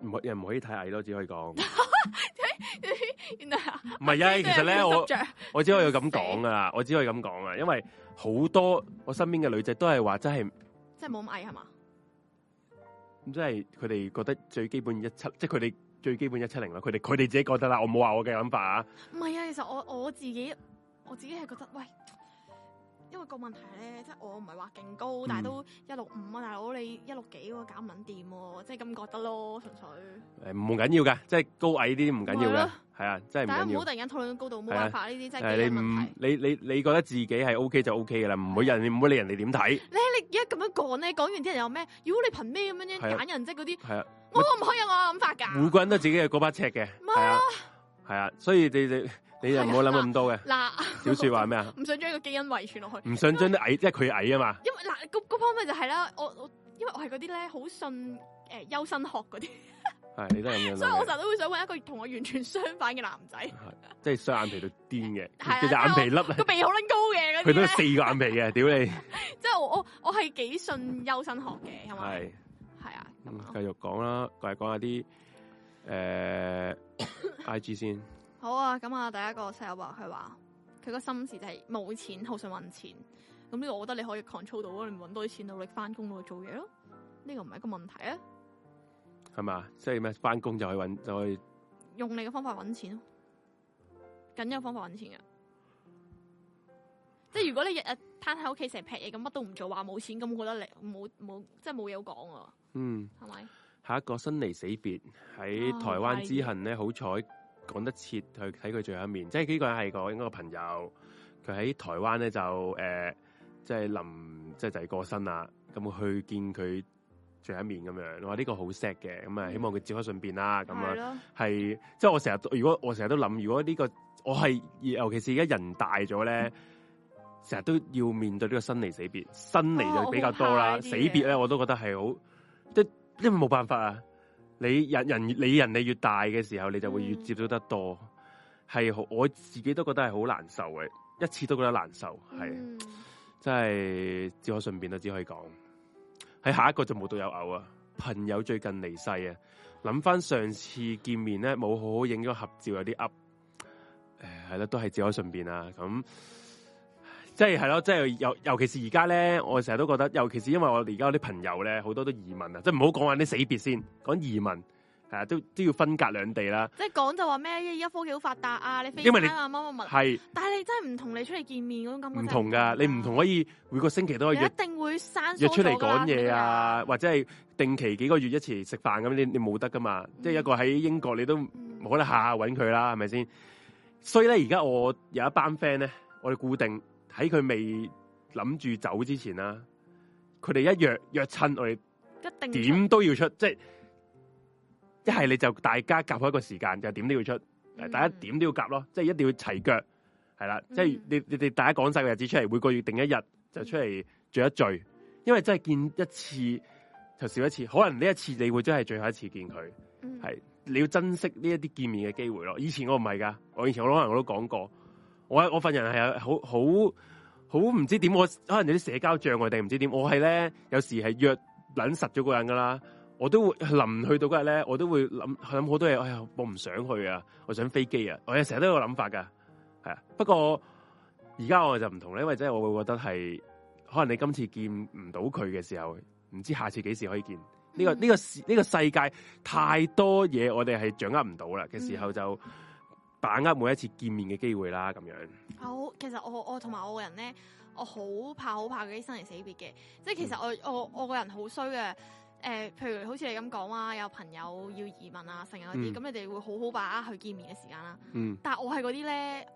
S1: 可又唔可以太矮咯，只可以講。唔
S2: 原來啊
S1: 係
S2: <laughs>
S1: 啊，其實咧
S2: 都有啲執
S1: 我
S2: 着
S1: 我只可以咁講啊，我只可以咁講啊，因為好多我身邊嘅女仔都係話真係。
S2: 即係冇咁矮係嘛？
S1: 咁即係佢哋覺得最基本一七，即係佢哋最基本一七零啦。佢哋佢哋自己覺得啦，我冇話我嘅諗法啊。
S2: 唔係啊，其實我我自己我自己係覺得，喂，因為個問題咧，即係我唔係話勁
S1: 嗯
S2: 高，但係都一六五啊，大佬你一六幾喎，搞唔撚掂喎，即係咁覺得咯，純粹。
S1: 誒唔緊要噶，即係高矮呢啲唔緊要
S2: 咪係
S1: 嘅
S2: 咯，
S1: 係啊，真係
S2: 大家
S1: 唔
S2: 唔
S1: 緊
S2: 好
S1: 要
S2: 突。然間討論高度，冇
S1: 係啊
S2: 辦法呢啲真係
S1: 誒
S2: 基因
S1: 你唔
S2: 問題。
S1: 你你你覺得自己係 O K 就 O K 噶啦，唔
S2: 啊
S1: 會人唔會理人哋點睇，
S2: 咧你而家咁樣講咧，講完啲人又咩？如果你憑咩咁樣樣
S1: 係啊
S2: 揀人即係嗰啲，
S1: 係啊，
S2: 我唔可以有我嘅諗法
S1: 每
S2: 㗎。
S1: 個人都自己嘅嗰把尺嘅，係啊係啊，所以你你你就唔好諗咁多嘅。
S2: 嗱， <laughs>
S1: 小雪話咩啊？
S2: 唔想將個基因遺傳落去。
S1: 唔想將啲矮，即係佢矮啊嘛。
S2: 因為嗱，嗰嗰方面就係啦，我我因為我係嗰啲咧好信誒優生學嗰啲，
S1: 係你都係啊咁樣
S2: 所以我
S1: 諗嘅，
S2: 成日都會想揾一個同我完全相反嘅男仔，
S1: 即係雙眼皮到癲
S2: 係
S1: 嘅，
S2: 啊
S1: 隻眼皮粒
S2: 個鼻好撚高嘅嗰
S1: 佢
S2: 啲
S1: 都有
S2: 咧，
S1: 四個眼皮嘅，屌你！
S2: 即係我我我係幾信優生學嘅，係咪？
S1: 係。
S2: 係啊，咁
S1: 嗯，
S2: 啊
S1: 繼續講啦，繼續講下啲诶 I G 先，
S2: 好啊，咁啊，第一個室友話佢話佢個心事就係冇錢，好想揾錢。咁呢個我覺得你可以 control 到啊，你咪揾多啲錢，努力翻工，努力做嘢咯。呢個唔係一個問題啊，
S1: 係嘛？即係咩？翻工就去搵，就去
S2: 用你嘅方法揾錢咯，梗有方法揾錢嘅。即係如果你日日攤喺屋企成日劈嘢咁，乜都唔做，話冇錢咁，我覺得你冇冇即係冇嘢好講啊，
S1: 嗯。
S2: 係咪？
S1: 下一個生離死別喺
S2: 哦
S1: 台灣之行咧，好彩講得切去睇佢最後一面，即係呢個人係個應該個朋友，佢喺台灣咧就誒、呃即係臨即係就係過身啦，咁去見佢最後一面咁樣，我話呢個好 sad 嘅，咁啊希望佢照開順便啦，咁啊
S2: 係
S1: 樣
S2: 咯，
S1: 係即係我成日都，如果我成日都諗，如果呢、個我係尤其是而家人大咗咧，成日都要面對呢個生離死別，生離就比較多
S2: 哦
S1: 啦，
S2: 我好怕呢啲嘢
S1: 死別咧我都覺得係好，即係因為冇辦法啊，你人人你人你越大嘅時候，你就會越
S2: 嗯
S1: 接觸得多，係好我自己都覺得係好難受嘅，一次都覺得難受，係、
S2: 嗯
S1: 真係只可順便啦，只可以講。喺下一個就冇到有偶啊，朋友最近離世啊，諗翻上次見面咧，冇好好影咗合照，有啲噏。誒係啦，都係只可順便啊。咁即係係咯，即係尤尤其是而家咧，我成日都覺得，尤其是因為我哋而家有啲朋友咧，好多都移民啊，即係唔好講話啲死別先，講移民係啊，都都要分隔兩地啦。
S2: 即係講就話咩？而家科技好發達啊，你飛
S1: 因為你
S2: 餐啊，乜乜乜，
S1: 係
S2: 但係你真係唔同你出嚟見面嗰種感覺
S1: 唔
S2: 真係
S1: 同噶，你唔同可以每個星期都可以
S2: 你
S1: 約
S2: 一定會生疏
S1: 約
S2: 咗
S1: 哦出嚟
S2: 㗎
S1: 講嘢啊，，或者係定期幾個月一齊食飯咁，你你冇得噶嘛？即係一個喺英國，你都冇
S2: 嗯
S1: 可能下下揾佢啦，係咪先？所以咧，而家我有一班 friend 咧，我哋固定喺佢未諗住走之前啦，佢哋一約約親，我哋
S2: 一定出
S1: 點都要出，即係一係你就大家夾好一個時間，就點都要出，
S2: 嗯
S1: 大家點都要夾咯，即係一定要齊腳，係啦，即係
S2: 嗯
S1: 你你哋大家講晒個日子出嚟，每個月定一日就出嚟聚一聚，因為真係見一次就少一次，可能呢一次你會真係最後一次見佢，
S2: 嗯
S1: 係你要珍惜呢一啲見面嘅機會咯。以前我唔係噶，我以前我可能我都講過，我我份人係好好好唔知點，我可能有啲社交障礙定唔知點，我係咧有時係約撚實咗嗰個人噶啦。我都會臨去到嗰日咧，我都會諗諗好多嘢。哎呀，我唔想去啊，我想飛機啊，我成日都有諗法噶，係啊。不過而家我就唔同咧，因為真係我會覺得係可能你今次見唔到佢嘅時候，唔知下次幾時可以見。呢、個呢、個世呢、個世界太多嘢，我哋係掌握唔到啦嘅時
S2: 嗯
S1: 候，就把握每一次見面嘅機會啦。咁樣
S2: 好，其實我我同埋我個人咧，我好怕好怕嗰啲生離死別嘅，即係其
S1: 嗯
S2: 實我我我個人好衰嘅。誒、譬如好似你咁講啊，有朋友要移民啊，成啊嗰啲，
S1: 嗯
S2: 咁、你哋會好好把握去見面嘅時間啦。
S1: 嗯，
S2: 但係我係嗰啲咧，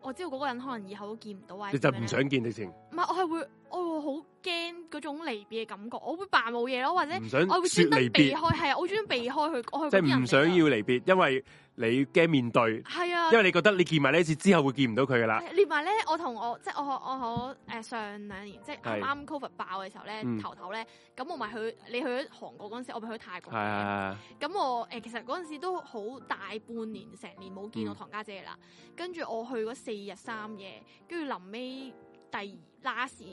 S2: 我知道嗰個人可能以後都見唔到啊，
S1: 你就
S2: 點樣
S1: 唔
S2: 呢
S1: 想見直情，
S2: 唔係，我係會，我會好驚嗰種離別嘅感覺，我會扮冇嘢咯，或者
S1: 唔想
S2: 嗯我會
S1: 說
S2: 專登
S1: 離
S2: 避
S1: 別
S2: 開，，係啊，我專登避開佢，我係
S1: 即
S2: 嗰啲
S1: 係
S2: 人
S1: 唔
S2: 嚟
S1: 想
S2: 㗎
S1: 要，離別，因為你驚面對。
S2: 係啊，
S1: 因為啊你覺得你見埋呢一次之後會見唔到佢噶啦，
S2: 連埋咧，我同我即係我我我誒上兩年即係
S1: 係
S2: 啱啱 Covid 爆嘅時候咧，
S1: 嗯
S2: 頭頭咧，咁我咪去你去咗韓國嗰陣時，我咪去泰國
S1: 係
S2: 嘅。
S1: 係
S2: 咁我誒、呃其實嗰陣時都好大半年成年冇見
S1: 嗯
S2: 我堂家姐啦，跟住我去嗰四日三夜，跟住臨尾第 last 誒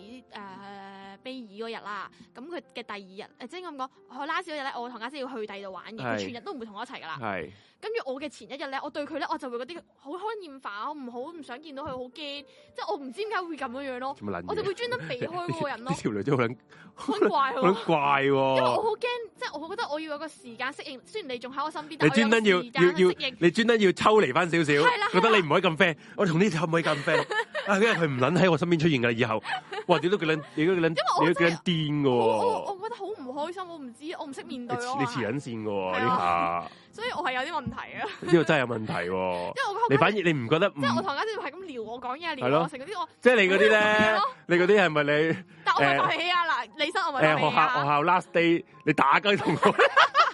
S2: 尾二嗰日啦，咁佢嘅第二日誒即係咁講，我 last 嗰日咧，我堂家姐要去第二度玩嘅，佢
S1: 係
S2: 全日都唔會同我一齊噶啦。
S1: 係
S2: 跟住我嘅前一日咧，我對佢咧我就會嗰啲好開厭煩，我唔好唔想見到佢，好驚，即係我唔知點解會咁樣樣
S1: <laughs>
S2: 咯，
S1: 做乜撚嘢？
S2: 我就會專登避開
S1: <laughs>
S2: 嗰個人咯
S1: 呢，條女真係好撚
S2: 好怪
S1: 好
S2: 佢
S1: 撚
S2: 咯。
S1: 怪
S2: 因為我
S1: 喎！
S2: 好驚，即係我覺得我要有個時間適應。雖然你仲喺我身邊，
S1: 你
S2: 但我有
S1: 專登要
S2: 個時間
S1: 要要
S2: 適應。
S1: 你專登要抽離翻少少，
S2: 係啦
S1: 覺得你唔可以咁 friend，我同呢條可唔可以咁 friend
S2: <laughs>
S1: 啊？因為佢唔撚喺我身邊出現噶啦，以後哇！屌都幾撚，你都幾撚，
S2: 我
S1: 你都幾撚癲
S2: 我我
S1: 噶
S2: 我覺得好唔開心，我唔知，我唔識面對
S1: 喎！
S2: 咯。
S1: 你啊
S2: 我係
S1: 黐你黐撚線噶
S2: 係
S1: 喎
S2: 啊
S1: 呢下，
S2: 所以我係有啲問題
S1: <laughs>
S2: 啊。
S1: 呢個真係有問
S2: <laughs>
S1: 題喎！
S2: 因為我
S1: 你
S2: 覺
S1: 反
S2: 得
S1: 而你唔覺得唔
S2: 即係我堂家姐係咁撩我講嘢，
S1: 係
S2: 撩
S1: 咯
S2: 我成嗰啲我，
S1: 即係你嗰啲咧
S2: 咯，
S1: 你嗰啲係咪你？
S2: 但我咪
S1: 誒
S2: 發脾氣啊！嗱，李生我咪
S1: 诶、
S2: 發
S1: 學
S2: 脾
S1: 校
S2: 氣
S1: 學
S2: 啊！
S1: 校 last day，你打雞同我，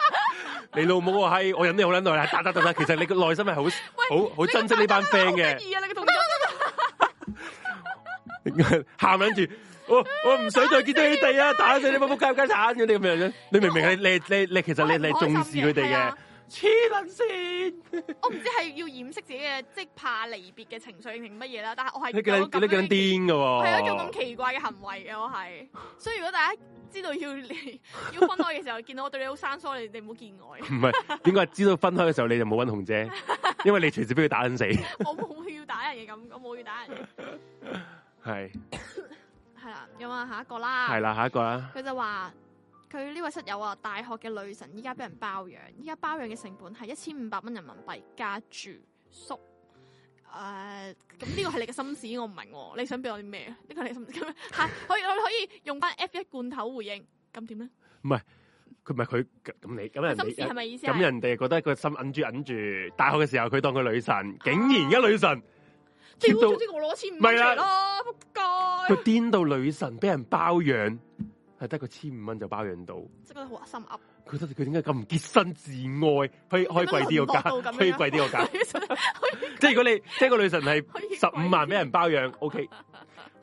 S1: <laughs> 你老母個閪，我忍你好撚耐啦，打打打打，其實你個內心係好好好珍惜呢班
S2: <laughs>
S1: friend
S2: 得意啊！你個動作
S1: 嘅，喊撚住，我我唔想再見到你哋啊，打死你仆仆街街鏟咗你咁樣樣，你明唔明？你你你你其實你你係重視佢哋
S2: 係
S1: 嘅
S2: 啊，
S1: 黐撚線，
S2: 我唔知係要掩飾自己嘅即係怕離別嘅情緒定乜嘢啦，但係我係
S1: 你幾
S2: 有
S1: 撚
S2: 咁
S1: 你幾撚
S2: 樣嘅
S1: 癲嘅喎，
S2: 係一種咁奇怪嘅行為嘅，我係。所以如果大家知道要 <laughs> 要分開嘅時候，見到我對你好生疏，你哋唔好見外，
S1: 唔係應該係知道分開嘅時候你就冇揾紅姐，因為你隨時俾佢打撚死，
S2: <laughs> 我冇要打人嘅感覺，我冇要打人嘅。
S1: 係
S2: 係啦，咁啊下一個啦。
S1: 係啦，下一個啦，
S2: 佢就話佢呢位室友啊，大學嘅女神依家俾人包養，依家包養嘅成本係一千五百蚊人民幣加住宿。誒，咁呢個係你嘅心思，我唔明喎。你想俾我啲咩？呢個係你心思，係可以 <laughs> 我哋可以用翻 F 一罐頭回應，咁點咧？
S1: 佢唔係佢咁你咁人
S2: 心
S1: 哋
S2: 思係咪意思啊
S1: 咁
S2: 係？
S1: 人哋覺得個心揞住揞住，大學嘅時候佢當佢女
S2: 啊
S1: 神，竟然而家女神，
S2: 屌，
S1: 貼到
S2: 總之我攞千五蚊出嚟咯，仆街！
S1: 佢癲到女神俾人包養，係得個千五蚊就包養到，
S2: 即係覺得好心噏，
S1: 佢覺得佢點解咁唔潔身自愛，可以可以貴啲個
S2: 咁樣淪落到
S1: 價，
S2: 咁樣
S1: 可以貴啲個
S2: <laughs>
S1: 價，即係如果你即係個女神係
S2: 可以
S1: 十五萬俾人包養，OK，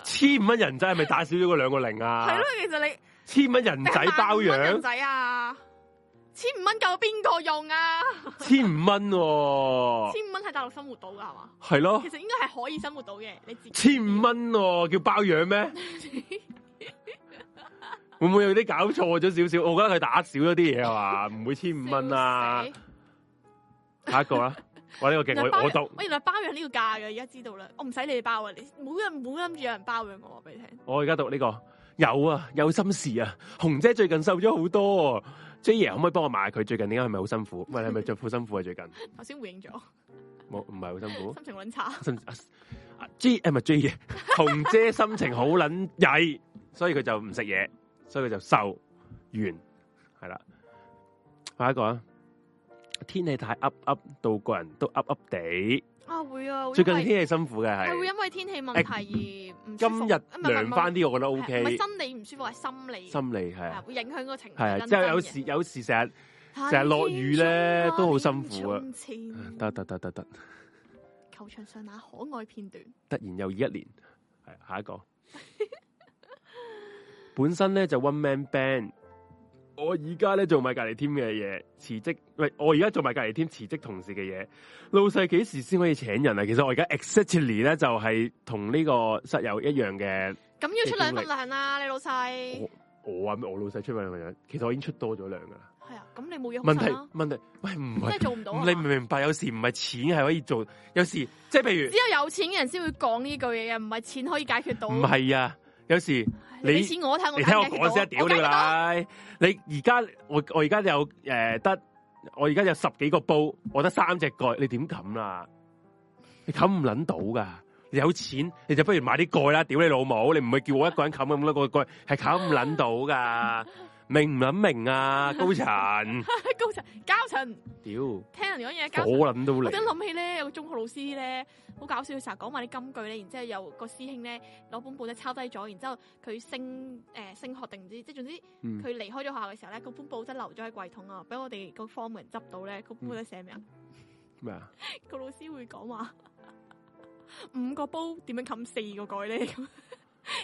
S1: 千五蚊人仔係咪打少咗個兩個零
S2: 係
S1: 啊
S2: 咯？？其實你
S1: 千蚊人仔包
S2: <laughs> 定係萬五蚊人
S1: 養，
S2: 仔啊，千五蚊夠邊個用啊？
S1: 千五蚊喎，
S2: 千五蚊喺大陸生活到噶係嘛？
S1: 係咯
S2: 其，實應該係可以生活到嘅，你自己
S1: 哦千五蚊喎，叫包養咩？會唔會有啲搞錯咗少少？我覺得佢打少咗啲嘢係嘛，唔會千五蚊啦。下一個啦，哇！呢個
S2: 原
S1: 勁，
S2: 來包養
S1: 我我讀，
S2: 喂，原來包養呢個價嘅，而家知道啦。我唔使你哋包啊，你冇人冇諗住有人包養我，我俾你聽。
S1: 我而家讀呢個有啊，有心事啊。紅姐最近瘦咗好多啊，J 爺可唔可以幫我買佢？最近點解係咪好辛苦？喂，你係咪着好辛苦啊？最近
S2: 頭先回應咗，
S1: 哦冇唔係好辛苦。
S2: 心情撚差。
S1: 心啊啊 J 誒唔係 J <laughs> 爺，紅姐心情好撚曳，所以佢就唔食嘢，所以佢就瘦完係啦。下一個啊，天氣太噏噏到個人都噏噏地。
S2: 啊會啊，會
S1: 最
S2: 因
S1: 近
S2: 為
S1: 天氣辛苦嘅
S2: 係會
S1: 係，哎
S2: 因為天氣問題而唔舒
S1: 今
S2: 服
S1: 日涼翻，啲，我覺得
S2: 唔
S1: O
S2: 係唔係唔係唔
S1: K，
S2: 係心理唔舒服，係心理
S1: 心理係
S2: 係啊
S1: 啊
S2: 會影響個情緒。
S1: 係啊，之後有時有時成日成日落雨呢都好辛苦啊
S2: 啊
S1: 得得得得得，
S2: 球場上那可愛片段。
S1: 突然又二一年，係下一個 <laughs> 本身咧就 one man band，我而家咧做埋隔離 team 嘅嘢，辭職，喂，我而家做埋隔離 team 辭職同事嘅嘢，老細幾時先可以請人啊？其實我而家 exactly 咧就係同呢個室友一樣嘅，
S2: 咁要出兩份糧啦，你老細
S1: 我我啊我老細出兩份糧，其實我已經出多咗糧噶啦。
S2: 係啊，咁你冇嘢好信
S1: 問題
S2: 啦，
S1: 問題，喂唔
S2: 真係
S1: 係，
S2: 做唔到啊
S1: 你明唔
S2: 嘛。
S1: 明白？有時唔係錢係可以做，有時即係譬
S2: 只有有錢嘅人先會講呢句嘢嘅，唔係錢可以解決到。
S1: 如唔係啊，有時。
S2: 唉，
S1: 你
S2: 你俾錢我睇，我
S1: 你
S2: 解
S1: 聽
S2: 唔解決到
S1: 我講先啊，屌你！啦！你而家我我而家有诶得、我而家有十幾個煲，我得三隻蓋，你點冚啦？你冚唔撚到噶？你有錢你就不如買啲蓋啦！屌你老母，你唔會叫我一個人冚咁多個蓋，係冚唔撚到噶？明唔撚明啊？高
S2: 我
S1: 層，
S2: 解決到高層交層
S1: 屌
S2: 聽人講嘢交層
S1: 火撚
S2: 我
S1: 到
S2: 真
S1: 你！
S2: 諗起咧，有個中學老師咧，好搞笑，成日講埋啲金句咧，然之後有個師兄咧攞本簿仔抄低咗，然之後佢升誒、呃升學定唔知，即係總之
S1: 嗯
S2: 佢離開咗學校嘅時候咧，嗰本簿仔留咗喺櫃桶啊，俾我哋個 form 嘅人執到咧，嗰本簿仔寫咩啊？
S1: 咩啊？
S2: 個老師會講話 <laughs> 五個煲點樣冚四個蓋咧咁，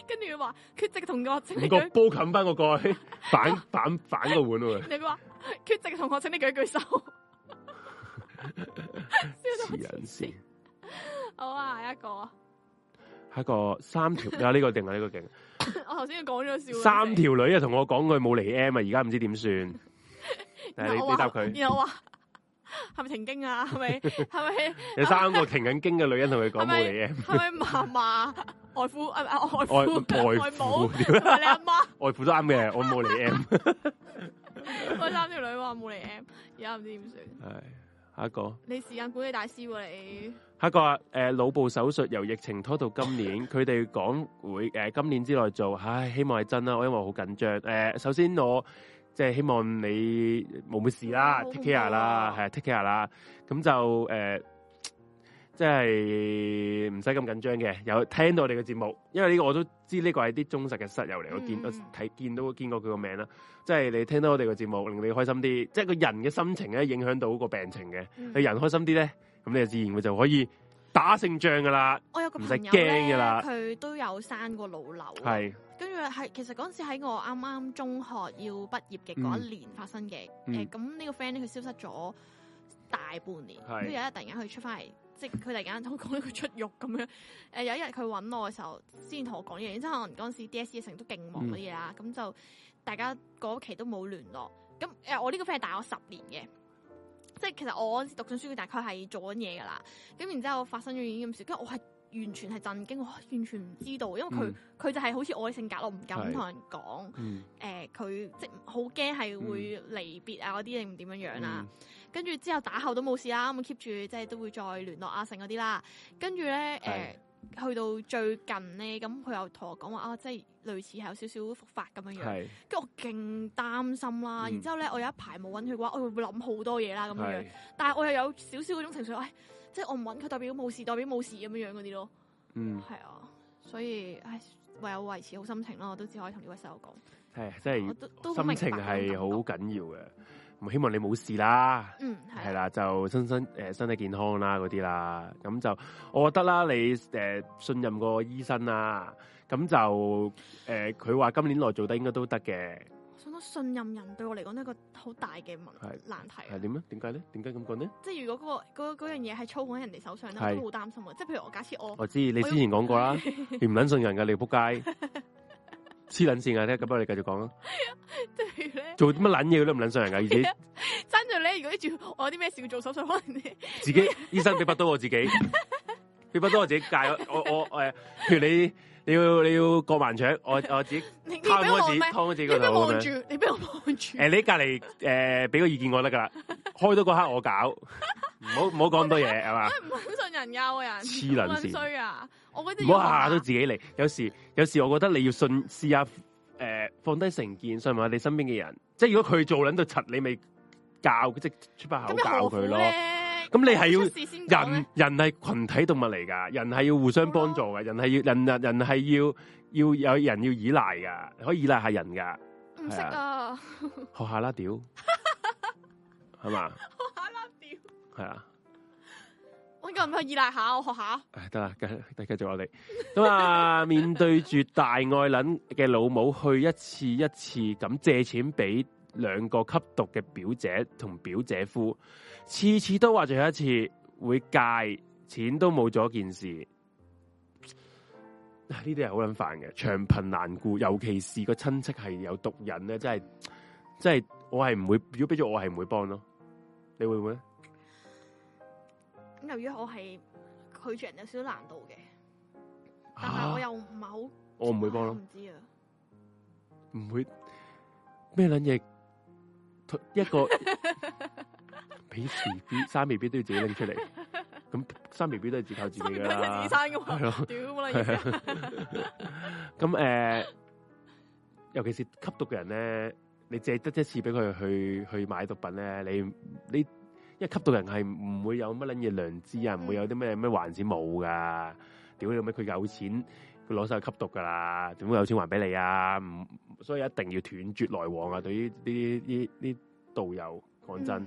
S2: 跟住佢話缺席同學請
S1: 五
S2: 你
S1: 個
S2: 舉，
S1: 煲冚翻個蓋，反反反個碗喎！
S2: 你話缺席同學請你舉一舉手，笑到
S1: 黐啊
S2: 我
S1: 撚
S2: 黐
S1: 線
S2: 線。 <laughs> 好啊，下一個啊，
S1: 係一個三條啊！呢個勁啊！呢個勁。
S2: 我頭先講咗笑啦
S1: 三條女啊，同我講佢冇嚟 M 啊，而家唔知
S2: <laughs>
S1: 點算。但係
S2: 然
S1: 你
S2: 後
S1: 你
S2: 我
S1: 答
S2: 話
S1: 佢，
S2: 然後我話係咪停經啊？係咪係咪
S1: 有三個停緊經嘅女人同佢講冇嚟 M，
S2: 係咪嫲嫲外父啊啊外父
S1: 外
S2: 外
S1: 外
S2: 母
S1: 父，屌
S2: 同埋你阿媽？
S1: 外父都啱嘅，我冇
S2: <laughs>
S1: 嚟 M。
S2: 嗰三條女話冇嚟 M，而家唔知點算。
S1: 係下一個，
S2: 你時間管理大師喎、你，
S1: 下一個啊，誒腦部手術由疫情拖到今 <laughs> 年，佢哋講會誒今年之內做，唉，希望係真啦，啊我因為我好緊張。誒，首先我即係希望你冇咩事啦
S2: 好恐
S1: ，take
S2: 怖啊
S1: care 啦，係啊 take care 啦，咁就誒。即係唔使咁緊張嘅，有聽到我哋嘅節目，因為呢個我都知呢個係啲忠實嘅室友嚟，我見
S2: 嗯
S1: 我睇見到見過佢個名啦。即係你聽到我哋嘅節目，令你開心啲，即係個人嘅心情咧影響到個病情嘅。
S2: 嗯
S1: 你人開心啲咧，咁你就自然會就可以打勝仗噶啦。
S2: 我有個
S1: 唔
S2: 朋
S1: 使
S2: 友
S1: 驚
S2: 咧
S1: 㗎啦，
S2: 佢都有生過啊腦瘤，
S1: 係
S2: 跟住係其實嗰陣時喺我啱啱中學要畢業嘅嗰一年發生嘅。誒咁、
S1: 嗯
S2: 呢個 friend 咧，佢消失咗大半年，
S1: 係
S2: 跟住有一日突然間佢出翻嚟，即係佢突然間同我講佢出獄咁樣。誒、有一日佢揾我嘅時候，先同我講呢樣嘢，即係可能嗰陣時 DSE 成績都勁忙嗰啲嘢啦，
S1: 嗯
S2: 咁、就大家嗰期都冇聯絡。咁誒、我呢個 friend 係大我十年嘅。即係其實我嗰陣時讀緊書，佢大概係做緊嘢噶啦。咁然之後發生咗呢件咁事，跟住我係完全係震驚，我完全唔知道，因為佢
S1: 嗯
S2: 佢就係好似我嘅性格，我唔敢
S1: 係
S2: 同人講。
S1: 嗯
S2: 誒、佢即係好驚係會離別啊嗰啲定點樣樣
S1: 嗯
S2: 啦。跟住之後打後都冇事啦，咁 keep 住即係都會再聯絡啊成嗰啲啦。跟住咧誒。去到最近呢，咁佢又同我講話啊，即係類似係有少少復發咁樣樣，
S1: 嗯係
S2: 跟住我勁擔心啦。
S1: 嗯
S2: 然之後咧，我有一排冇揾佢嘅話，我會諗好多嘢啦咁樣樣
S1: 係。
S2: 但係我又有少少嗰種情緒，唉，即係我唔揾佢代表冇事，代表冇事咁樣樣嗰啲咯。
S1: 嗯
S2: 係啊，所以唉，唯有維持好心情咯，我都只可以同呢位細路講，
S1: 係，即係
S2: 我都都好
S1: 心
S2: 明
S1: 情
S2: 白嗰種感
S1: 係
S2: 覺
S1: 好緊要嘅。咁希望你冇事啦，
S2: 嗯
S1: 係
S2: 係啦，
S1: 啦，就身身誒身體健康啦嗰啲啦，咁就我覺得啦，你誒信任個醫生啦，咁就誒佢話今年內做得應該都得嘅，
S2: 我想到信任人對我嚟講都係一個好大嘅問
S1: 係
S2: 難題啊
S1: 係點咧？點解咧？點解咁講咧？
S2: 即係如果嗰、個嗰嗰樣嘢係操控喺人哋手上咧，
S1: 係
S2: 我都好擔心啊！即係譬如我假設我 <laughs>
S1: 我知你之前講過啦，你唔撚信人噶，你仆街，黐撚線啊！聽，咁不如你繼續講啦，
S2: 即係譬如咧，
S1: 做啲乜撚嘢佢都唔撚信人噶，而且
S2: <laughs> 真係咧，如果住我有啲咩事要做手術，可
S1: <laughs>
S2: 能你
S1: 自己醫生俾把刀我自己，俾把刀我自己戒，我我誒，譬如你你要你要過盲腸，我我自己
S2: 你你俾
S1: 劏
S2: 我
S1: 我
S2: 望
S1: 自己
S2: 咩？
S1: 劏我自
S2: 你
S1: 己
S2: 俾
S1: 個頭
S2: 我
S1: 咁
S2: 望
S1: 樣
S2: 住。，你俾我望
S1: <laughs>
S2: 住
S1: 誒、，你喺隔離誒俾個意見我得噶啦，開到嗰刻我搞，唔好唔好講咁多嘢係嘛，
S2: 哎唔肯信人㗎，我人
S1: 黐撚線
S2: 咁撚衰啊！我嗰
S1: 唔
S2: 啲
S1: 好下下都自己嚟。有時有時我覺得你要信試下誒、放低成見，信埋你身邊嘅人。即係如果佢做撚到柒，你咪教即係出把口
S2: 咁
S1: 教
S2: 又何苦
S1: 佢咯。
S2: 咧？
S1: 咁你係要
S2: 出事先講咧
S1: 人人係群體動物嚟噶，人係要互相幫
S2: 哦
S1: 助噶，人係要人人人係要要有人要依賴噶，可以依賴下
S2: <laughs>
S1: 人噶。
S2: 唔識啊！
S1: 學下
S2: <laughs>
S1: 啦，屌，係嘛，
S2: 下啦屌！
S1: 係啊，
S2: 我我夠唔夠依賴下？我學下。
S1: 唉，得啦，繼繼續我哋 <laughs> 咁啊！面對住大愛撚嘅老母，去一次一次咁借錢俾兩個吸毒嘅表姐同表姐夫，次次都話最後一次會戒，錢都冇咗件事。唉呢啲係好撚煩嘅，長貧難顧，尤其是個親戚係有毒癮咧，真係真係我係唔會，如果俾咗我係唔會幫咯。你會唔會呢？
S2: 咁由於我係拒絕人有少少難度嘅，但係我
S1: 啊
S2: 又唔係好，
S1: 我唔會幫咯
S2: 我。唔知啊，
S1: 唔會咩撚嘢，推一個俾 B B 生 B B 都要自己拎出嚟，咁生 B B 都係自靠自己
S2: 三年
S1: 㗎
S2: 都係
S1: 啦
S2: 自己，生噶
S1: 係
S2: 嘛，
S1: 咯，
S2: 屌咁啦，
S1: 係
S2: 而
S1: 啊
S2: 家
S1: 咁诶，尤其是吸毒嘅人咧，你借得一次俾佢去去買毒品咧，你你因為吸毒人係唔會有乜撚嘢良知啊，唔會有啲咩咩還錢冇噶，屌你老味，佢有錢佢攞晒去吸毒噶啦，點會有錢還俾你啊？唔，所以一定要斷絕來往啊！對於呢呢呢導遊， <laughs> 講真。
S2: 嗯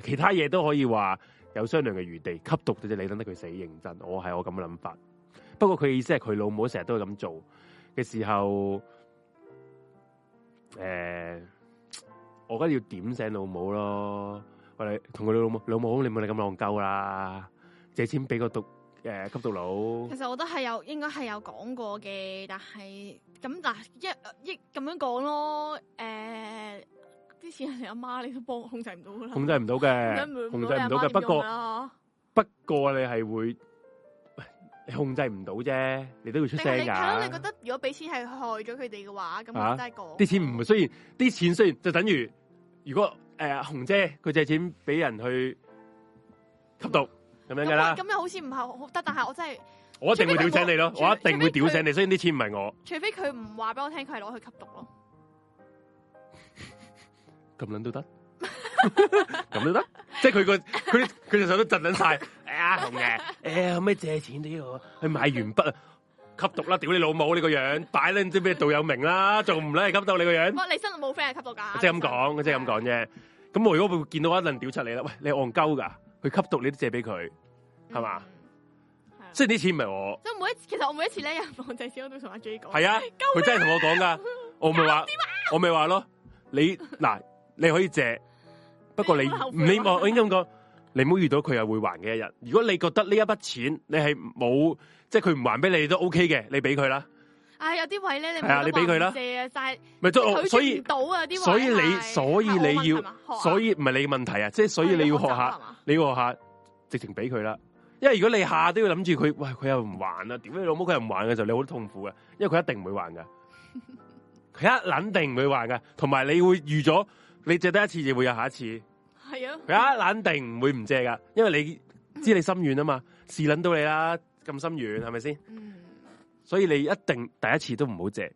S1: 其他嘢都可以話有商量嘅餘地，吸毒就啫，你等得佢死認真，我係我咁嘅諗法。不過佢意思係佢老母成日都係咁做嘅時候，诶、我覺得要點醒老母咯。我哋同佢老母老母，你冇你咁浪鳩啦，借錢俾個毒诶、吸毒佬，
S2: 其 <laughs> 實我覺得係有應該係有講過嘅，但係咁嗱一一咁樣講咯，誒、啲錢係你阿媽你都幫控制唔到噶啦，
S1: 控制唔到嘅，控制唔到嘅。不過
S2: 過
S1: 不過你係會你控制唔到啫，你都要出
S2: 定係
S1: 聲
S2: 你係咯？你
S1: 㗎
S2: 覺。得如果俾錢係害咗佢哋嘅話，咁
S1: 啊
S2: 我真係講
S1: 啲錢唔雖然啲錢雖然就等於如果诶、呃、紅姐佢借錢俾人去吸毒咁樣
S2: 咁
S1: 噶啦，
S2: 咁又好似唔係好得，但係我真係
S1: 我一定會屌醒你咯，
S2: 除非佢
S1: 我一定會屌
S2: 除非
S1: 醒你。雖然啲錢唔係我
S2: 除非佢唔話俾我聽佢係攞去吸毒咯，
S1: 咁撚都得，咁都得，即係佢個佢佢隻手都震撚晒。哎呀紅嘅，诶可唔可以借錢俾我去買鉛筆啊？吸毒啦，屌你老母你個樣，擺撚知咩道友明啦，仲唔撚係吸毒你個樣？
S2: 喂，你真係冇 friend 係吸毒㗎，啊
S1: 即係咁講，即係咁講啫。咁我如果會見到我一輪屌出你啦，喂，你戇鳩㗎，佢吸毒你都借俾佢。
S2: 嗯，
S1: 係嘛
S2: 係啊？
S1: 即係啲錢唔係我，
S2: 即係每一次，其實我每一次咧有人放借錢，我都同阿 J 講，
S1: 係啊，佢真係同我講噶，我咪話，我咪話咯，你嗱你可以借，不過你
S2: 你唔好後
S1: 唔
S2: 悔
S1: 你我我應該咁講，你唔好遇到佢又會還嘅一日。如果你覺得呢一筆錢你係冇，即係佢唔還俾你都 OK 嘅，你俾佢啦。
S2: 唉，有啲位咧，你
S1: 係啊
S2: 冇得
S1: 你俾佢啦
S2: 話唔借啊，但係
S1: 咪即係我
S2: 拒
S1: 所
S2: 絕
S1: 以
S2: 唔到啊！啲位
S1: 所以你
S2: 係
S1: 所以
S2: 係我問題
S1: 你要
S2: 嘛學啊
S1: 所以唔係你嘅問題啊，即係所以你要學
S2: 我
S1: 下
S2: 係，嘛
S1: 你要學下直情俾佢啦。因為如果你下都要諗住佢，喂佢又唔還啊，屌你老母佢又唔還嘅時候，你好痛苦嘅，啊因為佢一定唔會還噶，佢一撚定唔會還噶，同埋你會預咗你借得一次就會有下一次，佢
S2: 係啊，
S1: 一撚定唔會唔借噶，因為你知你心軟啊嘛，試撚到你啦，咁心軟係咪先？
S2: 嗯，
S1: 所以你一定第一次都唔好借，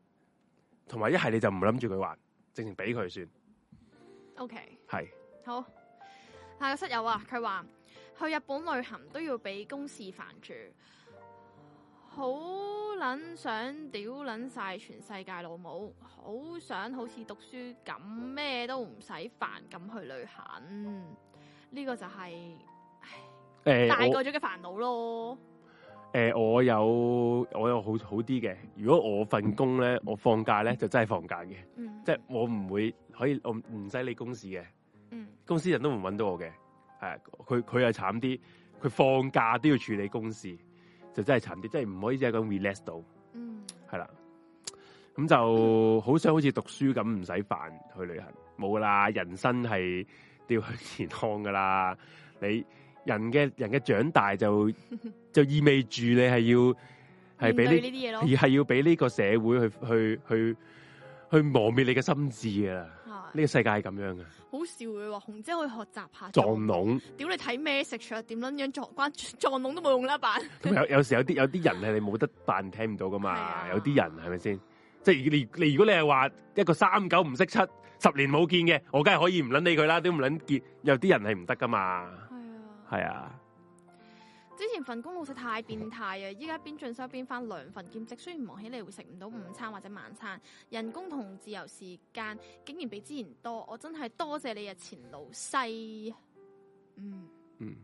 S1: 同埋一係你就唔諗住佢還，直情俾佢算
S2: OK，
S1: 係。
S2: 好。下個室友啊，佢話去日本旅行都要俾公事煩住，好撚想屌撚晒全世界老母，好想好似讀書咁咩都唔使煩咁去旅行。呢、個就係
S1: 诶、
S2: 大
S1: 我
S2: 個咗嘅煩惱咯。
S1: 诶、呃我有我有好好啲嘅。如果我份工咧，我放假咧就真係放假嘅，
S2: 嗯，
S1: 即係我唔會可以我唔唔使理公事嘅，
S2: 嗯
S1: 公司人都唔揾到我嘅。系佢佢又慘啲，佢放假都要處理公事，就真係慘啲，即係唔可以只係咁 relax 到，
S2: 嗯，
S1: 係啦。咁就好想好似讀書咁唔使煩去旅行，冇㗎啦。人生係都要去健康噶啦，你人嘅人嘅長大就
S2: <laughs>
S1: 就意味住你係要係
S2: 面對
S1: 俾呢
S2: 呢啲嘢咯
S1: 而。係要俾呢個社會去去去去磨滅你嘅心智噶啦。
S2: 係
S1: 呢、個世界係咁啊樣嘅，
S2: 啊好笑嘅話，紅姐可以學習下
S1: 撞聾。
S2: 屌你睇咩食著點撚樣撞關撞聾都冇用啦，扮
S1: 咁有有時有啲有啲人係你冇得扮聽唔到噶嘛，
S2: 係啊
S1: 有啲人係咪先？即係你你如果你係話一個三九唔識七，十年冇見嘅，我梗係可以唔撚理佢啦，都唔撚見。有啲人係唔得噶
S2: 係
S1: 嘛，
S2: 啊！
S1: 係啊，
S2: 之前份工老細太變態啊！依家邊進修邊翻兩份兼職，雖然忙起嚟會食唔到午餐或者晚餐，人工同自由時間竟然比之前多，我真係多謝你啊，前老細。嗯，
S1: 嗯。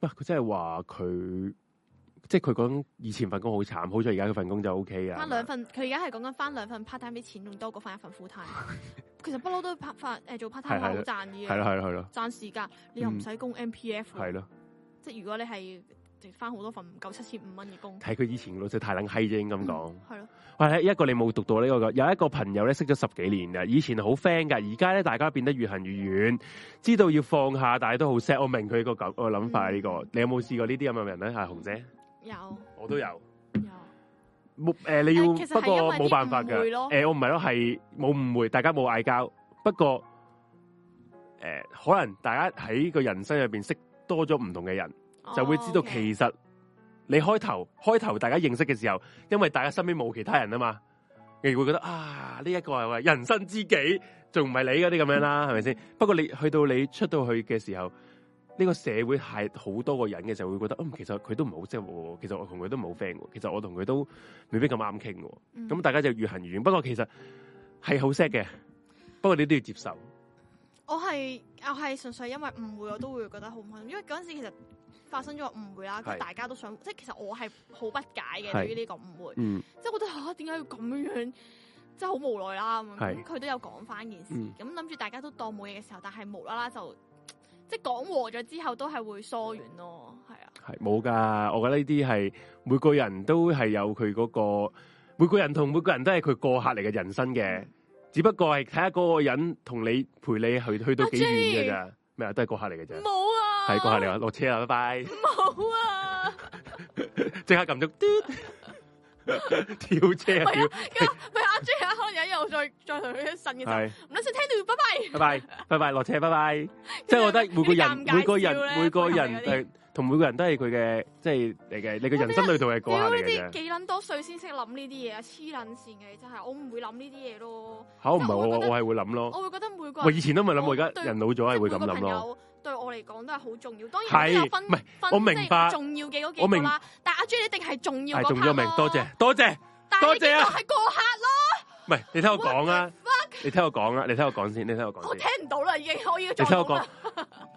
S1: 哇！佢真係話佢，即係佢講以前份工好慘，好在而家佢份工就 O K 啊。
S2: 翻兩份，佢而家係講緊翻兩份 part time 啲錢仲多過翻一份 full
S1: <laughs>
S2: time。其實不嬲都 part 翻誒做 part time
S1: 係係
S2: 好賺嘅
S1: 係
S2: 嘢，
S1: 咯係咯係咯
S2: 賺時間，你又唔使供 M P F，
S1: 係咯，
S2: 即係如果你係直翻好多份唔夠七千五蚊嘅工，嗯
S1: 睇佢以前老細太撚閪啫，應該咁講。
S2: 係咯，
S1: 喂，一個你冇讀到呢、個㗎有一個朋友咧識咗十幾年嘅，以前好 friend 噶，而家咧大家變得越行越遠，知道要放下，但係都好 sad。我明佢個感個諗法呢、個，
S2: 嗯
S1: 你有冇試過呢啲咁嘅人咧？啊阿紅姐，
S2: 有
S1: 我都有。
S2: 有。
S1: 冇誒，你要
S2: 誒其實係
S1: 不過
S2: 因為啲
S1: 冇辦法
S2: 誤會
S1: 㗎。
S2: 咯
S1: 誒，我唔係咯，係冇誤會，大家冇嗌交。不過誒，可能大家喺個人生入邊識多咗唔同嘅人，就會知
S2: 哦
S1: 道
S2: ，OK
S1: 其實你開頭開頭大家認識嘅時候，因為大家身邊冇其他人啊嘛，你會覺得啊呢一個係人生知己，仲唔係你嗰啲咁樣
S2: <laughs>
S1: 啦，係咪先？不過你去到你出到去嘅時候，呢個社會係好多個人嘅時候，會覺得嗯其實佢都唔係好識我喎，其實我同佢都唔係好 friend 喎，其實我同佢都未必咁啱傾嘅喎，
S2: 嗯
S1: 咁大家就越行越遠。不過其實係好 sad 嘅，不過你都要接受。
S2: 我係我係純粹因為誤會，我都會覺得好唔開心，因為嗰陣時其實發生咗個誤會啦，
S1: 係
S2: 咁大家都想，即係其實我係好不解嘅
S1: 係
S2: 對於呢個誤會，
S1: 嗯
S2: 即係覺得嚇點解要咁樣，真係好無奈啦咁樣。
S1: 係
S2: 咁佢都有講翻件事，
S1: 嗯
S2: 咁諗住大家都當冇嘢嘅時候，但係無啦啦就即係講和咗之後，都係會疏遠咯，係啊，
S1: 係冇噶，我覺得呢啲係每個人都係有佢嗰、個，每個人同每個人都係佢過客嚟嘅人生嘅，
S2: 嗯
S1: 只不過係睇下嗰個人同你陪你去去到幾遠嘅咋，咩啊都係過客嚟嘅咋，
S2: 冇啊，
S1: 係過客嚟啊，落車啦，
S2: <laughs>
S1: 拜拜，
S2: 冇
S1: <laughs>
S2: 啊，
S1: 即刻撳咗嘟，跳車啊
S2: 係
S1: 跳
S2: 啊，咁咪阿 J 啊，可能有一日我再再同佢呻嘅時候，
S1: 係。
S2: 唔撚想聽到，拜拜。
S1: 拜拜，拜拜，落車，拜拜。即係我覺得每個
S2: 呢啲
S1: 人，
S2: 尷尬
S1: 每個
S2: 笑
S1: 人，
S2: 咧
S1: 每個
S2: 配合
S1: 人
S2: 你嗰啲
S1: 誒，同每個人都係佢嘅，即係你嘅，你嘅人生旅途係過
S2: 屌呢
S1: 客嚟嘅
S2: 啲
S1: 啫。
S2: 幾撚多歲先識諗呢啲嘢啊！黐撚線嘅真係，我唔會諗呢啲嘢咯。
S1: 吓，唔
S2: 我
S1: 係我，
S2: 會覺得
S1: 我係會諗咯。
S2: 我會覺得每個
S1: 我
S2: 人
S1: 以前都咪諗，哦我而
S2: 我
S1: 家
S2: 對
S1: 人老咗
S2: 即
S1: 係
S2: 係
S1: 會
S2: 每
S1: 咁
S2: 個
S1: 諗
S2: 朋
S1: 咯。
S2: 友對我嚟講都係好重要。當然
S1: 係
S2: 都有分
S1: 唔係
S2: 分
S1: 我明
S2: 即係
S1: 白
S2: 重要嘅嗰
S1: 我
S2: 幾個
S1: 明
S2: 啦，但阿 J 一定係重要
S1: 係
S2: 嗰
S1: 中咗
S2: part
S1: 明
S2: 咯，
S1: 多謝，多謝。
S2: 但係你
S1: 多謝啊
S2: 見到係過客咯，
S1: 唔係，你聽我講啊，你聽我講啊啦，你聽我講先，你聽我講
S2: 我
S1: 先。
S2: 聽唔到啦，已經我已經
S1: 你
S2: 做
S1: 聽我
S2: 到
S1: 講
S2: 啦。，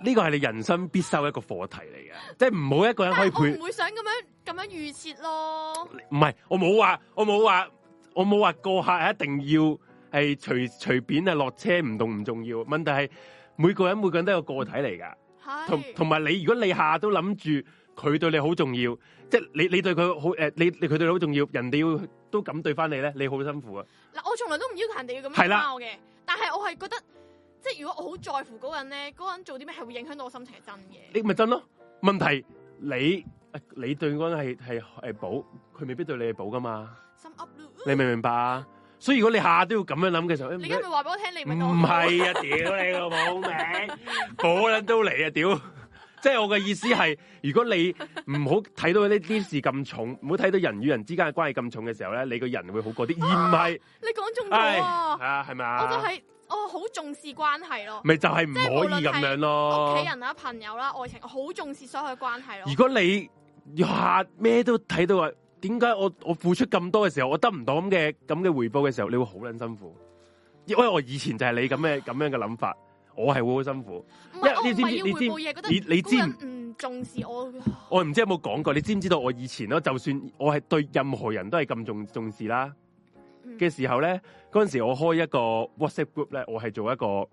S1: 呢個係你人生必修一個課題嚟嘅，即係唔好一個人
S2: 但
S1: 可以
S2: 係我
S1: 配
S2: 唔。會想咁樣咁樣預設咯。
S1: 唔係，我冇話，我冇話，我冇話過客係一定要係隨隨便啊落車唔動唔重要。問題係每個人每個人都有個體嚟㗎，同
S2: 係
S1: 同埋你如果你下都諗住佢對你好重要，即係你你對佢好誒，你你佢對你好重要，人哋要都咁對翻你咧，你好辛苦啊。
S2: 嗱，我從來都唔要求人哋要咁
S1: 係
S2: 樣
S1: 啦
S2: 鬧嘅，但係我係覺得，即係如果我好在乎嗰個人咧，嗰個人做啲咩係會影響到我心情係真嘅。
S1: 你咪真咯。問題你你對嗰個人係係係補，佢未必對你係補㗎嘛。
S2: 心 up 咯
S1: 你明唔明白啊？所以如果你下都要咁樣諗嘅時候，
S2: 你
S1: 誒
S2: 而家咪話俾我聽，你咪當
S1: 唔係啊！屌你個冇名，冇捻都嚟啊！屌，即係我嘅意思係，如果你唔好睇到呢啲事咁重，唔好睇到人與人之間嘅關係咁重嘅時候咧，你個人會好過啲，而唔係，
S2: 你講中
S1: 唉，
S2: 咗啊！
S1: 啊，係咪
S2: 哦我就
S1: 啊？
S2: 係我好重視關係咯，
S1: 咪就係唔
S2: 即係無
S1: 可
S2: 論
S1: 以咁樣
S2: 屋
S1: 咯
S2: 企。人啦、朋友啦、愛情，我好重視所有嘅關係
S1: 如
S2: 咯。
S1: 果你下咩都睇到話，啊點解我我付出咁多嘅時候，我得唔到咁嘅咁嘅回報嘅時候，你會好捻辛苦。因為我以前就係你咁嘅咁樣嘅諗法，我係會好辛苦。
S2: 唔
S1: 因為
S2: 係我唔
S1: 你知唔
S2: 係
S1: 知
S2: 要
S1: 你知
S2: 回報嘢，覺得
S1: 你你知唔
S2: 嗰個人唔重視我，
S1: 我唔知有冇講過，你知唔知道我以前咯？就算我係對任何人都係咁重重視啦
S2: 嗯
S1: 嘅時候咧，嗰陣時我開一個 WhatsApp group 咧，我係做一個誒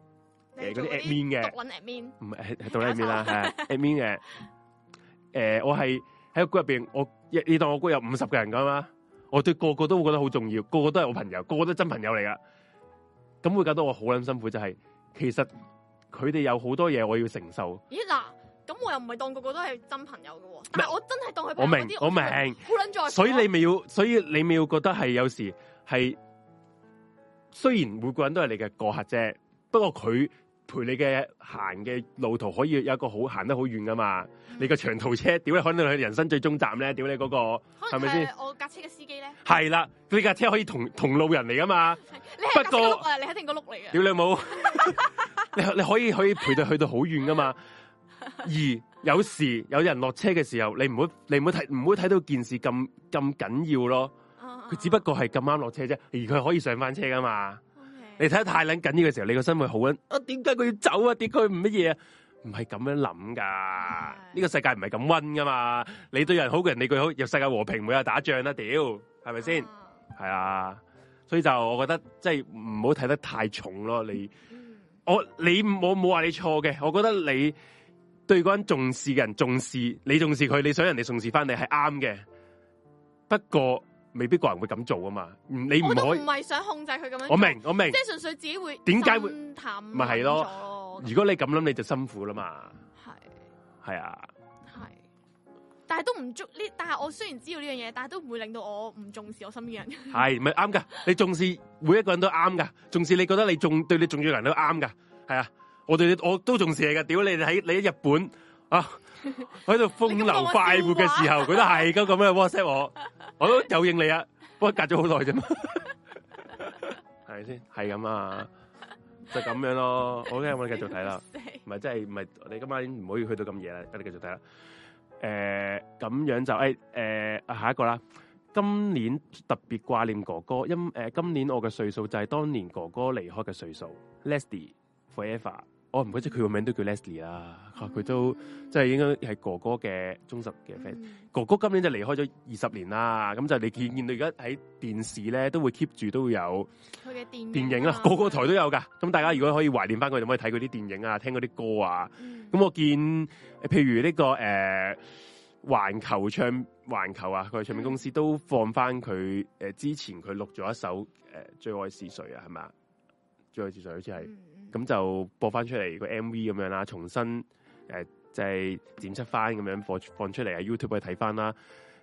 S2: 你
S1: 嗰
S2: 做
S1: 啲 admin 嘅，
S2: 獨撚 admin，
S1: 唔係係
S2: <laughs>
S1: 係到 admin 啦，係啊 admin 嘅。誒，我係喺個 group 入邊，我你你當我 group 有五十個人噶啊嘛，我對個個都會覺得好重要，個個都係我朋友，個個都真朋友嚟噶。咁會搞到我好撚辛苦，就係、其實佢哋有好多嘢我要承受。
S2: 咦嗱，咁我又唔係當個個都係真朋友嘅喎，但係我真係當佢
S1: 我
S2: 朋友
S1: 明
S2: 嗰啲，，
S1: 我
S2: 真
S1: 明
S2: 係。好撚在乎咯，
S1: 所以你咪要，所以你咪要覺得係有時係，雖然每個人都係你嘅過客啫，不過佢陪你嘅行嘅路途可以有一個好行得好遠噶嘛。你個長途車，屌你可能去人生最終站咧，屌你嗰、個係
S2: 可能
S1: 咪
S2: 佢
S1: 先？
S2: 係我架車嘅司機咧，
S1: 係啦，你架車可以同同路人嚟噶嘛？
S2: 你係架
S1: 不
S2: 車
S1: 過
S2: 碌啊，你係一定個碌嚟嘅。
S1: 屌你冇，你你可以可以陪佢去到好遠噶嘛？而有時有人落車嘅時候，你唔好你唔好睇唔好睇到件事咁咁緊要咯。
S2: 啊
S1: 佢只不過係咁啱落車啫，而佢可以上翻車噶嘛。你
S2: 你
S1: 睇得太撚緊要嘅時候，你個心會好撚啊？點解佢要走啊？點解佢唔乜嘢啊？唔唔係咁樣諗噶，
S2: 係
S1: 呢個世界唔係咁温噶嘛。你對人好過人哋句好，入世界和平唔會有打仗啦，屌係咪先？
S2: 啊
S1: 係啊，所以就我覺得即係唔好睇得太重咯。你
S2: 嗯
S1: 我你我冇話你錯嘅，我覺得你對嗰個人重視嘅人重視，你重視佢，你想人哋重視翻你係啱嘅。不過未必個人會咁做啊嘛，唔你唔
S2: 我都
S1: 可
S2: 唔
S1: 以。
S2: 係想控制佢咁樣，
S1: 我，明我明
S2: 即，係純粹自己會
S1: 點解會
S2: 心淡
S1: 咪係咯
S2: 咯
S1: 如果你咁諗你就辛苦啦嘛，
S2: 係
S1: 係啊，
S2: 係，但係都唔足呢。但係我雖然知道呢樣嘢，但係都唔會令到我唔重視我身邊嘅人。
S1: 係咪啱噶？你重視每一個人都啱噶，重視你覺得你重對你重要嘅人都啱噶，係啊，我對你啊我都重視你噶，屌你喺你喺日本啊喺度風流快活嘅時候，佢都係咁咁樣 WhatsApp 我，我都有應你啊，不過隔咗好耐啫嘛，係咪先？係咁啊，就咁樣咯，好嘅，我哋繼續睇啦。
S2: 死，
S1: 唔係，即係唔係你今晚唔可以去到咁夜啦，我哋繼續睇啦。誒、咁樣就誒誒、啊下一個啦。今年特別掛念哥哥，因誒、今年我嘅歲數就係當年哥哥離開嘅歲數。Leslie forever，我啊哦唔怪得佢個名都叫 Leslie 啦，嚇佢、都即係應該係哥哥嘅忠實嘅 fans。
S2: 嗯
S1: 哥哥今年就離開咗二十年啦，咁就你見見到而家喺電視咧都會 keep 住都會有。
S2: 佢嘅電
S1: 電影
S2: 啊
S1: 啦，個個台都有噶。咁大家如果可以懷念翻佢，就可以睇佢啲電影啊，聽佢啲歌啊。
S2: 嗯
S1: 咁我見譬如呢、個誒、呃、環球唱環球啊，佢唱片公司都放翻佢誒之前佢錄咗一首誒、呃最愛是誰啊，係咪啊？最愛是誰好似係。
S2: 嗯
S1: 咁就播翻出嚟個 M V 咁樣啦，重新誒、呃就係剪輯翻咁樣放放出嚟喺 YouTube 去睇翻啦。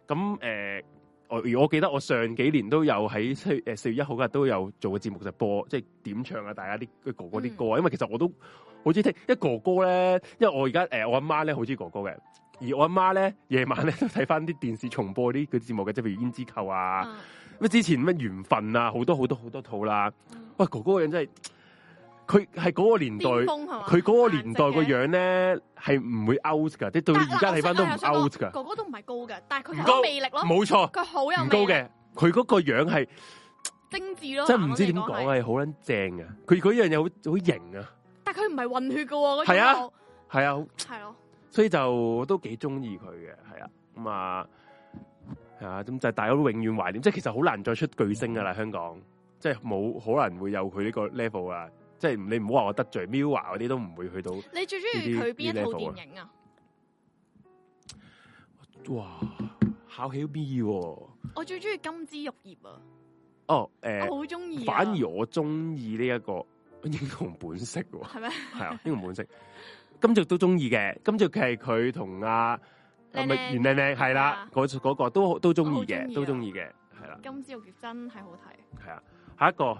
S1: 咁誒、呃我而我記得我上幾年都有喺四誒四月一號嗰日都有做個節目就播，即係點唱啊大家啲佢哥哥啲歌啊，因為其實我都好中意聽，因為哥哥咧，因為我而家誒我阿媽咧好中意哥哥嘅。而我阿媽咧，夜晚咧都睇翻啲電視重播啲佢節目嘅，即係譬如《胭脂扣》啊，
S2: 啊
S1: 乜之前咩緣分啊，好多好多好多套啦。
S2: 嗯
S1: 喂，哥哥個樣真係，佢係嗰個年代，
S2: 巔峰係嘛
S1: 佢嗰個年代個
S2: 顏值嘅
S1: 樣咧係唔會 out 噶，即係到
S2: 但嗱
S1: 而家睇翻都唔
S2: 我想講
S1: out 噶，
S2: 哥哥都唔係高嘅，但係佢
S1: 唔
S2: 有
S1: 高
S2: 魅力咯，
S1: 冇錯，
S2: 佢好有
S1: 唔
S2: 魅
S1: 高
S2: 力，
S1: 嘅。佢嗰個樣係
S2: 精緻咯，
S1: 真係唔知點
S2: 嗱我
S1: 講
S2: 哋係
S1: 係好撚正啊！佢嗰樣嘢好好型啊，
S2: 但係佢唔係混血嘅喎，嗰
S1: 係啊
S2: 種
S1: 係啊，
S2: 就係咯，
S1: 所以就都幾中意佢嘅，係啊，咁啊，係啊，咁就大家都永遠懷念，即係其實好難再出巨星噶啦，香港即係冇可能會有佢呢個 level 啊！即係你唔好話我得罪 Miu 嗰啲都唔會去到。
S2: 你最中意佢邊一套
S1: 呢啲呢啲 level 啊
S2: 電影啊？
S1: 哇，考起 B 喎、
S2: 我最中意金枝玉葉啊，
S1: 哦，诶、
S2: 我好中意啊。
S1: 反而我中意呢一個英雄本色喎，
S2: 係咪 <laughs>
S1: 係啊， <laughs> 英雄本色，金爵都中意嘅，金爵佢係佢同阿係
S2: 靚
S1: 咪
S2: 靚
S1: 袁靚靚係啦，嗰嗰個都都中意
S2: 啊我好鍾意
S1: 嘅，
S2: 啊
S1: 都中意嘅，係啦，
S2: 金枝玉葉真係好睇？
S1: 係啊，下一個，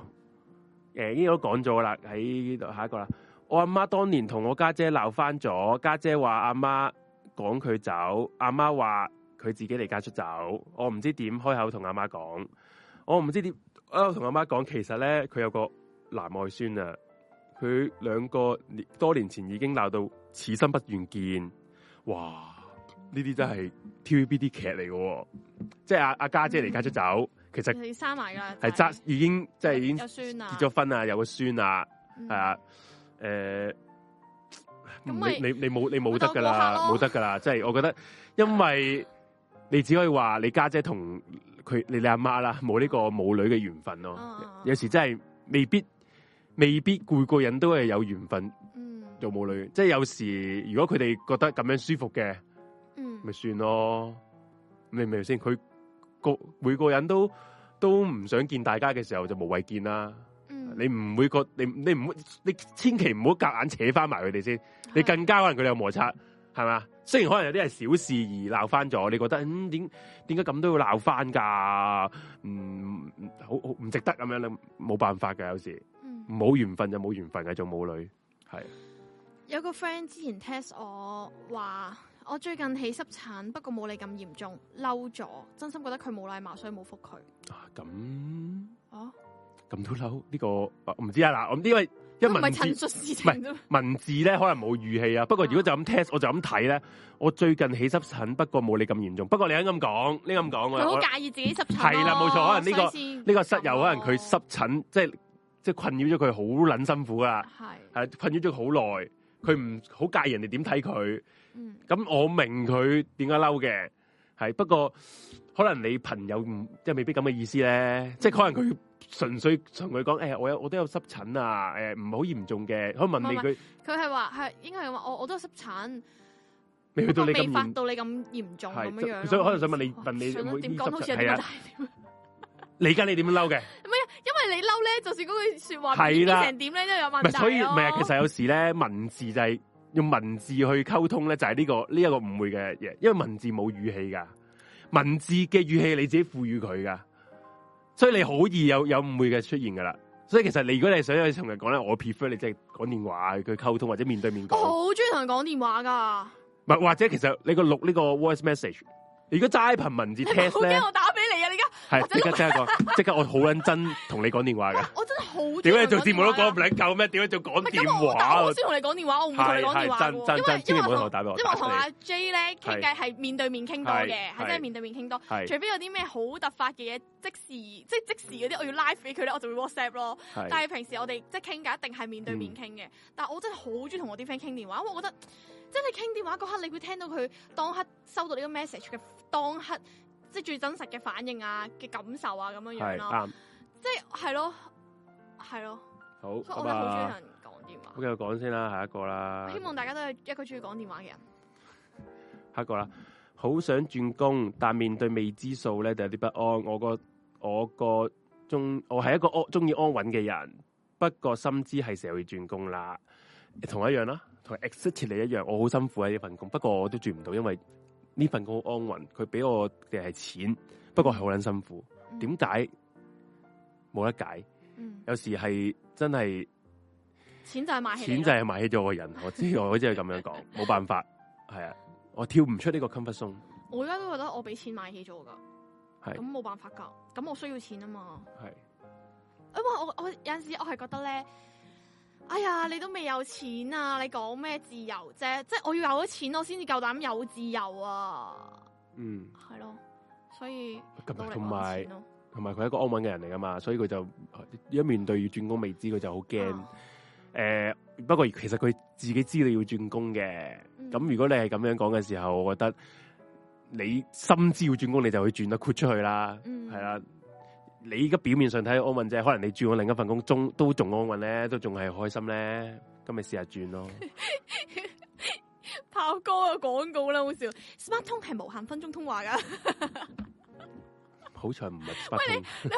S1: 诶、呢個都講咗啦，喺呢度下一個啦，我阿媽當年同我家姐鬧翻咗，家姐話阿媽趕佢走，阿媽話佢自己離家出走，我唔知點開口同阿媽講，我唔知點，我同阿媽講，其實咧佢有個男外孫啊，佢兩個年多年前已經鬧到此生不願見，哇！呢啲真係 TVB 啲劇嚟嘅喎，即係阿阿家姐離家出走，其實
S2: 你生埋啦，
S1: 係揸已經即係已經
S2: 有酸啊，
S1: 結咗婚啊，有個孫啊，
S2: 嗯
S1: 係啊，誒，
S2: 咁
S1: 唔
S2: 咪
S1: 你你你冇你冇得噶
S2: 鬥過下
S1: 啦，
S2: 咯
S1: 冇得噶啦，即係我覺得，因為你只可以話你家姐同佢你你阿媽啦，冇呢個母女嘅緣分咯
S2: 啊啊啊，
S1: 有時真係未必未必每個人都係有緣分
S2: 嗯
S1: 做母女，即係有時如果佢哋覺得咁樣舒服嘅。
S2: 嗯
S1: 咪算咯，你明唔明先？佢個每個人都都唔想見大家嘅時候，就無謂見啦。
S2: 嗯
S1: 你唔會覺你你唔會你千祈唔好夾硬扯翻埋佢哋先，
S2: 嗯
S1: 你
S2: 係啊
S1: 更加可能佢哋有摩擦，係嘛？雖然可能有啲係小事而鬧翻咗，你覺得嗯點點解咁都要鬧翻㗎？嗯，好好唔值得咁樣啦，冇辦法㗎。有時
S2: 嗯
S1: 冇緣分就冇緣分嘅，做母女係
S2: 有個 friend 之前 test 我話。我最近起濕疹，不過冇你咁嚴重，嬲咗，真心覺得佢冇禮貌，所以冇覆佢。
S1: 啊咁
S2: 哦，
S1: 咁都嬲呢個啊我唔知啊嗱，我因為因
S2: 都
S1: 為
S2: 唔係
S1: 文字
S2: 陳述事情
S1: 唔係
S2: 啫嘛。
S1: 文字咧可能冇語氣啊，不過如果就咁 test，我就咁睇咧，我最近起濕疹，不過冇你咁嚴重。不過你啱咁講，你啱咁講
S2: 佢
S1: 啊，
S2: 好
S1: 我
S2: 介意自己濕疹咯。
S1: 係啦冇錯可能呢個
S2: 所以先
S1: 呢個室友可
S2: 咁
S1: 能
S2: 咯
S1: 佢
S2: 哦
S1: 濕疹，即係即係困擾咗佢好撚辛苦啦，
S2: 啊係
S1: 係困擾咗佢好耐，佢唔好介意人哋點睇佢。
S2: 嗯，
S1: 咁我明佢點解嬲嘅，係不過可能你朋友唔即係未必咁嘅意思咧，即係可能佢純粹同佢講，誒、我有我都有濕疹啊，誒唔好嚴重嘅，可以問你
S2: 唔係唔
S1: 佢
S2: 佢係話係應該係話我我都有濕疹，
S1: 未去到你咁
S2: 不過未發
S1: 嚴
S2: 到你咁嚴重
S1: 係
S2: 咁樣樣。
S1: 所以可能想問你
S2: 哇
S1: 問你
S2: 想
S1: 會
S2: 點
S1: 醫
S2: 講
S1: 濕
S2: 好似有啲
S1: 疹係啊
S2: 問題咁樣
S1: 你而家你點樣嬲嘅？
S2: 因為你嬲咧，就算嗰句説話
S1: 係啦
S2: 變成點咧，都有
S1: 唔
S2: 問題
S1: 係，
S2: 咯。
S1: 所以唔係啊。其實有時咧，文字就係用文字去溝通咧，就係呢、個呢一、個誤會嘅嘢，因為文字冇語氣噶，文字嘅語氣你自己賦予佢噶，所以你好易有有誤會嘅出現噶啦。所以其實你如果你係想去同人講咧，我 prefer 你即係講電話去溝通或者面對面
S2: 我
S1: 講，
S2: 好中意同人講電話㗎，
S1: 唔係或者其實你個錄呢個 voice message，如果齋憑文字
S2: 你 <laughs> 唔好
S1: test 咧
S2: 驚，我啊打俾你啊！你而家
S1: 係即刻即刻講，即刻我好撚真同你講電話噶。
S2: 我真係啊好啊中意
S1: 啊點解你
S2: 同人
S1: 做節目都
S2: 講電話㗎
S1: 講唔撚夠咩？點解仲講
S2: 啊唔係
S1: 電
S2: 咁我，但
S1: 話
S2: 我
S1: 啊
S2: 好？少同你講電話，我唔會同你講電話
S1: 係係
S2: 嘅
S1: 真真
S2: 喎，因
S1: 真，千
S2: 為
S1: 祈
S2: 因
S1: 唔
S2: 為我
S1: 好同
S2: 同
S1: 打俾我，
S2: 因為我同阿 J 咧傾
S1: 係
S2: 偈係面對面傾多嘅，
S1: 係
S2: 係真係
S1: 係
S2: 面對面傾多。
S1: 係
S2: 除非有啲咩好突發嘅嘢，即時即即時嗰啲，我要 live 俾佢咧，我就會 WhatsApp 咯。
S1: 係嗯
S2: 但係平時我哋即係傾偈，一定係面對面傾嘅。但係我真係好中意同我啲 friend 傾電話，因為我覺得即係你傾電話嗰刻，你會聽到佢當刻收到呢個 message 嘅當刻，即係最真實嘅反應啊嘅感受啊咁樣樣
S1: 係
S2: 啦。
S1: 啱，
S2: 即係係咯，係咯，
S1: 好
S2: 所以我
S1: 咁
S2: 真係好中意
S1: 啊，
S2: 同人講電話
S1: 咁。繼續講先啦，下一個啦
S2: 我希，望大家都係一個中意講電話嘅人。
S1: 下一個啦，好想轉工，但面對未知數咧，就有啲不安。我個我個中，我係一個安中意安穩嘅人，不過深知係時候要轉工啦，同我一樣啦，同 exactly 一樣，我好辛苦喺呢份工，不過我都轉唔到，因為呢份工好安穩，佢俾我哋係錢，不過係好撚辛苦，
S2: 嗯
S1: 點？解冇得解？
S2: 嗯，
S1: 有時係真係。
S2: 錢就係買起
S1: 錢就係買起咗個人， <laughs> 我知我只係咁樣講，
S2: <laughs>
S1: 冇辦法，係啊，我跳唔出呢個 comfort zone，
S2: 我而家都覺得我俾錢買起咗㗎，
S1: 係
S2: 咁冇辦法㗎，咁我需要錢啊嘛。
S1: 係
S2: 因為我我有陣時我係覺得咧，哎呀，你都未有錢啊，你講咩自由啫？即係我要有咗錢，我先至夠膽有自由啊，
S1: 嗯，
S2: 係咯。所以
S1: 咁啊
S2: 努力
S1: 同
S2: 揾
S1: 埋
S2: 錢咯。
S1: 同埋佢係一個安穩嘅人嚟噶嘛，所以佢就而家面對要轉工未知，佢就好驚。
S2: 啊
S1: 誒、不過其實佢自己知道要轉工嘅，
S2: 嗯
S1: 咁如果你係咁樣講嘅時候，我覺得你深知要轉工，你就去轉得豁出去啦，
S2: 嗯
S1: 係啦。你而家表面上睇安穩啫，可能你轉我另一份工，中都仲安穩咧，都仲係開心咧，咁咪試下轉
S2: <laughs>
S1: 咯。
S2: 炮哥嘅廣告啦，好笑。Smart 通係無限分鐘通話㗎， <laughs>
S1: 好彩唔係不通，
S2: 你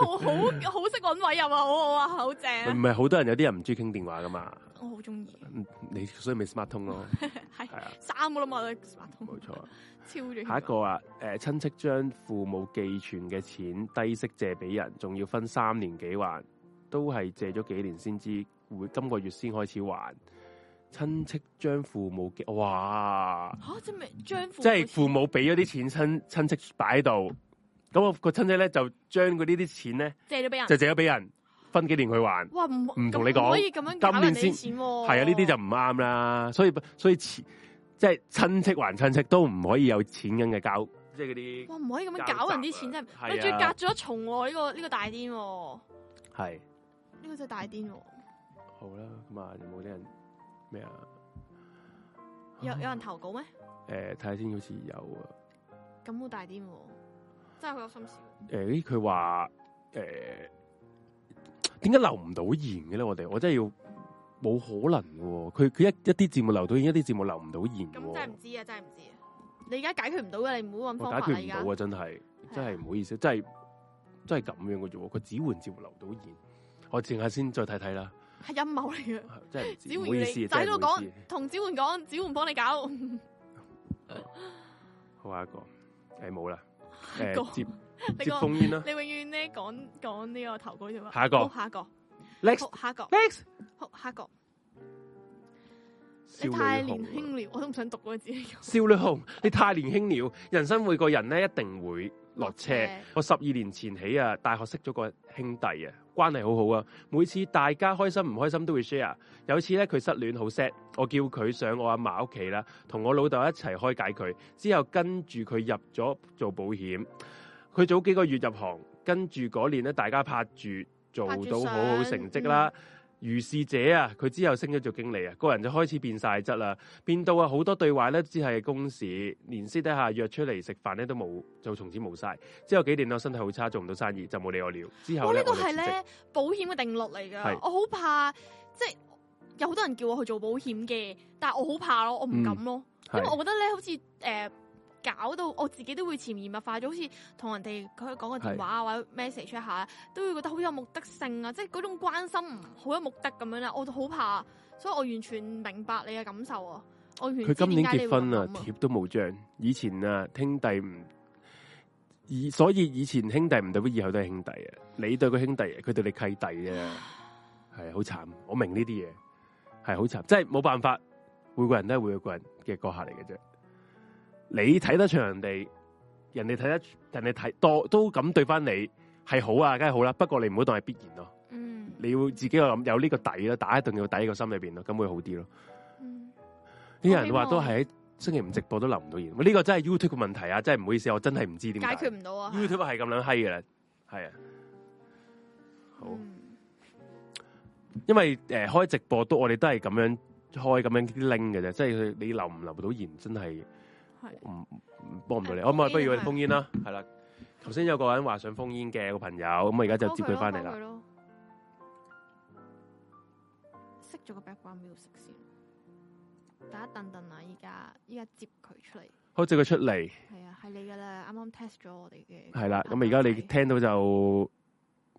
S2: 好好好識揾位入啊！我我話好正啊
S1: 唔，係好多人有啲人唔中意傾電話噶嘛，
S2: 我好中意，
S1: 嗯你所以咪 smart 通
S2: <laughs>
S1: 咯，
S2: 係
S1: 係啊，
S2: 三個啦嘛，我哋 Smart 通。
S1: 冇錯啊。
S2: 超咗
S1: 下一個啊，誒親戚將父母寄存嘅錢低息借俾人，仲要分三年幾還，都係借咗幾年先知會今個月先開始還。親戚將父母嘅哇，
S2: 吓，即係咪將父
S1: 即係父母俾咗啲錢親親戚擺喺度，咁我個親戚咧就將佢呢啲錢咧
S2: 借咗俾人
S1: 就，借咗俾人，分幾年去還。
S2: 哇唔
S1: 唔同
S2: 咁
S1: 你講
S2: 唔可以咁樣搞
S1: 今
S2: 人
S1: 年
S2: 哋
S1: 先
S2: 啲錢喎。
S1: 係啊，呢啲就唔啱啦。所以所以錢即係親戚還親戚都唔可以有錢咁嘅交，即係嗰啲
S2: 哇唔可以咁樣搞人啲錢真
S1: 係啊
S2: 係，你仲要隔咗一重喎呢個呢個大癲喎，
S1: 係
S2: 呢個真係大癲喎。
S1: 好啦。咁啊，有冇啲人咩啊？
S2: 有
S1: 嗯
S2: 有人投稿咩？
S1: 誒睇下先，好似有啊。
S2: 咁好大癲喎，真係好有心思。
S1: 誒、咦佢話誒點解留唔到言嘅咧？我哋我真係要冇可能嘅喎。佢佢一一啲節目留到言，一啲節目留唔到言嘅
S2: 咁真係
S1: 喎
S2: 唔。知啊，真係唔知啊。你而家解決唔到嘅，你唔好揾
S1: 我
S2: 方
S1: 解
S2: 法啦。
S1: 決
S2: 而
S1: 唔
S2: 家
S1: 到啊！真係真係唔好意思，真係真係咁樣嘅啫喎。佢只換接留到言，我靜下先再睇睇啦。
S2: 係陰謀嚟嘅。
S1: 真係唔知
S2: 子
S1: 唔
S2: 桓要
S1: 好意
S2: 你
S1: 思，
S2: 就
S1: 真
S2: 喺
S1: 係
S2: 度
S1: 唔好意
S2: 講
S1: 思。，
S2: 同子桓講，子桓幫你搞。 <laughs>
S1: 好啊下一個，誒冇啦，
S2: <laughs> 下一個
S1: 誒接
S2: 你
S1: 接
S2: 個
S1: 封
S2: <laughs>
S1: 煙啦
S2: 你永遠咧講講呢個投稿啫嘛。
S1: 下一個
S2: 好下一個，
S1: ，next
S2: 好下一個，
S1: next，
S2: 好下一個。
S1: 少
S2: 你
S1: 女
S2: 太年
S1: 紅啊，
S2: 輕了，我都唔想讀嗰個字。
S1: 少女紅，你太年輕了，人生每個人咧一定會落車
S2: 落車。
S1: 我十二年前起啊，大學識咗個兄弟啊，關係好好啊，每次大家開心唔開心都會 share。有次咧佢失戀好 sad，我叫佢上我阿嫲屋企啦，同我老豆一齊開解佢。之後跟住佢入咗做保險，佢早
S2: 嗯
S1: 幾個月入行，跟住嗰年咧大家拍住做到好好成績啦。如是者啊，佢之後升咗做經理啊，個人就開始變晒質啦，變到啊好多對話咧只係公事，連私底下約出嚟食飯咧都冇，就從此冇晒。之後幾年我身體好差，做唔到生意，就冇理我了。之後
S2: 哇！
S1: 咧
S2: 呢個
S1: 我就辭
S2: 係
S1: 職
S2: 咧保險嘅定律嚟
S1: 係
S2: 㗎。我好怕，即係有好多人叫我去做保險嘅，但係我好怕咯，我唔敢咯，因為
S1: 嗯係
S2: 我覺得咧好似誒、呃搞到我自己都會潛移默化咗，好似同人哋佢講個電話啊或者 message 一下，都會覺得好有目的性啊，即係嗰種關心唔好有目的咁樣啦，啊我好怕，所以我完全明白你嘅感受啊。我完全
S1: 佢今年結婚
S2: 啦
S1: 啊，，貼都冇張。以前啊，兄弟唔以，所以以前兄弟唔代表以後都係兄弟啊。你對佢兄弟，佢對你契弟啫，係好慘。我明呢啲嘢係好慘，即係冇辦法。每個人都係每個人嘅過客嚟嘅啫。你睇得長人哋，人哋睇得人哋睇多都咁對翻你係好啊，梗係好啦。不過你唔好當係必然咯，
S2: 嗯，
S1: 你要自己有諗有呢個底啦，打一定要底喺個心裏邊咯，咁會好啲咯。
S2: 嗯我
S1: 啲
S2: 希
S1: 人話
S2: 望
S1: 都係喺星期五直播都留唔到言，喂呢、個真係 YouTube 嘅問題啊！真係唔好意思，我真係唔知點
S2: 解決
S1: 決
S2: 唔到啊。
S1: YouTube 係咁樣閪嘅啦，係啊，好，
S2: 嗯
S1: 因為誒、呃、開直播都我哋都係咁樣開咁樣啲 link 嘅啫，即係佢你留唔留到言真係
S2: 係
S1: 唔唔幫唔到你。
S2: 誒
S1: 我咪不
S2: 封煙
S1: 如我
S2: 啊
S1: 哋封煙啦，係啦。頭先有個人話想封煙嘅個朋友，咁我而家就接佢翻嚟啦。
S2: 啦。熄咗個 background music 先，等一等等啊！依家依家接佢出嚟，
S1: 好，接佢出嚟，
S2: 係啊，係你噶啦，啱啱 test 咗我哋嘅。
S1: 係啦。咁而家你聽到就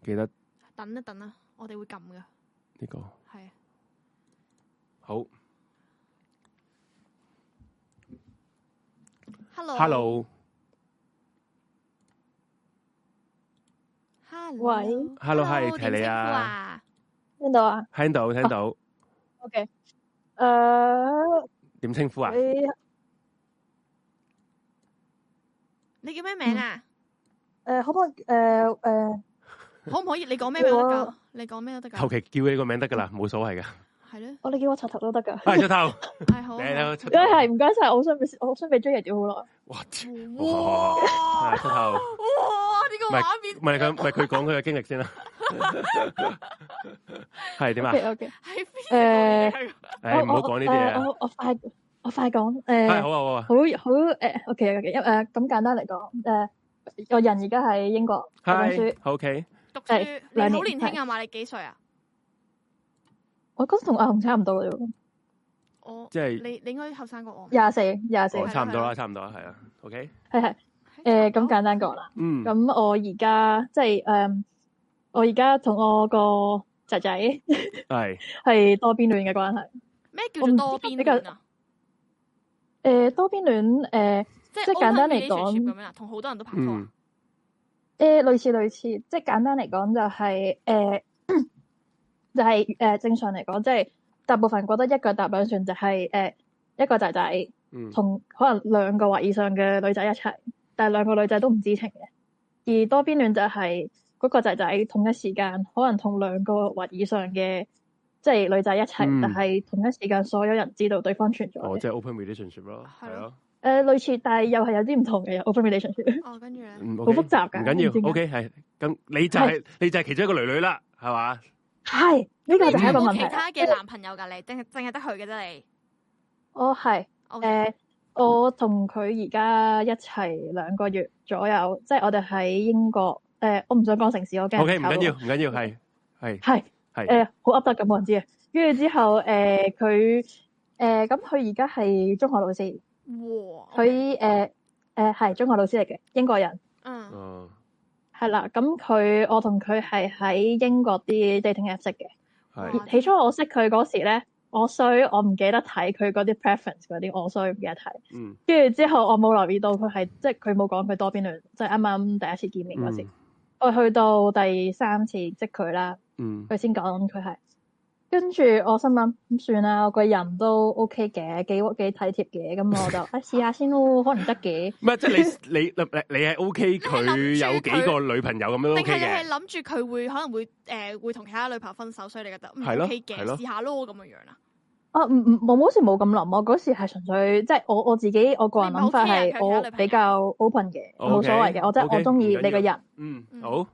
S1: 記得呢、
S2: 等一等啦，啊我哋會撳噶，
S1: 個
S2: 係啊
S1: 好。
S2: Hello。
S1: Hello，
S2: Hello。
S3: 喂
S1: Hello，係
S2: 點
S1: 提你啊
S2: 稱呼啊！
S3: 聽到啊
S1: 聽到聽到，
S2: 哦
S3: ？OK，誒、Ờ, 呃，
S1: 點稱呼啊？
S3: 你誒、
S2: 你叫咩名啊？
S3: 呃可唔可以誒誒
S2: 可唔可以？你講咩名都得
S3: 嗯我
S2: 㗎？你講咩都得
S1: 求
S2: 㗎？
S1: 其叫你個名得噶啦，冇所
S3: <laughs>
S1: 謂噶。
S2: 係咯，
S3: 我哋叫我柒頭都得㗎。
S1: 喂，出頭，
S3: <laughs>
S2: 係好
S1: 你。睇出頭
S3: 梗係唔該晒，我想俾我想俾 J 爺屌好耐。
S1: 哇！係
S2: 哇！
S1: 出頭，
S3: <laughs>
S1: 唔
S2: 哇！呢個
S1: 唔係
S2: 畫面
S1: 係佢，唔係佢講佢嘅經歷先啦。係點啊？
S3: OK Ờ, OK，
S2: 喺邊度嚟㗎？
S1: 誒，
S3: 誒
S1: 唔好講呢啲嘢
S3: 我
S1: 啊。
S3: 我我快我快講誒、
S1: 係好啊，好啊。
S3: 好好誒、OK ờ, OK，因誒咁簡單嚟講誒、我人而家喺英國讀緊書
S1: Hi，，OK，
S2: 讀書，
S3: 係
S2: 你
S3: 兩
S2: 好年
S3: 哎年
S2: 輕啊嘛？你幾歲啊？
S3: 我覺得同阿紅差唔多嘅啫，
S2: 我
S1: 即係
S2: 你你應該後生過我。
S3: 廿四廿四，
S1: 哦，
S3: 係
S1: 差唔多啦，差唔多啦，係啊。OK，
S3: 係誒咁簡單講啦。
S1: 嗯，
S3: 咁我而家即係誒、我而家同我個仔仔
S1: 係
S3: 係多邊戀嘅關係。
S2: 咩叫做多邊戀啊？
S3: 诶、多邊戀诶
S2: 即係
S3: 即係簡單嚟
S2: open
S3: 講
S2: relationship 咁樣啊，同好多人都拍拖啊
S1: 嗯。
S3: 诶、類呃似類似，即係簡單嚟講就係呃 <coughs> 就係呃正常嚟講，即係大部分覺得一腳踏兩船就係呃一個仔仔
S1: 嗯，
S3: 同可能兩個或以上嘅女仔一齊，但係兩個女仔都唔知情嘅。而多邊戀就係嗰個仔仔同一時間可能同兩個或以上嘅即係女仔一齊，
S1: 嗯
S3: 但係同一時間所有人知道對方存在
S1: 哦，
S3: 嘅。誒、
S1: 即係 open relationship 咯，係咯，
S3: 類似，但係又係有啲唔同嘅 open relationship，
S2: 哦，跟住咧，
S1: 嗯
S3: 好
S1: OK，
S3: 複雜
S1: 唔
S3: 㗎。唔知
S1: 緊
S3: 點
S1: 要
S3: 解
S1: ，OK，係。咁你就係你就係其中一個女女啦，係嘛？
S3: 係呢個就係
S2: 你有
S3: 一個
S2: 冇
S3: 問
S2: 其
S3: 題啦。
S2: 他嘅男朋友㗎，你定係淨係得佢嘅啫，你。
S3: 我哦係
S2: O K，
S3: 誒，呃我同佢而家一齊兩個月左右，即係我哋喺英國誒，我唔想講城市，我驚
S1: O K，唔緊要，
S3: 醜。
S1: 唔緊要，係係
S3: 係
S1: 係，
S3: 誒，好噏得咁冇人知嘅。啊跟住之後誒，佢誒咁佢而家係中學老師，
S2: 哇，
S3: 佢誒誒係中學老師嚟嘅，英國人
S2: 嗯，
S1: 哦，
S3: 係啦。咁佢我同佢係喺英國啲 dating app 識嘅。
S1: 係
S2: 哇
S3: 起初我識佢嗰時咧，我衰我唔記得睇佢嗰啲 preference 嗰啲，我衰唔記得睇。
S1: 嗯
S3: 跟住之後我冇留意到佢係即係佢冇講佢多邊戀，即係啱啱第一次見面嗰時。
S1: 嗯
S3: 我去到第三次識佢啦，
S1: 嗯
S3: 佢先講佢係。跟住我心諗咁算啦，我個人都 OK 嘅，幾幾體貼嘅，咁
S1: <laughs>
S3: 我就啊試下先咯，可能得嘅。
S1: 唔係，即係你 <laughs> 你你你係 O K 佢
S2: 你係諗
S1: 有
S2: 住
S1: 幾
S2: 佢
S1: 個女朋友咁樣都 O
S2: 定
S1: K
S2: 係你
S1: 嘅
S2: 係，諗住佢會可能會誒會同其他女朋友分手，所以你覺得唔
S1: 係咯
S2: O K 嘅
S1: 係，咯
S2: 試下咯咁樣樣啊？
S3: 啊唔唔，我好似冇咁諗，我嗰時係純粹即係我我自己我個人諗法
S2: 你冇 care
S3: 係
S2: 佢有女朋友
S3: 我比較 open 嘅，冇
S1: OK，
S3: 所謂嘅，我即係
S1: OK，
S3: 我中意
S1: 唔緊
S3: 你個
S1: 要
S3: 人。
S1: 嗯，
S2: 嗯
S1: 好，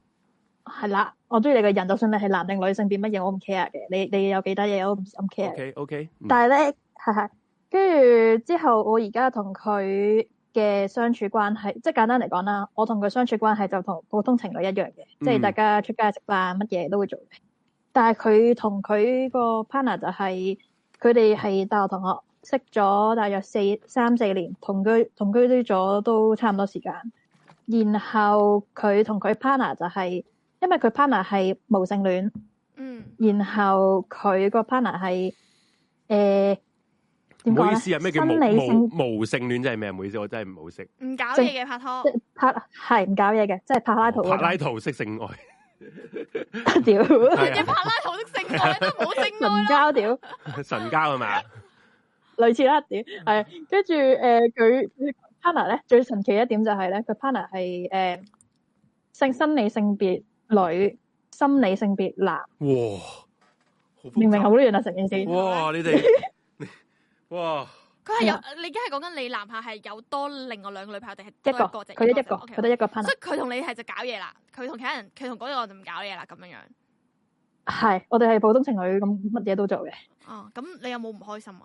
S3: 係啦，我中意你個人，就算你係男定女，性別乜嘢我唔 care 嘅，你你有幾多嘢我都唔唔 care
S1: OK
S3: 嘅。
S1: OK，
S3: 但係咧，係係，跟住之後，我而家同佢嘅相處關係，即係簡單嚟講啦，我同佢相處關係就同普通情侶一樣嘅，即係
S1: 嗯
S3: 大家出街食飯乜嘢都會做嘅。但係佢同佢個 partner 就係佢哋係大學同學，識咗大約四三四年，同居同居咗都差唔多時間。然後佢同佢 partner 就係、因為佢 partner 係無性戀。
S2: 嗯，
S3: 然後佢個 partner 呃係誒
S1: 唔
S3: 點
S1: 好
S3: 講
S1: 意
S3: 咧？
S1: 思啊，咩叫
S3: 生理
S1: 無
S3: 性
S1: 無無性戀即係咩？唔好意思，我真係唔好識。
S2: 唔搞
S3: 正
S2: 嘢嘅拍拖
S3: 即，係拍係唔搞嘢嘅，即係柏拉圖
S1: 哦柏拉
S3: 嗰
S1: 圖式性愛，
S3: <laughs> 種 <laughs> 屌
S1: 係
S2: 人哋柏拉圖的性愛都冇性
S3: <laughs> 神
S2: 愛啦，
S3: 交屌，
S2: <laughs>
S1: 神交係咪啊？
S3: 類似啦屌
S1: 嗯
S3: 係跟住誒佢佢 partner 咧最神奇一點就係咧佢 partner 係誒性生理性別女，心理性別男，
S1: 哇，好複雜哦
S3: 明明好亂啊成件事。
S1: 哇！你
S3: <laughs>
S1: 哋你哇，
S3: 啊
S2: 佢係有你而家係講緊你男校係有多另外兩個女朋友定係
S3: 一
S2: 多
S3: 個
S2: 個啫？
S3: 佢得一個，
S2: OK，
S3: 佢得一個 partner
S2: 即。係佢同你係就搞嘢啦，佢同其他人佢同嗰個就唔搞嘢啦咁樣樣。
S3: 係，我哋係普通情侶咁，乜嘢都做嘅。
S2: 哦，咁你有冇唔開心啊？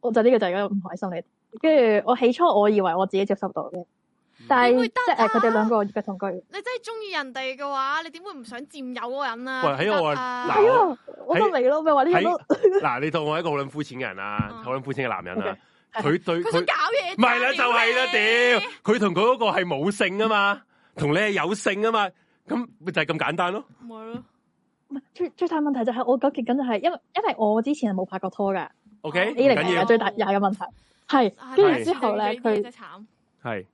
S3: 我就呢個就係嗰個唔開心嚟。跟住我起初我以為我自己接受到嘅，但
S2: 點
S3: 係
S2: 會得
S3: 即係誒
S2: 啊
S3: 佢哋兩個嘅同居。
S2: 你真係中意人哋嘅話，你點會唔想佔有嗰個人啊？
S1: 喂喺我嗱
S3: 係
S1: 我
S3: 啊，我都未咯，咪話呢個都
S1: <laughs> 嗱，你當我係一個好撚膚淺嘅人啊，
S2: 嗯
S1: 好撚膚淺嘅男人啊，
S3: OK
S1: 佢對
S2: 佢
S1: 佢
S2: 想搞嘢，
S1: 唔係啦，就係啦，屌！佢同佢嗰個係冇性啊嘛，同你係有性啊嘛，咁咪就係咁簡單咯。
S2: 咪咯，
S3: 最最大問題就係我糾結緊就係，因為因為我之前係冇拍過拖㗎，
S1: OK，
S2: 哦
S1: 嗯唔
S3: 呢
S1: 緊
S3: 零
S1: 要
S3: 係，最大又係嘅問題。係，跟住之後咧，佢
S2: 真係慘，
S1: 係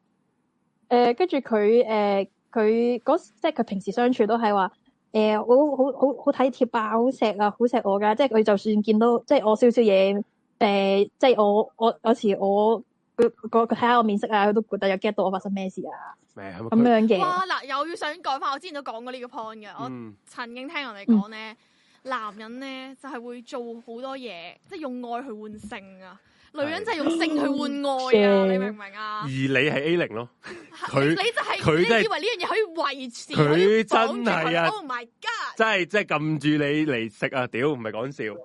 S3: 誒，跟住佢誒，佢嗰即係佢平時相處都係話誒，好好好好體貼啊，好錫啊，好錫我㗎。即係佢就算見到即係我少少嘢誒，即係我我有時我佢佢佢睇下我面色啊，佢都覺得有 get 到我發生咩事啊
S1: 咩
S3: 咁
S1: 咁
S3: 樣嘅。
S2: 哇嗱，又要想講翻，我之前都講過呢個 point 嘅，我
S1: 嗯，
S2: 曾經聽人哋
S3: 嗯
S2: 講咧，男人咧就係會做好多嘢，即係用愛去換性啊，女人就係用性去換愛啊，
S3: 嗯
S2: 你明唔明啊
S1: 而？你係 A 零咯，佢
S2: <laughs> 你就係
S1: 佢
S2: 你
S1: 真係
S2: 以為呢樣嘢可以維持，
S1: 佢
S2: 可以綁住
S1: 真係啊
S2: 佢！Oh my god！
S1: 真係真係撳住你嚟食啊！屌，唔係講笑。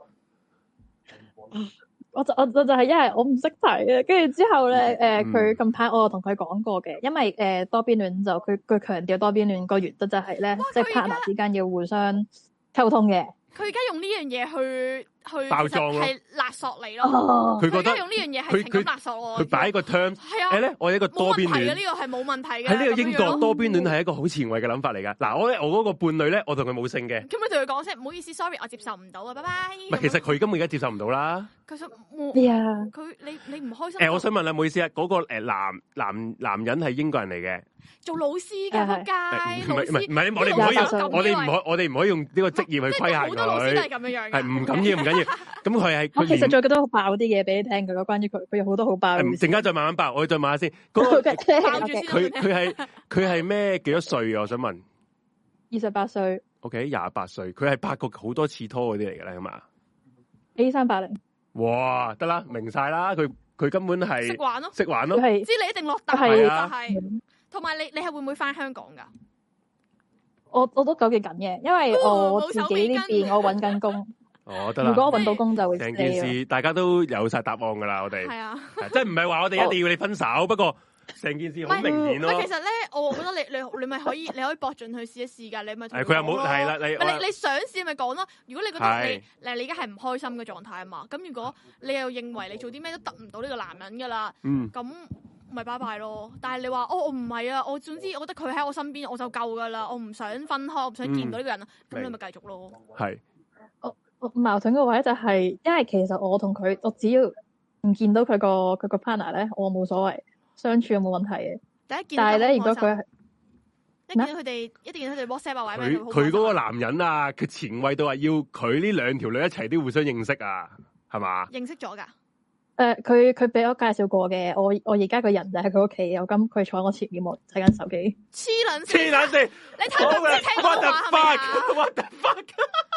S3: 我就我我就係因為我唔識睇啊，跟住之後咧，誒
S1: 嗯
S3: 佢近排我有同佢講過嘅，因為誒、呃多邊戀就佢佢強調多邊戀個原則就係咧，即係
S2: 佢而家
S3: partner 之間要互相溝通嘅。
S2: 佢而家用呢樣嘢去去
S1: 包裝咯
S2: 係勒索你咯。
S3: 哦，
S1: 佢
S2: 佢
S1: 覺
S2: 而
S1: 得
S2: 家用呢樣嘢係
S1: 佢
S2: 情感勒索我。
S1: 佢擺個
S2: 係
S1: term，誒
S2: 啊，
S1: 咧，我係一個多
S2: 冇
S1: 邊
S2: 問題嘅
S1: 戀。
S2: 呢個係冇問題嘅。
S1: 喺呢個英
S2: 咁樣
S1: 國
S2: 咯
S1: 多邊戀係一個好前衛嘅諗法嚟㗎。嗱，我咧我嗰個伴侶咧，我同佢冇性嘅，
S2: 咁你同佢講聲唔好意思，sorry，我接受唔到啊，拜拜。
S1: 唔係其實佢根本而家接受唔到啦。
S2: 佢想冇
S3: 哎呀，
S2: 佢你你唔開心。
S1: 誒，我想問啦，唔好意思啊，嗰個誒男男男人係英國人嚟嘅，
S2: 做老師嘅
S3: 誒
S2: 仆街，
S1: 誒唔
S2: 老
S1: 係唔
S2: 師
S1: 係唔係，我哋唔
S3: 老
S1: 可以用
S3: 師都咁
S1: 我哋唔可我哋唔可以用呢個職業去規限
S2: 好多老師都係
S1: 佢，
S2: 咁樣樣
S1: 係
S2: 㗎。
S1: 唔緊要唔
S2: <laughs>
S1: 緊要。咁佢係
S3: 我
S1: 佢
S3: 啊其實
S1: 連
S3: 仲有幾多好爆啲嘢俾你聽嘅，關於佢，佢有好多好爆
S1: 誒唔
S3: 嘅事。
S1: 陣間再慢慢爆，我哋再問下先。嗰個
S2: 爆住先，
S3: 嘅 <laughs>
S1: 佢佢係佢係咩幾多歲啊？我想問。
S3: 二十八歲
S1: OK，廿八歲，佢係拍過好多次拖嗰啲嚟㗎啦，係嘛？
S3: A 三八零，
S1: 哇，得啦，明晒啦，佢佢根本
S2: 識
S1: 係
S2: 玩咯，
S1: 識玩咯
S3: 佢。係
S2: 知你一定落蛋
S3: 係
S2: 就
S1: 啊
S2: 係。同埋你你係會唔會翻香港㗎？
S3: 我我都糾結緊嘅，因為
S2: 哦
S3: 我
S2: 冇
S3: 自己
S2: 手尾
S3: 呢邊
S2: 跟
S3: 我揾緊工，
S1: 哦，得啦
S3: 如。果我揾到工就會
S1: 成件
S3: stay 咯
S1: 事大家都有晒答案噶啦，我哋
S2: 係啊，
S1: 係即系唔系话我哋一定要你分手，不过成件事好明顯
S2: 唔係
S1: 咯
S2: 其。實咧，我覺得你你你咪可以
S1: <laughs>
S2: 你可以搏盡去試一試㗎，你咪同
S1: 係佢又
S2: 講
S1: 冇
S2: 咯
S1: 係啦，你
S2: 唔係
S1: 我
S2: 你你想試咪講咯。如果你覺得
S1: 係
S2: 你嗱你而家係唔開心嘅狀態啊嘛，咁如果你又認為你做啲咩都得唔到呢個男人噶啦，
S1: 嗯
S2: 咁咪拜拜咯。但係你話哦我唔係啊，我總之我覺得佢喺我身邊我就夠噶啦，我唔想分開，我唔想見唔到呢個人啊，咁、
S1: 嗯明
S2: 你咪繼續咯。
S1: 係
S3: 我矛盾嘅位就係、因為其實我同佢，我只要唔見到佢個佢個 partner 咧，我冇所謂，相處冇問題嘅。
S2: 第一件
S3: 但係咧，如果佢係
S2: 一見到佢哋一定見到佢哋 WhatsApp 啊，或者
S1: 佢
S2: 咩就好
S1: 佢嗰
S2: 開
S1: 個男人啊，佢前衛到話要佢呢兩條女一齊都互相認識啊，係嘛？
S2: 心認識咗㗎，
S3: 誒佢佢俾我介紹過嘅，我我而家個人就喺佢屋企，有咁佢坐我前面我睇緊手機，
S2: 黐
S3: <laughs>
S2: 撚
S1: 黐
S2: 線
S1: 撚線，
S2: 你睇
S1: 好
S2: 佢
S1: 嘅
S2: 你聽
S1: ，what
S2: 我
S1: the
S2: 話係咪啊？
S1: fuck，what the fuck， <laughs>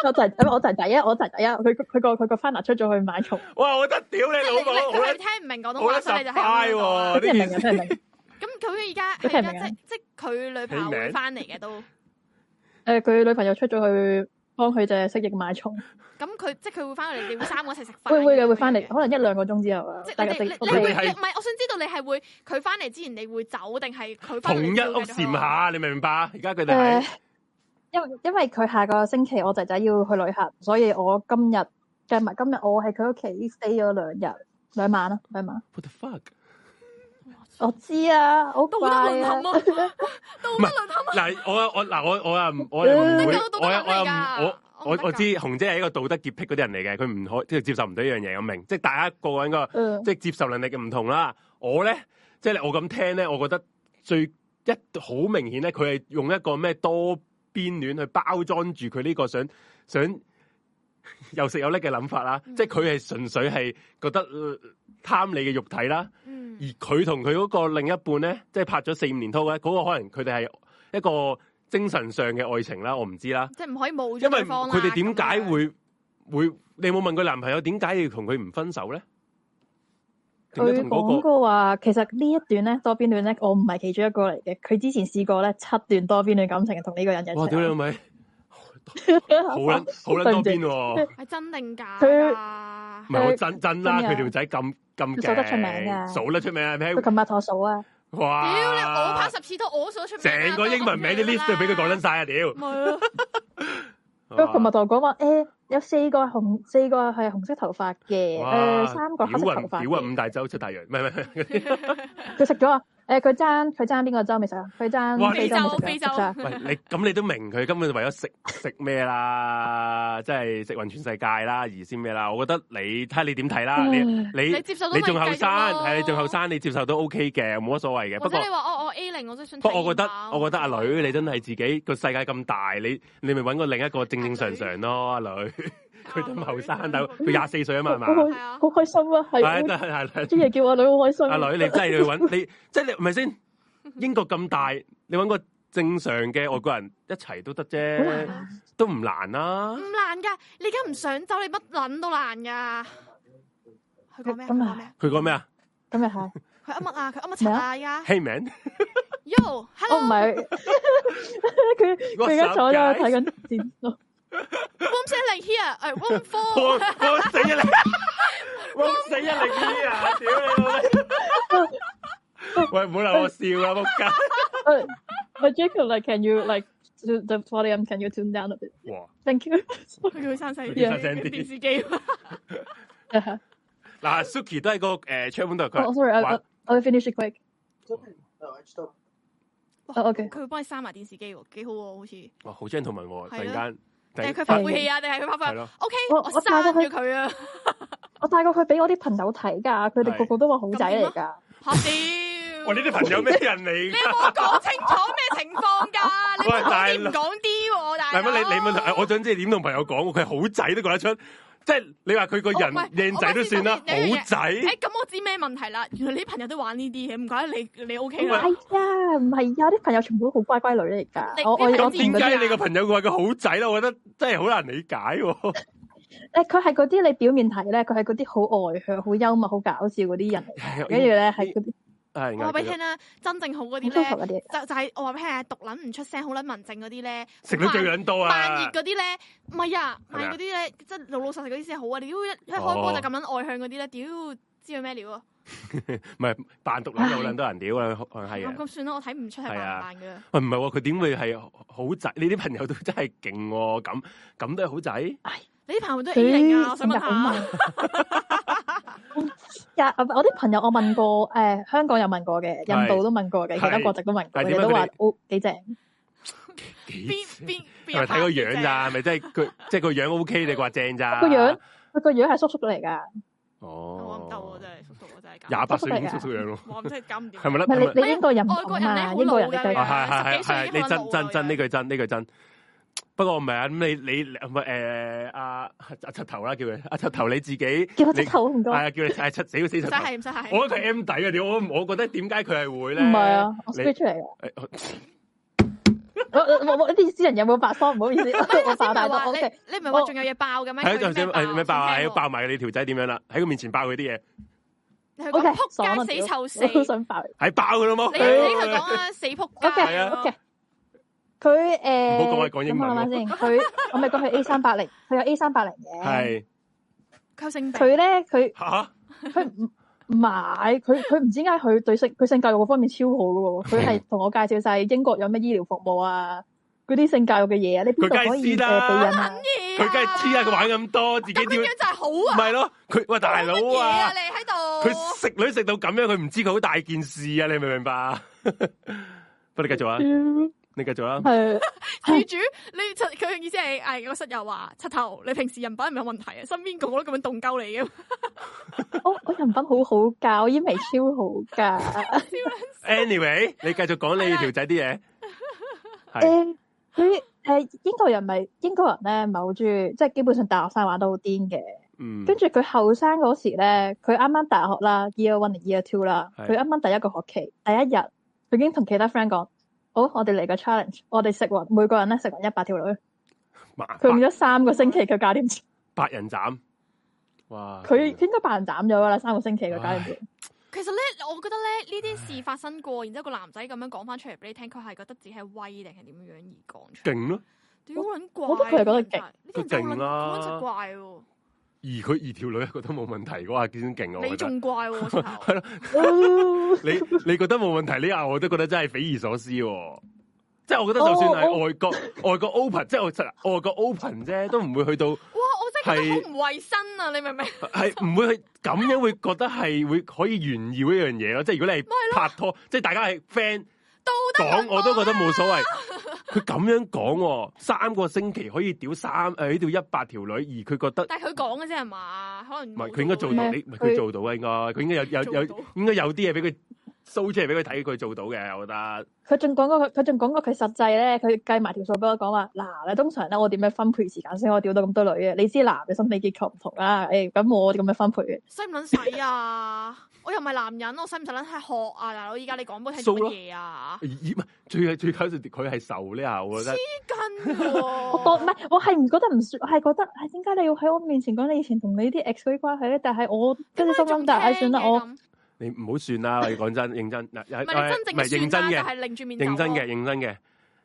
S3: 我就係我就係第一，我就係第一，佢佢佢個佢個 partner 出咗去買蟲，
S1: 哇！我覺得屌你
S2: 即係
S1: 老
S2: 你
S1: 母，
S2: 你
S1: 好
S2: 佢
S1: 撚
S2: 哋聽唔明廣東
S1: 好
S2: 話，
S1: 撚
S2: 所以你就係咁
S1: surprise
S2: 樣講啊
S1: 喎
S3: 啲人明嘅，啲人明嘅。
S2: 咁佢而家
S3: 你
S2: 係
S3: <laughs> 聽
S2: 而家
S3: 唔明啊
S2: 即即佢女朋友
S1: 你明
S2: 會翻嚟嘅都
S3: 诶，佢女朋友出咗去幫佢隻蜥蜴買蟲，
S2: 咁佢即係佢會翻嚟，你會三個一齊食飯。
S3: 會會嘅會翻嚟，。可能一兩個鐘之後啊
S2: 即，
S3: 大
S2: 係
S3: 家
S2: 你
S3: 食
S2: 你你
S3: 屋
S2: 你
S1: 佢
S2: 會
S1: 哋
S2: 你
S3: 企
S1: 係
S2: 唔係，我想知道你係會佢翻嚟之前你會走，定係佢返嚟啊
S1: 同一
S2: 之後
S1: 屋
S2: 繼續
S1: 檐下，你明唔明白？而家佢哋
S3: 诶
S1: 係，
S3: 因為因為佢下個星期我仔仔要去旅行，所以我今日計埋今日我喺佢屋企 stay 咗兩日兩晚啦，兩晚。
S1: what the fuck？
S3: 我知啊，我
S2: 道德
S3: 怪
S2: 淪陷
S3: 啊
S2: 啊，！道德淪陷啊！
S1: 嗱，我我嗱我我啊唔我又唔
S3: 你
S1: 會
S2: 教到道德
S1: 我我
S2: 嚟
S1: 啊
S2: 㗎
S1: 唔我
S2: 我唔
S1: 我
S2: 得㗎
S1: 我知紅姐係一個道德潔癖嗰啲人嚟嘅，佢唔可即係接受唔到一樣嘢，我明，即係大家個個人個
S3: 嗯
S1: 即係接受能力嘅唔同啦。我咧即係我咁聽咧，我覺得最一好明顯咧，佢係用一個咩多邊戀去包裝住佢呢個想想又食又叻嘅諗法啦，即係佢係純粹係覺得、呃貪你嘅肉體啦。
S2: 嗯
S1: 而佢同佢嗰個另一半咧，即係拍咗四五年拖咧，嗰、個可能佢哋係一個精神上嘅愛情啦，我唔知啦。
S2: 即係唔可以冇咗
S1: 因為
S2: 對方啦
S1: 佢哋點解
S2: 咁樣
S1: 會會？你有冇問佢男朋友點解要同佢唔分手咧？點解
S3: 佢
S1: 同
S3: 講
S1: 嗰個
S3: 過話，其實呢一段咧多邊戀咧，我唔係其中一個嚟嘅。佢之前試過咧七段多邊戀感情同呢個人一齊。
S1: 哇！屌你老味，
S3: <laughs>
S1: 好撚好撚
S3: 對
S1: 多
S3: 唔住
S1: 邊喎！
S2: 係真定假
S3: 佢
S2: 㗎
S1: 唔？係我
S3: 佢
S1: 真真啦，
S3: 真
S1: 佢
S3: 㗎
S1: 條仔咁咁勁，
S3: 佢數得出名㗎
S1: 數得出名係咩
S3: 佢？琴日同我數啊，
S1: 哇！
S2: 屌你！我拍十次拖，我數得出名啦
S1: 成個英文名啲 list 都俾佢講撚。晒啊！屌
S2: 咪，咯，
S3: <laughs> 佢琴日同我講話，誒有四個紅，四個係紅色頭髮嘅，
S1: 哇
S3: 誒三個黑色
S1: 屌
S3: 頭
S1: 人
S3: 髮
S1: 屌人
S3: 嘅。
S1: 五大洲出太陽，唔係唔係。
S3: 佢食咗啊！誒佢爭佢爭邊個州未食啊？佢
S1: 哇
S3: 爭非洲冇
S2: 非
S3: 食
S2: 洲
S3: 咗食咗啊
S1: 喂，你咁你都明佢根本就為咗食 <laughs> 食咩啦，即係食勻全世界啦，而先咩啦？我覺得你睇下你點睇啦，你你
S2: 你接受到
S1: 你仲後
S2: 咪
S1: 生，
S2: 繼續咯
S1: 係你仲後，生，你接受都 OK 嘅，冇乜所謂嘅。
S2: 或
S1: 不
S2: 者
S1: 過
S2: 你話哦，我 A 零，我真係想。
S1: 不過，我覺得我覺得阿女你真係自己個世界咁大，你你咪揾個另一個正正常常咯，阿女 <laughs> 佢咁後生，但佢廿四歲啊嘛，係
S3: 好
S1: 嘛？
S2: 係啊
S3: 好開心啊！
S1: 係
S3: 係
S1: 係係係
S3: 啲嘢叫我女好開心啊。
S1: 阿女，你真係要揾
S3: <laughs>
S1: 你，即係你唔係先？英國咁大，你揾個正常嘅外國人一齊都得
S3: 好難
S1: 啫
S3: 啊，
S1: 都唔難啊啦、
S2: 唔難㗎，你而家唔想走，你乜撚都難㗎。佢講咩啊？佢
S3: 咁啊
S2: 講咩啊？
S1: 佢講咩啊
S3: 咁又
S2: 佢噏
S1: <laughs>
S3: 係，
S2: 乜啊？佢噏乜柒啊？而家
S1: ？Heyman，
S3: 我
S2: Yo，hello，
S3: 唔係佢佢而家坐
S1: What's
S3: 咗
S1: up,
S3: 去睇緊電腦。
S2: warm 聲嚟 here，誒 warm
S1: <laughs> 我
S2: four，
S1: 我死一零，我死一零啲啊！屌你老味！喂，唔好鬧我笑啦，仆街！
S3: Uh, but Jacob, like, can you like the, the volume? Can you tune down a bit?
S1: 哇，
S3: Thank you. <laughs>
S2: 佢會生細
S1: 佢生聲啲
S2: 電視機。
S1: 嗱，Suki 都喺個誒 chat room 度，
S2: 哦
S1: 佢
S3: oh, sorry. I, I,
S1: 話
S3: I'll finish it quick.
S4: It's okay. No, I just don't.
S3: 哦，OK
S2: 佢會幫你閂埋電視機喎，幾好喎，好似。
S1: 哇好 gentleman 喎，突
S2: 係咯
S1: 然
S2: 定係
S1: 間
S2: 佢發晦氣啊？定係佢發
S1: 係
S2: 晦
S1: 咯，
S2: ？O K，
S3: 我
S2: 我
S3: 我帶
S2: 刪
S3: 咗
S2: 咗
S3: 佢
S2: 佢
S1: <laughs>
S2: 啊！
S3: 我帶過去俾我啲朋友睇㗎，佢哋
S1: 係
S3: 個個都話好仔嚟
S2: 咁點
S3: 㗎。
S2: 嚇屌！
S1: 喂，呢啲朋友咩人嚟
S2: 你有冇講清楚咩情況㗎？你
S1: <laughs> 喂大
S2: 講啲
S1: 佬
S2: 唔講啲喎，大
S1: 大
S2: 佬。
S1: 乜你你問題，我想知你點同朋友講？佢好仔都講得出，即係你話佢個人
S2: 哦唔係
S1: 靚仔都算啦，
S2: 我問你
S1: 好仔
S2: 誒咁我知咩問題啦？原來你朋友都玩呢啲嘢，唔怪得你你 O K
S3: 係
S2: 啦。
S3: 啊，唔係啊，啲朋友全部都好乖乖女嚟
S2: 你
S3: 㗎。我我
S2: 你
S3: 我
S2: 知唔
S1: 點
S3: 見嗰
S2: 知
S3: 啲，
S1: 解你個朋友話佢好仔咧？我覺得真係好難理解喎。
S2: <laughs>
S3: 誒佢係嗰啲你表面睇咧，佢係嗰啲好外向、好幽默、好搞笑嗰啲人嚟。跟住咧係嗰啲
S1: 係
S2: 我話俾你聽啦，真正好嗰啲
S3: 好高級
S2: 咧，
S3: 嗰啲嚟。
S2: 就就係我話俾你聽啊，毒撚唔出聲，好撚文靜嗰啲咧，
S1: 食到最撚多
S2: 慢熱
S1: 啊！
S2: 嗰啲咧，唔係啊，
S1: 係咪
S2: 賣
S1: 啊
S2: 嗰啲咧，即係老老實實嗰啲先好啊！屌一一開波就咁撚外向嗰啲咧，屌知佢咩料啊？
S1: 唔係扮毒撚有好撚多人屌啊，可能係啊。
S2: 咁算啦，我睇唔出係扮唔扮嘅。
S1: 喂，唔係喎，佢點會係好仔？你啲朋友都真係勁喎，咁咁都係好仔。
S2: 你啲朋友都係 A 零啊，我
S3: 佢
S2: 想問
S3: <laughs>
S2: 下。
S3: 呀，我啲朋友我問過，誒香港有問過嘅，印度都問過嘅，其他
S1: 係
S3: 國籍都問過，
S1: 係
S3: 佢
S1: 點樣
S3: 哋都話
S1: 佢哋
S3: 哦幾正。
S1: 幾
S2: 邊邊
S1: 係
S2: 邊
S1: 咪睇個樣咋？？咪即係佢
S2: <laughs>
S1: 即係個樣 O K，你話正咋？
S3: 個樣佢個樣係叔叔嚟㗎，
S2: 我唔得喎，啊
S1: 哦，
S2: 真係叔叔，我真係啊搞唔掂。
S1: 廿八歲咁
S3: 叔叔嚟㗎
S1: 叔叔樣咯，
S2: 哇，我真係搞唔掂。
S1: 係咪咧？
S3: 唔係
S1: 係咪
S3: 你你英國人唔
S2: 外國人
S3: 同
S2: 咧
S3: 啊
S2: 好老
S3: 嘛，英國人你
S2: 㗎
S3: 計
S1: 啊，
S2: 啦
S1: 係係係
S2: 十幾歲已經
S1: 係，你
S2: 可能
S1: 真
S2: 老
S1: 真
S2: 啦
S1: 真呢句真呢句真。不過唔係啊，咁你你你唔係誒阿阿七頭啦，叫佢阿七頭你自己，
S3: 叫我直
S1: 你
S3: 頭唔該，
S1: 係啊，叫你係七死死
S2: 唔
S1: 七
S2: 使
S1: 頭。
S2: 係，唔使係。
S1: 我覺得佢 M 底啊！屌，我我覺得點解佢係會咧？
S3: 唔係啊，我
S1: 你
S3: split 出嚟嘅。
S1: 誒我
S3: 我我我我啲私人有冇白梳？唔好
S2: <laughs>
S3: 意思，我
S2: 頭
S3: 爆
S2: 先咪
S3: 大多
S2: 話
S3: O
S2: 你
S3: K，，
S2: 你唔係話仲有嘢爆嘅咩？
S1: 係頭先係
S2: 係
S1: 咩爆啊？係哎爆埋你條仔點樣啦？喺佢面前爆佢啲嘢，
S2: 你去
S3: OK，
S2: 講
S3: 爽啊
S2: 撲街
S3: 屌
S2: 死臭死。
S3: 我
S2: 你
S3: 好
S2: 你
S3: 想爆。
S1: 係爆佢咯冇？
S2: 你去講啊，死撲街。
S3: O K
S1: 哎係啊
S3: O K，佢誒，
S1: 唔好講係講英文
S3: 咁我諗下
S1: <laughs>
S3: 先，佢我咪講佢 A 三八零，佢有 A 三八零
S1: 啊
S3: 嘅。
S1: 系
S2: 佢性病
S3: 佢咧，佢
S1: 吓
S3: 佢唔唔買，佢佢唔知點解佢對性佢性教育嗰方面超好嘅喎。佢係同我介紹晒英國有咩醫療服務啊，嗰啲性教育嘅嘢啊，你
S1: 佢
S3: 邊
S1: 梗係
S3: 度可以
S1: 知
S3: 誒
S1: 啦
S3: 避孕啊？
S1: 佢梗係知啦，佢玩咁多，自己
S2: 哎咁
S1: 點
S2: 樣就係好啊！
S1: 咪咯？佢喂大佬
S2: 乜嘢
S1: 啊
S2: 啊！！你喺度
S1: 佢食女食到咁樣，佢唔知佢好大件事啊！你明唔明白？ <laughs> 不，你繼續啊！你繼續啊！
S3: 係
S2: 事主，你柒佢嘅意思係誒個室友話柒頭，你平時人品係咪有問題啊？身邊個個都咁樣動鳩你嘅，
S3: 我哦我人品好好㗎，我煙味超好㗎。
S1: Anyway，你繼續講你條仔啲嘢。係
S3: 誒，呃佢誒英國人咪英國人咧，唔係好中意，即係基本上大學生玩到好癲嘅。
S1: 嗯，
S3: 跟住佢後生嗰時咧，佢啱啱大學啦，year one 定 year two 啦，
S1: 係
S3: 佢啱啱第一個學期第一日，佢已經同其他 friend 講：好，我哋嚟個 challenge，我哋食勻每個人咧食勻一百條女。
S1: 麻
S3: 佢用
S1: 白
S3: 咗三個星期，佢搞掂
S1: <laughs>
S3: 咗。
S1: 白人斬，哇！
S3: 佢應該扮斬咗㗎啦，三個星期佢搞掂咗。
S2: <laughs> 其實咧，我覺得咧呢啲事發生過，然之後個男仔咁樣講翻出嚟俾你聽，佢係覺得自己係威定係點樣而講出嚟。
S1: 勁咯，
S2: 屌好撚怪，啊
S3: 我覺得佢係覺得勁
S2: 呢啲人真係好撚
S1: 佢勁啦
S2: 好撚柒怪喎，
S1: 而佢而條女覺得冇問題嗰下先勁啊！我
S2: 你
S1: 覺得
S2: 仲怪喎，柒頭
S1: 係咯，你你覺得冇問題呢下，我都覺得真係匪夷所思喎。即係我覺得就算係
S3: 哦
S1: 外國外國 open，即係我實外國 open 啫，都唔會去到。
S2: 哇！我真係覺得好唔衛生啊！你明唔
S1: <laughs>
S2: 明？
S1: 系唔會係咁樣會覺得係會可以炫耀一樣嘢咯，即係如果你係拍拖，即係大家係 friend
S2: 道德淪
S1: 講，
S2: 亡
S1: 我都覺得冇所謂。佢咁樣講喎，三個星期可以屌三诶，屌一百條女，而佢覺得
S2: 但係佢講嘅啫係嘛？可能
S1: 唔係，佢應該做
S3: 唔
S1: 到，
S3: 係
S1: 你唔係
S3: 佢
S1: 佢做到啊嘅應該，佢應該有有有
S2: 做到
S1: 應該有啲嘢俾佢 show 出嚟俾佢睇，佢做到嘅，我覺得。
S3: 佢仲講過佢，佢仲講過佢實際咧，佢計埋條數俾我講話，嗱，你通常咧我點樣分配時間先可以屌到咁多女嘅？你知男嘅心理結構唔同啦，誒、咁我點樣分配嘅？
S2: 使唔撚使啊？ <laughs> 我又唔係男人，我使唔使撚係學啊？大佬，依家你講俾我聽做乜嘢
S3: <laughs>
S2: 啊？
S1: 咦咦唔係最最搞笑，佢係受呢下，我覺得
S2: 根
S3: 我當
S2: 喎，
S3: 唔係，我係唔覺得唔舒，我係覺得係點解你要喺我面前講你以前同你啲 ex 嗰啲關係咧？但係我跟住心諗，但係算啦，我
S2: 唔
S1: 你唔好算啦，我哋
S2: <laughs>
S1: 講真認真嗱，唔
S2: 係你真正
S1: 係認
S2: 嘅算
S1: 真嘅
S2: 啦，就。係擰住面走
S1: 認真嘅，
S2: 咯，
S1: 認真嘅。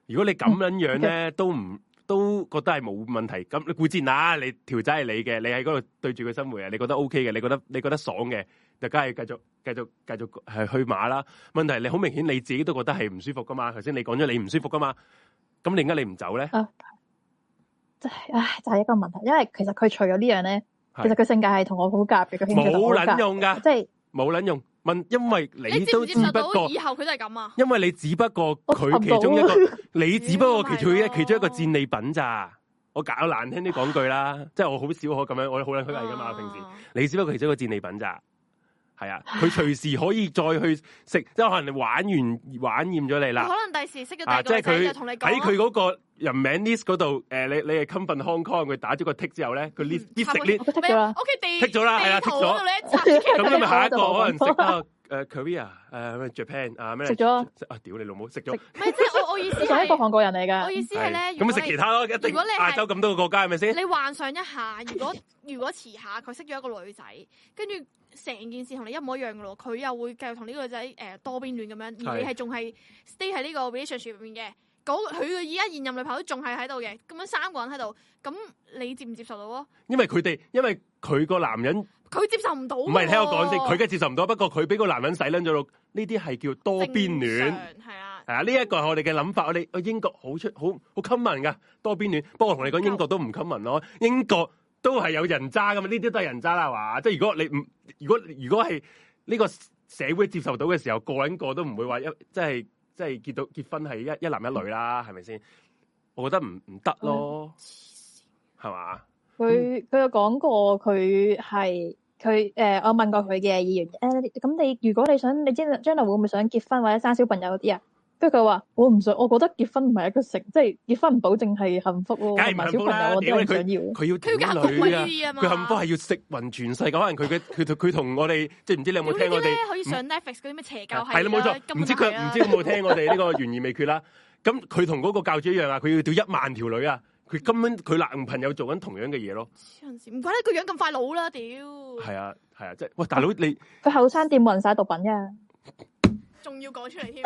S1: 如果你咁樣
S2: <laughs>
S1: 樣咧，都唔都覺得係冇問題。咁你固然啦，你條仔係你嘅，你喺嗰度對住佢生活嘅，你覺得 O K 嘅，你覺得你覺得爽嘅，就梗係繼續繼續繼續係去馬啦。問題你好明顯你自己都覺得係唔舒服噶嘛。頭先你講咗你唔舒服噶嘛，咁你點解你唔走咧？
S3: 就係唉，就係一個問題，因為其實佢除咗呢樣咧，
S1: 係
S3: 其實佢性格係同我好夾嘅，佢興趣同我
S1: 冇
S3: 好
S1: 撚
S3: 夾，
S1: 用噶，
S3: 即係
S1: 冇撚用。問，因為
S2: 你
S1: 你
S2: 接
S1: 都
S2: 唔接
S1: 只
S2: 受
S1: 不
S2: 到
S1: 過，
S2: 以後佢就係咁啊？
S1: 因為你只不過
S3: 我
S1: 佢其
S3: 尋
S1: 中一
S3: 寶
S1: 個。你只不過其中一
S2: 嗯
S1: 其中一個戰利品咋？我搞難聽啲講句啦，即係我好少可咁樣，我好撚虛偽噶
S2: 啊
S1: 嘛，平時。你只不過其中一個戰利品咋？係啊，佢隨時可以再去食，即係可能你玩完玩厭咗你
S2: 嗱，
S1: 啦，
S2: 可能第時識咗第
S1: 啊，
S2: 二
S1: 即係
S2: 個仔就
S1: 佢
S2: 同你講啊
S1: 喺佢嗰個人名 list 嗰度，诶、你你係 come from Hong Kong，佢打咗個 tick 之後咧，佢 list
S2: 嗯
S1: 必食
S2: 差唔多
S1: list，
S3: 我剔咗啦，
S2: 屋企地
S1: 剔咗啦係啦
S2: 地圖
S1: 剔咗
S2: 嗰度咧插住
S1: 咁你咪下一
S3: 我就
S1: 個
S3: 冇
S1: 可能
S3: 講
S1: 食啊诶 Korea 诶咩 Japan 啊咩
S3: 食咗
S1: 食啊屌你老母食咗
S3: 食，
S2: 唔係即係我我意思
S3: 佢上一個
S2: 係，
S3: 韓國人嚟㗎
S2: 我。意思係
S1: 係
S2: 咧，
S1: 咁咪食其他咯，一
S2: 如
S1: 定
S2: 果你係
S1: 亞洲咁多個國家係咪先？
S2: 你幻想一下，如果如果遲下佢識咗一個女仔，跟住成件事同你一模一樣嘅咯，佢又會繼續同呢個女仔誒、呃多邊戀咁樣，而你
S1: 係
S2: 係仲係 stay 喺呢個 relationship 入面嘅。嗰佢嘅依家現任女朋友都仲係喺度嘅，咁樣三個人喺度，咁你接唔接受到啊？
S1: 因為佢哋，因為佢個男人唔
S2: 佢接受唔到喎。唔
S1: 係聽我講先，佢梗係接受唔到。不過佢俾個男人洗撚咗咯，呢啲係叫多邊戀。
S2: 係啊，
S1: 係啊，呢一個係我哋嘅諗法。我哋哦英國好出好好 common 噶多邊戀。不過我同你講，英國都唔 common 咯。英國都係有人渣噶嘛，呢啲都係人渣啦，係嘛？即係如果你唔，如果如果係呢個社會接受到嘅時候，個人個都唔會話一即係即係結到結婚係一一男一女啦，係咪先？我覺得唔唔得咯，係嘛？
S3: 佢
S1: 嗯
S3: 佢有講過佢係佢誒，我問過佢嘅意願誒，咁、你如果你想你將將來會唔會想結婚或者生小朋友嗰啲啊？跟住佢話：我唔想，我覺得結婚唔係一個成，即係結婚唔保證係幸福咯，
S1: 梗係
S3: 同
S1: 唔幸
S3: 埋小
S1: 福
S3: 朋
S1: 啦
S3: 友我都係唔
S1: 屌
S3: 想要。
S1: 佢要
S2: 佢要
S1: 屌
S2: 幸福
S1: 女
S2: 呢
S1: 啊！
S2: 啲啊嘛。
S1: 佢幸福係要食勻全世界，可能佢嘅佢佢同我哋即係唔知你有冇聽
S2: 屌呢啲
S1: 我哋
S2: 咧可以上 Netflix 嗰啲咩邪教
S1: 啊係啦啊冇錯，唔知佢唔知佢有冇聽我哋呢個懸疑未決啦。咁佢同嗰個教主一樣啊，佢要屌一萬條女啊！佢根本佢男朋友做緊同樣嘅嘢咯，
S2: 黐線唔怪得個樣咁快老啦，屌！
S1: 係啊係啊，即係喂大佬你
S3: 佢後生店冇人晒毒品㗎，
S2: 仲要講出嚟添。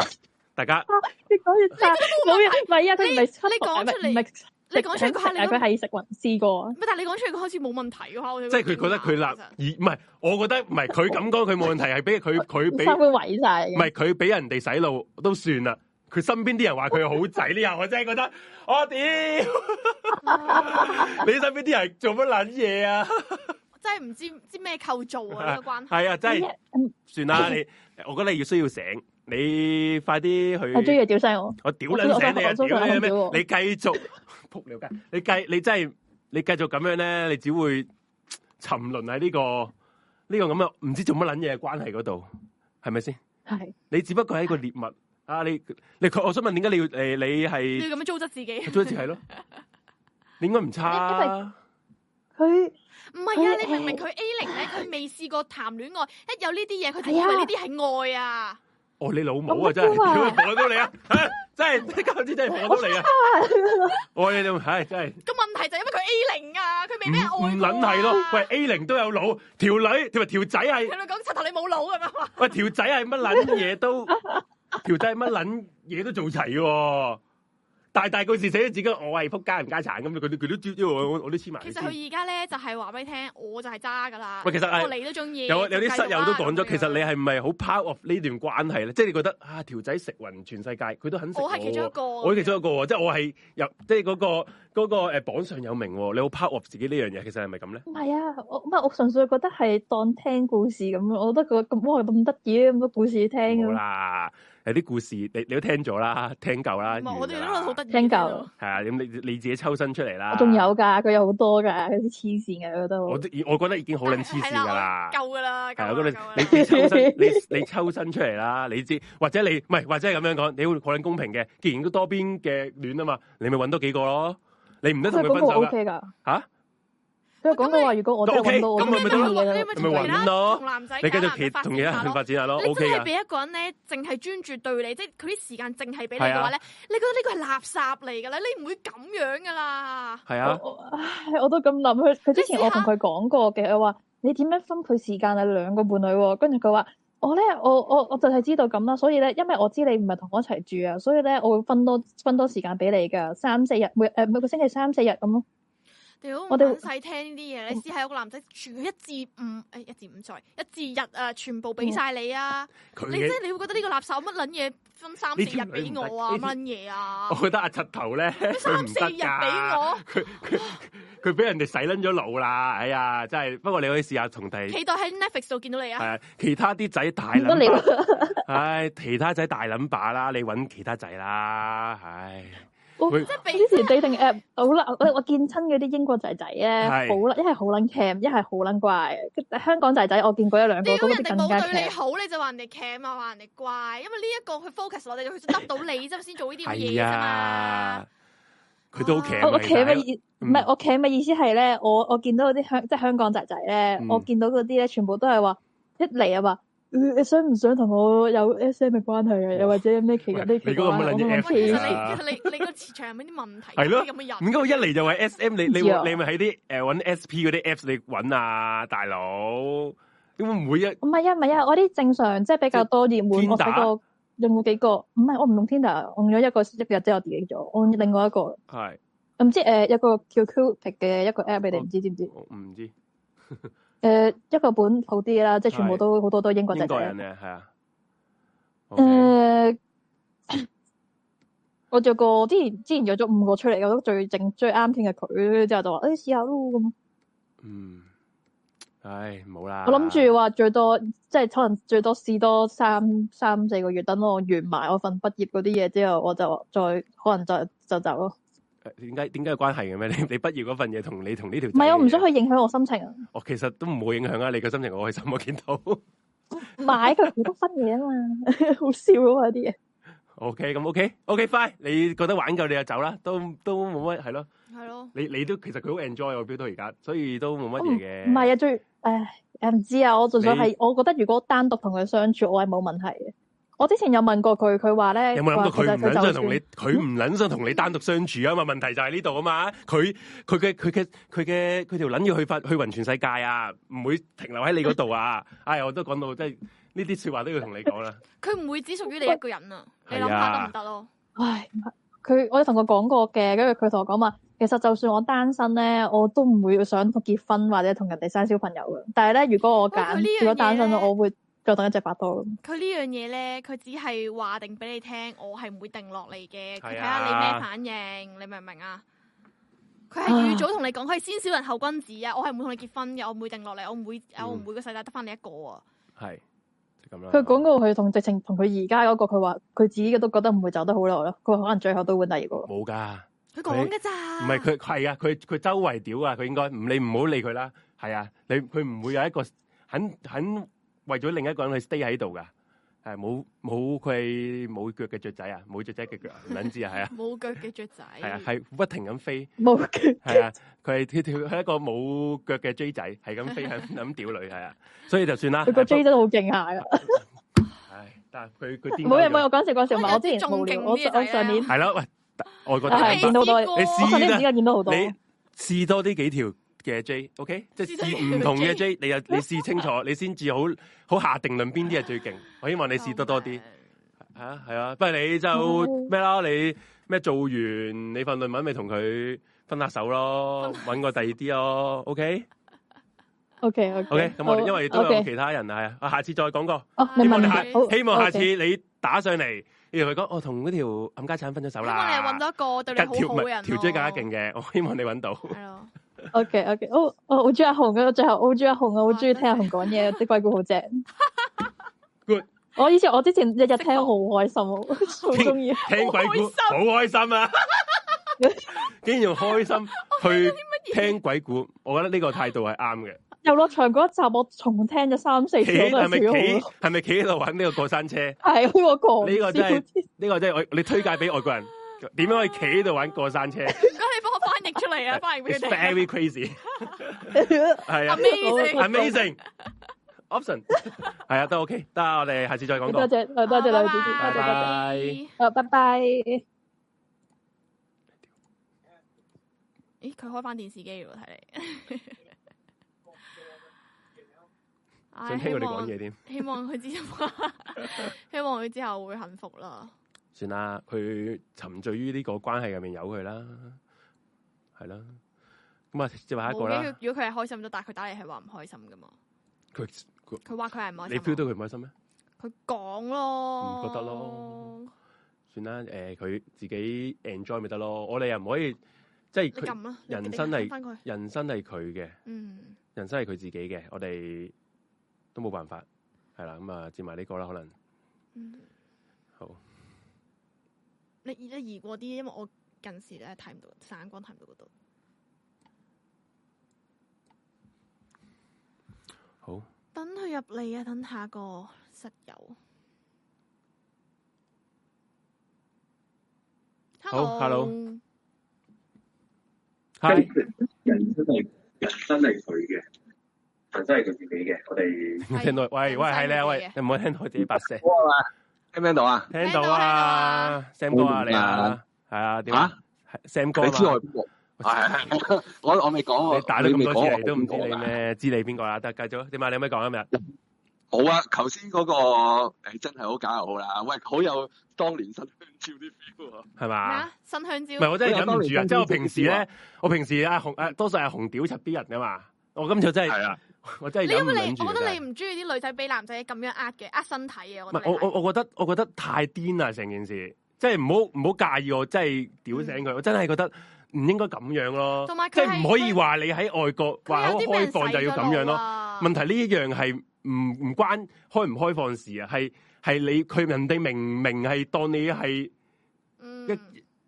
S1: 大家
S3: 你講完晒冇嘢，唔係啊，佢唔係
S2: 你你講出嚟
S3: 唔係食
S2: 你講出嚟嗰下
S3: 緊食啊
S2: 你都
S3: 佢係食雲試過，
S2: 乜？但係你講出嚟嗰開始冇問題嘅話，我
S1: 即係佢覺得佢立
S2: 啊其實
S1: 而唔係，我覺得唔係佢咁講佢冇問題，係俾佢 <laughs> 佢俾
S3: 衫會毀晒
S1: 唔
S3: 嘅。
S1: 係佢俾人哋洗腦都算啦。佢身邊啲人話佢好仔呢下，我真係覺得我 <laughs> 屌！你身邊啲人做乜撚嘢啊？
S2: 真係唔知知咩構造啊呢個關係。
S1: 係啊，真係
S3: 嗯
S1: 算啦。你我覺得你要需要醒，你快啲去。
S3: 我中意屌聲我，
S1: 我屌撚醒你啊！
S3: 我都我都
S1: 屌你
S3: 我都
S1: 咩？你繼續 <laughs> 仆你個街，你繼你真係你繼續咁樣咧，你只會沉淪喺呢個呢個咁嘅唔知做乜撚嘢嘅關係嗰度，係咪先？
S3: 係
S1: 你只不過係一個獵物啊！你你我想問點解你要誒你
S2: 你 <laughs>
S1: 係
S2: 要咁樣糟質自己，
S1: 做一次係咯？你應該唔差啊，
S2: <laughs>
S3: 佢
S2: 唔係啊！
S3: 佢
S2: 你明明
S3: 誒
S2: 佢 A 零咧，佢未試過談戀愛，一有呢啲嘢，佢就以
S3: 係啊
S2: 為呢啲係愛啊！
S1: 哦你老母啊
S3: 我
S1: 真係，
S3: 都話
S1: 屌你火到你啊！唉真係 <laughs> 今次真係火到你啊！我你老母唉真係。
S2: 個問題就係因為佢 A 零啊，佢未
S1: 唔
S2: 俾人愛過啊
S1: 唔撚係咯，喂 A 零都有腦，條女同埋條仔係
S2: <laughs> 佢哋講柒頭你冇腦咁啊樣話，
S1: 喂，條仔係乜撚嘢都，條仔係乜撚嘢都做齊喎。大大句字寫咗自己，我係仆街唔家產咁，佢都佢都知知我我都黐埋佢
S2: 其實
S1: 先。
S2: 佢而家咧就係話俾你聽，我就係渣噶啦。
S1: 喂其實係
S2: 我你都中意。
S1: 有啊
S2: 就
S1: 有
S2: 繼
S1: 啲
S2: 續
S1: 室友都講
S2: 啦
S1: 咗，其實你
S2: 啊咁樣
S1: 係咪好 proud of 呢段關係咧？即係你覺得啊，條仔食勻全世界，佢都肯食
S2: 我係其中一
S1: 喎
S2: 個，
S1: 我係其中一個喎，即係我係入即係嗰個嗰個誒榜上有名喎。你好 proud of 自己呢樣嘢，其實係咪咁咧？
S3: 唔係啊，我唔係我純粹覺得係當聽故事咁樣，我覺得佢咁哇咁得意咁多故事聽
S1: 冇
S3: 咁，
S1: 啦，有啲故事你你都聽咗啦，聽夠啦，
S2: 唔啊係我哋
S1: 完
S2: 都
S1: 㗎啦
S2: 好得意。
S3: 聽夠
S1: 係啊，咁你你自己抽身出嚟啦，
S3: 我仲有㗎，佢有好多㗎，佢啲黐線嘅佢都。
S1: 我都已我覺得已經好撚黐線㗎啦。
S2: 夠噶啦，
S1: 係
S2: 夠
S1: 啊，
S2: 㗎
S1: 咁
S2: 啦
S1: 你
S2: 夠
S1: 你你抽身，你你抽身出嚟啦，你知或者你唔係或者係咁樣講，你會好撚公平嘅。既然都多邊嘅戀啊嘛，你咪揾多幾個咯。你唔得同
S3: 佢
S1: 佢分
S3: 廣告
S1: 手㗎
S3: OK 㗎，
S1: 吓？
S3: 佢廣告話如果我真係揾到我
S1: 都 OK，咁咪咪
S3: 中意嘅
S2: 你
S3: 啦，
S2: 咪
S1: 咪
S2: 同其
S1: 揾
S2: 他
S1: 咯
S2: 同男仔，
S1: 你繼續
S2: 其
S1: 其同其他人發展下咯
S2: 你
S1: ，OK 啊
S2: 真係
S1: 㗎。
S2: 俾一個人咧，淨係專注對你，即係佢啲時間淨係俾你嘅話
S1: 啊
S2: 咧，你覺得呢個係垃圾嚟㗎啦，你唔會咁樣㗎啦。
S1: 係啊，
S3: 我我唉我都咁諗佢。佢之前
S2: 你試下
S3: 我同佢講過嘅，我話你點樣分配時間啊？兩個伴侶喎、跟住佢話我咧，我我我就係知道咁啦。所以咧，因為我知你唔係同我一齊住啊，所以咧我會分多分多時間俾你㗎，三四日每誒、呃每個星期三四日咁咯。
S2: 屌，我
S3: 我哋
S2: 哋細聽呢啲嘢，你試下有個男仔全一至五，誒一至五 sorry，一至日啊，全部俾晒你啊！
S1: 佢
S2: 你即
S1: 嘅
S2: 係你會覺得呢個垃圾乜撚嘢分三四
S1: 嗯呢
S2: 日
S1: 條女
S2: 俾
S1: 唔得
S2: 我啊，乜
S1: 呢條哦
S2: 撚嘢
S1: <laughs>
S2: 啊
S1: 我？覺得阿柒頭咧，佢
S2: 三
S1: 唔
S2: 四
S1: 得
S2: 日俾
S1: 㗎。
S2: 我，
S1: 佢佢佢俾人哋洗撚咗腦啦！哎呀，真係。不過你可以試下同第係
S2: 期待喺 Netflix 度見到你啊！
S1: 啊，其他啲仔大
S3: 唔得
S1: 撚把
S3: 了，
S1: 唉，其他仔大撚把啦，你揾其他仔啦，唉。
S3: 我
S1: 佢
S2: 即係 <laughs> 俾
S3: 哦之前 dating app 好啦，我我見親嗰啲英國仔仔咧，
S1: 係
S3: 好啦，一係好撚 cam，一係好撚怪。香港仔仔我見過一兩個，
S2: 屌
S3: 嗰
S2: 人
S3: 啲
S2: 哋
S3: 更
S2: 冇
S3: 加
S2: 對你
S3: cam。
S2: 好，你就話人哋 cam 啊，話人哋怪，因為呢一個佢 focus 落你，佢就得到你啫，先做呢啲咁嘅嘢
S1: 係
S2: 啫嘛
S1: 啊。，佢都好騎
S2: 啊
S1: 呢
S3: 我我
S1: 其
S3: 企
S1: 實
S3: 嘅意唔
S1: 嗯
S3: 係我企嘅意思係咧，我我見到嗰啲香即係香港仔仔咧，
S1: 嗯
S3: 我見到嗰啲咧全部都係話一嚟啊話，呃你想唔想同我有 S M 嘅關係啊？又或者有咩奇
S1: 喂
S3: 呢啲
S1: 你嗰個乜撚嘢
S2: 喂，
S1: F 啊
S2: 其實
S1: 嚟
S2: 你其實
S1: 㗎
S2: 你你個磁場有冇啲問題？
S1: 係咯
S2: 啲咁嘅人。
S1: 唔該，我一嚟就話 S M，你你
S3: 唔知啊
S1: 你咪喺啲誒揾 S P 嗰啲 Apps 你揾啊，大佬，點會唔會一
S3: 唔係啊，唔係啊，我啲正常即係比較多熱門，我
S1: Tinder？
S3: 睇過用過幾個，唔係我唔用 Tinder，我用咗一個一日之後 delete 咗，我用另外一個
S1: 係？
S3: 唔知誒有個叫 Cupid 嘅一個 app，你哋唔知知唔知？
S1: 我唔知
S3: 誒一個本好啲啦，即係全
S1: 嗯
S3: 部
S1: 係
S3: 都好多都英國仔
S1: 英
S3: 仔
S1: 國人
S3: 啦。
S1: 咧係啊。OK
S3: 誒，呃 <coughs> 我做過之前之前約咗五個出嚟，我覺得最正最啱傾嘅佢，之後就話哎誒試下咯咁。
S1: 嗯，唉，冇啦。
S3: 我諗住話最多即係可能最多試多三三四個月，等我完埋我份畢業嗰啲嘢之後，我就再可能就就走咯。
S1: 誒點解點解有關係嘅咩？你你畢業嗰份嘢同你同呢條
S3: 唔係，我唔想
S1: 去。
S3: 佢影響我心情
S1: <laughs>
S3: 啊。
S1: 我其實都唔會影響啊！你個心情我開心，我
S3: <laughs>
S1: 見到。
S3: 買佢好多分嘢啊嘛， <laughs> 好笑啊啲嘢。
S1: O K，咁 O K，O K，fine。你覺得玩夠你就走啦，都都冇乜係咯。
S2: 係咯，
S1: 你你都其實佢好 enjoy 我表到而家，所以都冇乜
S3: 我唔
S1: 嘢嘅。
S3: 唔係啊，最唉誒唔知啊，我純粹
S1: 你
S3: 係我覺得如果單獨同佢相處，我係冇問題嘅。我之前有問過佢，佢話咧，
S1: 有冇諗過
S3: 話其
S1: 佢
S3: 實
S1: 唔捻
S3: 就
S1: 想
S3: 算
S1: 同你，佢唔捻想同你單獨相處啊嘛？問題就係呢度啊嘛，佢佢嘅佢嘅佢嘅佢條捻要去發去云全世界啊，唔會停留喺你嗰度啊！唉，我都講到真係呢啲说話都要同你講啦。
S2: 佢唔會只屬於你一個人啊！你諗
S1: 係啊
S2: 下得唔得咯？
S3: 唉，唔係佢我有同佢講過嘅，跟住佢同我講話，其實就算我單身咧，我都唔會想結婚或者同人哋生小朋友嘅。但係咧，如果我
S2: 喂佢呢樣
S3: 揀，如果單身
S2: 嘢呢
S3: 我會再等一隻白多咯。
S2: 佢呢樣嘢咧，佢只係話定俾你聽，我係唔會定落嚟嘅。佢睇
S1: 係
S2: 下
S1: 啊
S2: 你咩反應，你明唔明啊？佢係
S1: 啊
S2: 預早同你講，佢係先小人後君子啊！我係唔會同你結婚嘅，我唔會定落嚟，我唔會，
S1: 嗯
S2: 我唔會個世界得翻你一個啊！
S1: 係就咁啦。
S3: 佢講過佢同直情同佢而家嗰個，佢話佢自己都覺得唔會走得好耐咯。佢話可能最後都會第二個。
S1: 冇噶，
S2: 佢講嘅咋？
S1: 唔係佢係啊，佢佢周圍屌啊，佢應該唔你唔好理佢啦。係啊，你佢唔會有一個肯肯為咗另一個人去 stay 喺度噶。係冇冇佢冇腳嘅雀仔啊，冇雀仔嘅腳啊，唔撚知啊，係啊，
S2: 冇腳嘅雀仔。
S1: 係啊，
S3: 嗯
S1: 係不停咁
S3: <laughs>
S1: 飛。
S3: 冇
S1: <laughs>
S3: 嘅，
S1: 系啊，佢系跳跳系一個冇腳嘅 J 仔，係咁飛，
S3: <laughs>
S1: 係咁屌女，係啊，所以就算啦。
S3: 佢個
S1: 係
S3: J 真係好勁下噶。
S1: 唉，但係佢佢癲
S3: 冇嘢冇
S1: 咗
S3: 嘢，我講笑講笑，唔係我
S2: 有
S3: 之
S2: 啲
S3: 前無聊，
S2: 仲勁
S3: 我
S2: 啲嘅
S3: 我上年
S1: 係咯，喂，外國
S3: 我係
S1: 啲
S3: 見
S1: 人
S3: 到好多
S2: 你
S1: 你
S3: 我
S1: 試
S3: 上年
S1: 啦
S3: 唔知解見到好多。
S1: 你試多啲幾條嘅 J，OK，即係試唔同嘅 J，你又你試清
S3: <laughs>
S1: 楚，你先至好好下定論邊啲係最勁。我希望你試得多啲，係啊係啊，不如你
S3: 嗯
S1: 就咩啦，你咩做完你份論文咪同佢分下手咯，揾個第二啲咯，OK。
S3: OK OK
S1: OK，咁我哋因為都有
S3: OK
S1: 其他人係啊，下次再講過。
S3: 哦，你
S1: 希望
S3: 問
S1: 你
S3: 下
S1: 下，
S3: 好
S1: 希望下次
S3: OK
S1: 你打上嚟，你同佢講，我同嗰條冚家產分咗手
S2: 希
S1: 啦。
S2: 望你係揾到一個對你
S1: 條
S2: 好好嘅人咯。
S1: 條追更加勁嘅， <laughs> 我希望你揾到。
S2: 係咯，
S3: OK OK，我哦我好中意阿紅嘅，最後我好中意阿紅啊，我好中意聽阿紅講嘢，啲鬼故好正。
S1: Good
S3: 我以前我之前日日聽好開心，
S1: <laughs>
S3: 好中意。
S1: 聽鬼故好開心
S3: <laughs>
S1: 啊！竟然用開心去聽鬼故，我覺得呢個態度係啱
S3: <laughs>
S1: 嘅。
S3: 遊樂場嗰一集我重聽咗三四次，
S1: 企
S3: 我都
S1: 係咪
S3: 係笑咗
S1: 企
S3: 好
S1: 係咪企喺度玩呢個過山車？呢
S3: 多。係我狂笑。
S1: 個真係呢個真係我你推介俾
S2: <laughs>
S1: 外國人點樣可以企喺度玩過山車
S2: 唔該你幫我翻譯出嚟啊，翻譯俾
S1: ？It's
S2: 佢哋。
S1: very crazy，係
S2: <laughs>
S1: 啊。
S3: <laughs>
S2: Amazing！
S1: Amazing option 系啊，都 OK，得啊我哋下次再講
S3: 多
S1: 過。
S3: 謝多謝兩位主持，多
S1: 拜
S3: 謝多謝。
S1: 拜
S3: 啊，拜拜。
S2: 咦，佢開翻電視機喎，睇嚟。唉
S1: 想聽佢哋講嘢添，
S2: 希望希望佢之後， <laughs> 希望佢之後會幸福啦。
S1: 算啦，佢沉醉於呢個關係入面，由佢啦，係啦。咁啊，接下一個
S2: 冇嘅
S1: 啦，
S2: 如果佢係開心咗，但係佢打嚟係話唔開心噶嘛？
S1: 佢
S2: 佢話佢係唔開心啊。
S1: 你 feel 到佢唔開心咩？
S2: 佢講咯，
S1: 唔覺得咯。算啦，诶，佢自己 enjoy 咪得咯，我哋又唔可以即係
S2: 你
S1: 佢
S2: 撳啦，啊你
S1: 人
S2: 你
S1: 生
S2: 撳
S1: 係
S2: 翻佢。
S1: 人生係佢嘅，
S2: 嗯，
S1: 人生係佢自己嘅，我哋都冇辦法，係啦，咁啊，接埋呢個啦，可能
S2: 嗯
S1: 好。
S2: 你你移過啲，因為我近視咧睇唔到，散光睇唔到嗰度。
S1: 好。
S2: 等佢入嚟啊！等下個室友。
S1: 好 hello
S5: 即
S1: Hi
S5: 係人真係人真係佢嘅，人真係佢自己嘅。我哋
S1: 我聽到，喂喂，係你啊，
S2: 人
S1: 喂
S2: 生，
S1: 你唔好聽到我自己把聲，
S5: 聽唔聽到啊？
S1: 聽到啊，Sam 哥啊，你啊，係啊，點啊係？Sam 哥
S5: 你知
S1: 啊
S5: 我係邊
S1: <laughs>
S5: 個？係係係我我未講
S1: 嘛，
S5: 我，
S1: 你打咗咁
S5: 未
S1: 多
S5: 講啊
S1: 次
S5: 我
S1: 嚟都唔知
S5: 邊
S1: 你
S5: 個㗎
S1: 咩，知你邊個啦？得，繼續，點啊？你有咩講今日？
S5: 好啊，頭先嗰個誒真係好假又好啦，喂，好有當年新香蕉啲 feel 啊！
S1: 係
S2: 咩
S1: 嘛
S2: 啊？？新香蕉
S1: 唔係，我真係忍唔住啊！
S5: 我有
S1: 即係我
S5: 當年
S1: 平時咧，我平時啊紅誒多數係紅屌柒啲人噶嘛，我今次真
S5: 係
S1: 係
S5: 啊，
S1: 我真係
S2: 你因
S1: 忍唔
S2: 為你
S1: 忍，住
S2: 我覺
S1: 啊。
S2: 得你
S1: 真係
S2: 唔中意啲女仔俾男仔咁樣呃嘅，呃身體嘅。
S1: 唔
S2: 我覺
S1: 係
S2: 得你
S1: 我
S2: 係
S1: 我我覺得我覺得太癲啦成件事，即係唔好唔好介意我真係屌醒佢，我真係覺得唔應該咁樣咯。
S2: 嗯同埋
S1: 即
S2: 佢
S1: 係唔可以話你喺外國話
S2: 佢
S1: 好
S2: 有啲俾人
S1: 開放就要咁樣咯。
S2: 啊
S1: 問題呢一樣係唔唔關開唔開放事啊，係係你佢人哋明明係當你係
S2: 洗咗腦啊。嗯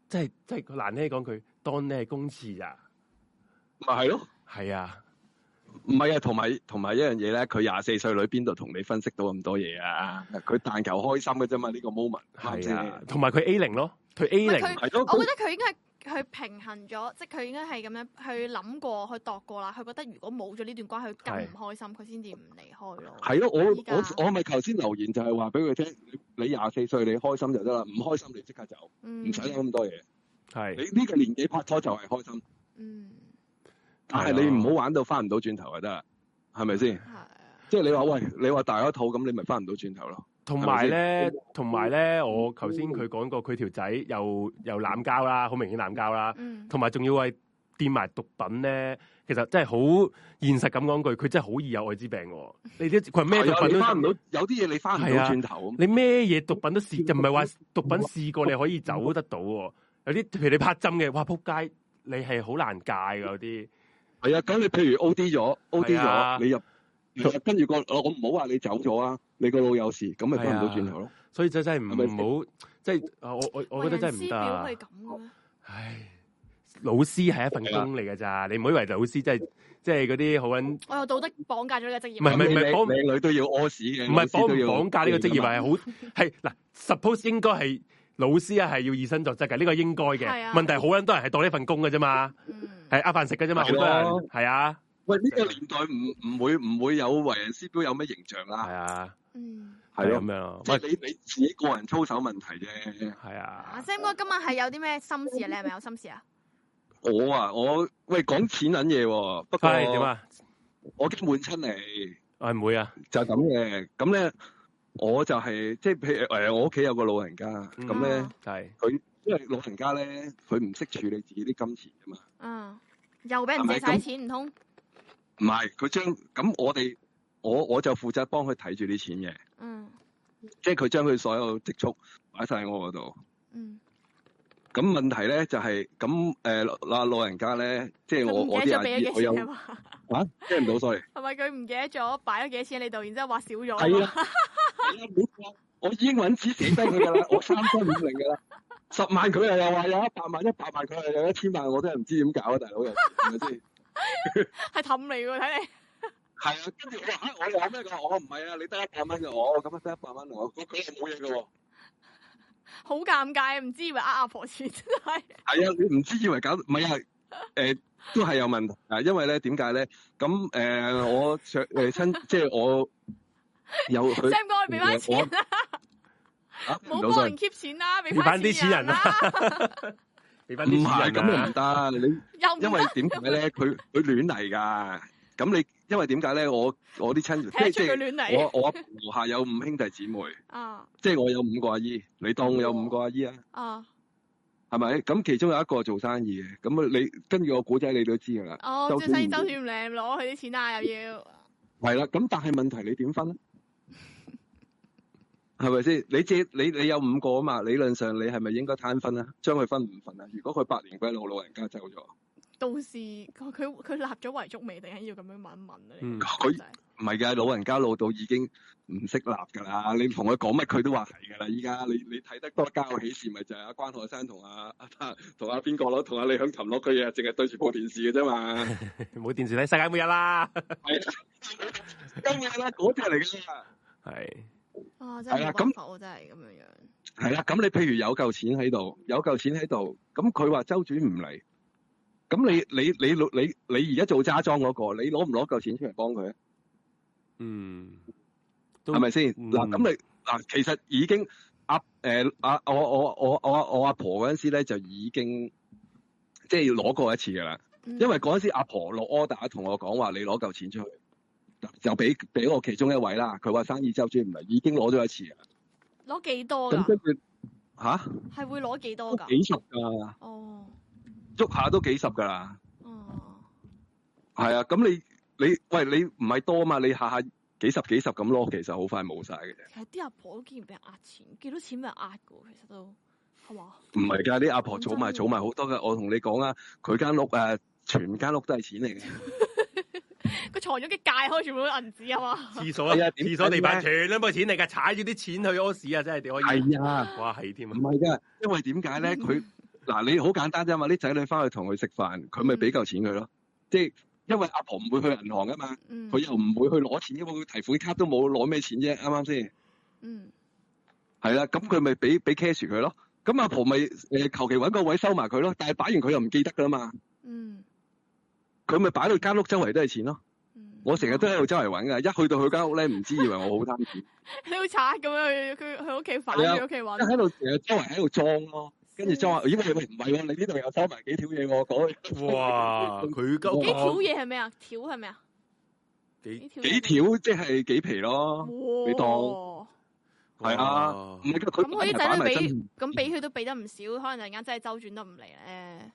S1: 即係即係難聽講佢當你係公廁啊，
S5: 咪係咯，
S1: 係啊，
S5: 唔係啊，同埋同埋一樣嘢咧，佢廿四歲女邊度同你分析到咁多嘢啊？佢但求開心嘅啫嘛，呢個 moment 啱唔
S1: 係啊
S5: 先，
S1: 同埋佢 A 零咯，佢 A
S2: 係
S1: 零
S2: 佢
S5: 係咯，
S2: 我覺
S5: 佢
S2: 得佢應該係佢平衡咗，即係佢應該係咁樣去諗過、去度過啦。佢覺得如果冇咗呢段關係，佢
S1: 係
S2: 更唔開心，佢先至唔離開咯。
S5: 係咯，我
S2: 依家
S5: 我我咪頭先留言就係話俾佢聽，你廿四歲你開心就得啦，唔開心你即刻走，
S2: 唔
S5: 唔使諗咁多嘢。
S1: 係
S5: 你呢個年紀拍拖就係開心，
S2: 嗯，
S1: 啊
S5: 啊但係你唔好玩到翻唔到轉頭就得啦，係咪先？
S2: 係啊。
S5: 即係你話喂，你話大咗肚咁，你咪翻唔到轉頭咯。
S1: 同埋
S5: 係咪
S1: 咧
S5: 先，
S1: 同埋咧，
S2: 嗯
S1: 我頭先佢講過，佢條仔又又濫交啦，好明顯濫交啦，
S2: 嗯，
S1: 同埋仲要係掂埋毒品咧，其實真係好現實咁講句，佢真係好易有艾滋病喎。你啲佢係咩毒
S5: 係啊你
S1: 品
S5: 翻唔
S1: 都，
S5: 到，有啲嘢你翻唔
S1: 係
S5: 到
S1: 啊
S5: 轉頭咁。
S1: 你咩嘢毒品都試，就唔係話毒品試過你可以走得到喎。有啲譬如你拍針嘅，哇撲街，你係好難戒㗎有啲。
S5: 係啊，咁你譬如 O D 咗，O D
S1: 係啊
S5: 咗，你入係啊跟住個我我唔好話你走咗啊，你個腦有事，咁咪翻唔
S1: 啊
S5: 到轉頭咯。
S1: 所以真真
S5: 係咪先
S1: 係唔好，即係啊我我我
S2: 為
S1: 覺得
S2: 人
S1: 真係
S2: 師
S1: 唔得
S2: 表
S1: 啊
S2: 係。咁嘅咩？
S1: 唉，老師係一份工嚟㗎咋，你唔好以為老師真係即係嗰啲好撚，
S2: 我有道德綁架咗呢個職業，
S1: 唔係唔係唔係
S5: 靚
S1: 綁
S5: 靚女都要屙屎嘅，
S1: 唔係
S5: 綁
S1: 綁唔綁架呢個職業啊係好係嗱，suppose 應該係老師啊係要以身作則嘅，呢個應該嘅
S2: 係。啊
S1: 問題好撚多人係當呢份工㗎啫嘛，
S2: 嗯
S1: 係呃飯食㗎啫嘛，好
S5: 係咯
S1: 多人係啊
S5: 喂，呢、個年代唔唔會唔會有為人師表有咩形象
S1: 係
S5: 啊？
S1: 啊
S2: 嗯，
S5: 係
S1: 係咁
S5: 咯，
S1: 樣咯，
S5: 即
S1: 喂
S5: 係你你自己個人操守問題啫。
S1: 係
S2: 阿
S1: 啊
S2: Sam 哥今晚係有啲咩心事啊？你係咪有心事啊？
S5: 我啊，我喂講錢銀嘢喎，不過
S1: 係點啊？
S5: 我驚滿親嚟
S1: 我唔會啊，
S5: 就係咁嘅。咁咧我就係即係譬如誒，我屋企 <laughs> 有個老人家，咁咧、
S2: 嗯
S1: 係
S5: 因為老人家咧佢唔識處理自己啲金錢㗎嘛。
S2: 嗯，又俾人借晒錢，唔通？
S5: 唔係，佢將咁我哋我我就負責幫佢睇住啲錢嘅，
S2: 嗯
S5: 即係佢將佢所有積蓄擺晒喺我嗰度。
S2: 嗯，
S5: 咁問題咧就係咁誒嗱老人家咧，即係
S2: 佢
S5: 我
S2: 唔
S5: 我
S2: 記
S5: 啲
S2: 得咗
S5: 阿
S2: 俾
S5: 姨
S2: 咗
S5: 佢
S2: 幾
S5: 有
S2: 多錢啊嘛？
S5: 啊聽唔到，sorry。
S2: <laughs> 係咪佢唔記得咗擺咗幾多錢喺你度，然之後話少咗？
S5: 係啊，係啊冇錯我英文紙寫低佢㗎啦，我三三五零㗎啦，十萬佢又又話有一百萬，一百萬佢又有一千萬，我真係唔知點搞啊，大佬又係咪先？
S2: <laughs> 係氹你喎，睇你。
S5: 係啊，跟住我話嚇我又有咩㗎？我話唔係啊，你得一百蚊㗎，我咁啊得一百蚊，我佢佢又冇嘢㗎喎。
S2: 好尷尬，唔知以為呃阿婆錢，真係
S5: 係啊，你唔知以為搞唔係啊？誒、都係有問題啊！因為咧點解咧？咁誒、呃我上誒親，即係我有佢
S2: Sam 哥，你俾翻錢啦，
S5: 啊，唔到
S2: 冇幫人
S5: 信
S2: keep 錢啦，俾
S1: 俾返
S2: 翻
S1: 啲錢人
S2: 啦
S1: 啦，俾翻
S5: 唔
S1: 啲錢
S5: 係
S1: 人啊
S5: 咁又唔得，你
S2: <laughs> 又唔
S5: 因為點解咧？佢佢亂嚟㗎。咁你因為點解咧？我我啲親即
S2: 睇得
S5: 係
S2: 出
S5: 即
S2: 佢
S5: 係
S2: 亂嚟
S5: 我我樓下有五兄弟姊妹，
S2: 啊
S5: 即係我有五個阿姨，你當我有五個阿姨啊？
S2: 啊！
S5: 係咪？咁其中有一個做生意嘅，咁啊你跟住我古仔你都知㗎啦。
S2: 哦，
S5: 周
S2: 即
S5: 轉
S2: 係
S5: 唔
S2: 周轉唔靚，攞佢啲錢啊，又要
S5: 係啦，咁但係問題你點分咧？係咪先？你借你你有五個啊嘛，理論上你係咪應該攤分啊？將佢分五份啊？如果佢百年歸老，老人家走咗，唔
S2: 到時佢佢佢立咗遺囑未？突然間要咁樣問一問啊！
S1: 嗯
S2: 你
S5: 佢
S2: 真係
S5: 係嘅，老人家老到已經唔識立㗎啦。你同佢講乜，佢都話係㗎啦。依家你你睇得多家有喜事，咪就係阿關學生同阿阿同阿邊個咯，同阿李響琴咯，佢日日淨係對住部電視嘅啫嘛。
S1: 冇電視睇世界末日啦，
S5: 今日啦，嗰只嚟㗎嘛。
S1: 係
S2: 啊，真係
S5: 係
S2: 冇
S5: 啊
S2: 辦
S5: 咁
S2: 法喎，真係咁樣樣。
S5: 係啦，咁你譬如有嚿錢喺度，有嚿錢喺度，咁佢話周轉唔嚟，咁你你你攞你你而家做揸莊嗰、個，你攞唔攞嚿錢出嚟幫佢？啊
S1: 嗯，都
S5: 係咪先？
S1: 嗯
S5: 嗱、咁你嗱，其實已經阿誒阿我我我我我阿婆嗰陣時咧，就已經即係攞過一次㗎啦。
S2: 嗯
S5: 因為嗰陣時阿婆落 order 同我講話，你攞嚿錢出去，就俾俾我其中一位啦。佢話生意周轉唔嚟，已經攞咗一次㗎啦。
S2: 攞幾多
S5: 咁
S2: 㗎？
S5: 跟住吓，
S2: 係會攞幾多
S5: 都
S2: 㗎？
S5: 幾十㗎，
S2: 哦，
S5: 喐下都幾十㗎啦。
S2: 哦，
S5: 系啊，咁你你喂你唔係多嘛？你下下幾十幾十咁咯，其實好快冇晒嘅啫。
S2: 其實啲阿婆都竟然俾人呃錢，幾多錢俾人呃㗎？其實都係嘛？
S5: 唔係㗎，啲阿婆
S2: 真
S5: 儲埋
S2: 嘅
S5: 儲埋好多㗎。我同你講啊，佢間屋啊，全間屋都係錢嚟嘅。
S2: 佢藏咗嘅界開全部都銀紙啊嘛！
S1: 廁所啊
S5: 係啊點
S1: 廁所地板全都冇錢嚟㗎，踩住啲錢去屙屎啊，真係點可以？
S5: 係啊，
S1: 哇，係添啊
S5: 唔！係㗎，因為點解咧？佢嗱你好簡單啫嘛，啲仔女翻去同佢食飯，佢咪俾嚿錢佢咯。即係因為阿婆唔會去銀行㗎嘛，
S2: 嗯，
S5: 佢又唔會去攞錢，因為佢提款卡都冇攞咩錢啫，啱唔啱先？
S2: 嗯
S5: 係啦，咁佢咪俾俾 cash 佢咯。咁阿婆咪誒求其揾個位收埋佢咯，但係擺完佢又唔記得㗎啦嘛。
S2: 嗯
S5: 佢咪擺到間屋周圍都係錢咯。
S2: 嗯，
S5: 我成日都喺度周圍揾噶，一去到佢間屋咧，唔知以為我好貪錢，
S2: <laughs> 你好賊咁樣去佢佢屋企反住
S5: 係啊
S2: 佢屋企嗯
S5: 一
S2: 揾，
S5: 喺度成日周圍喺度裝咯，跟住裝話，咦喂喂唔係喎，你呢度又收埋幾條嘢喎，講
S1: 哇！佢鳩
S2: 呢條嘢係咩啊？條係咩啊？
S1: 幾
S2: 呢條
S5: 幾條啊即係幾皮咯，
S2: 你
S5: 你當係啊
S1: 哇
S5: 唔係佢
S2: 咁
S5: 佢
S2: 佢啲
S5: 擺埋
S2: 仔
S5: 真
S2: 女俾咁俾佢都俾得唔少，可能突然間真係周轉得唔嚟咧。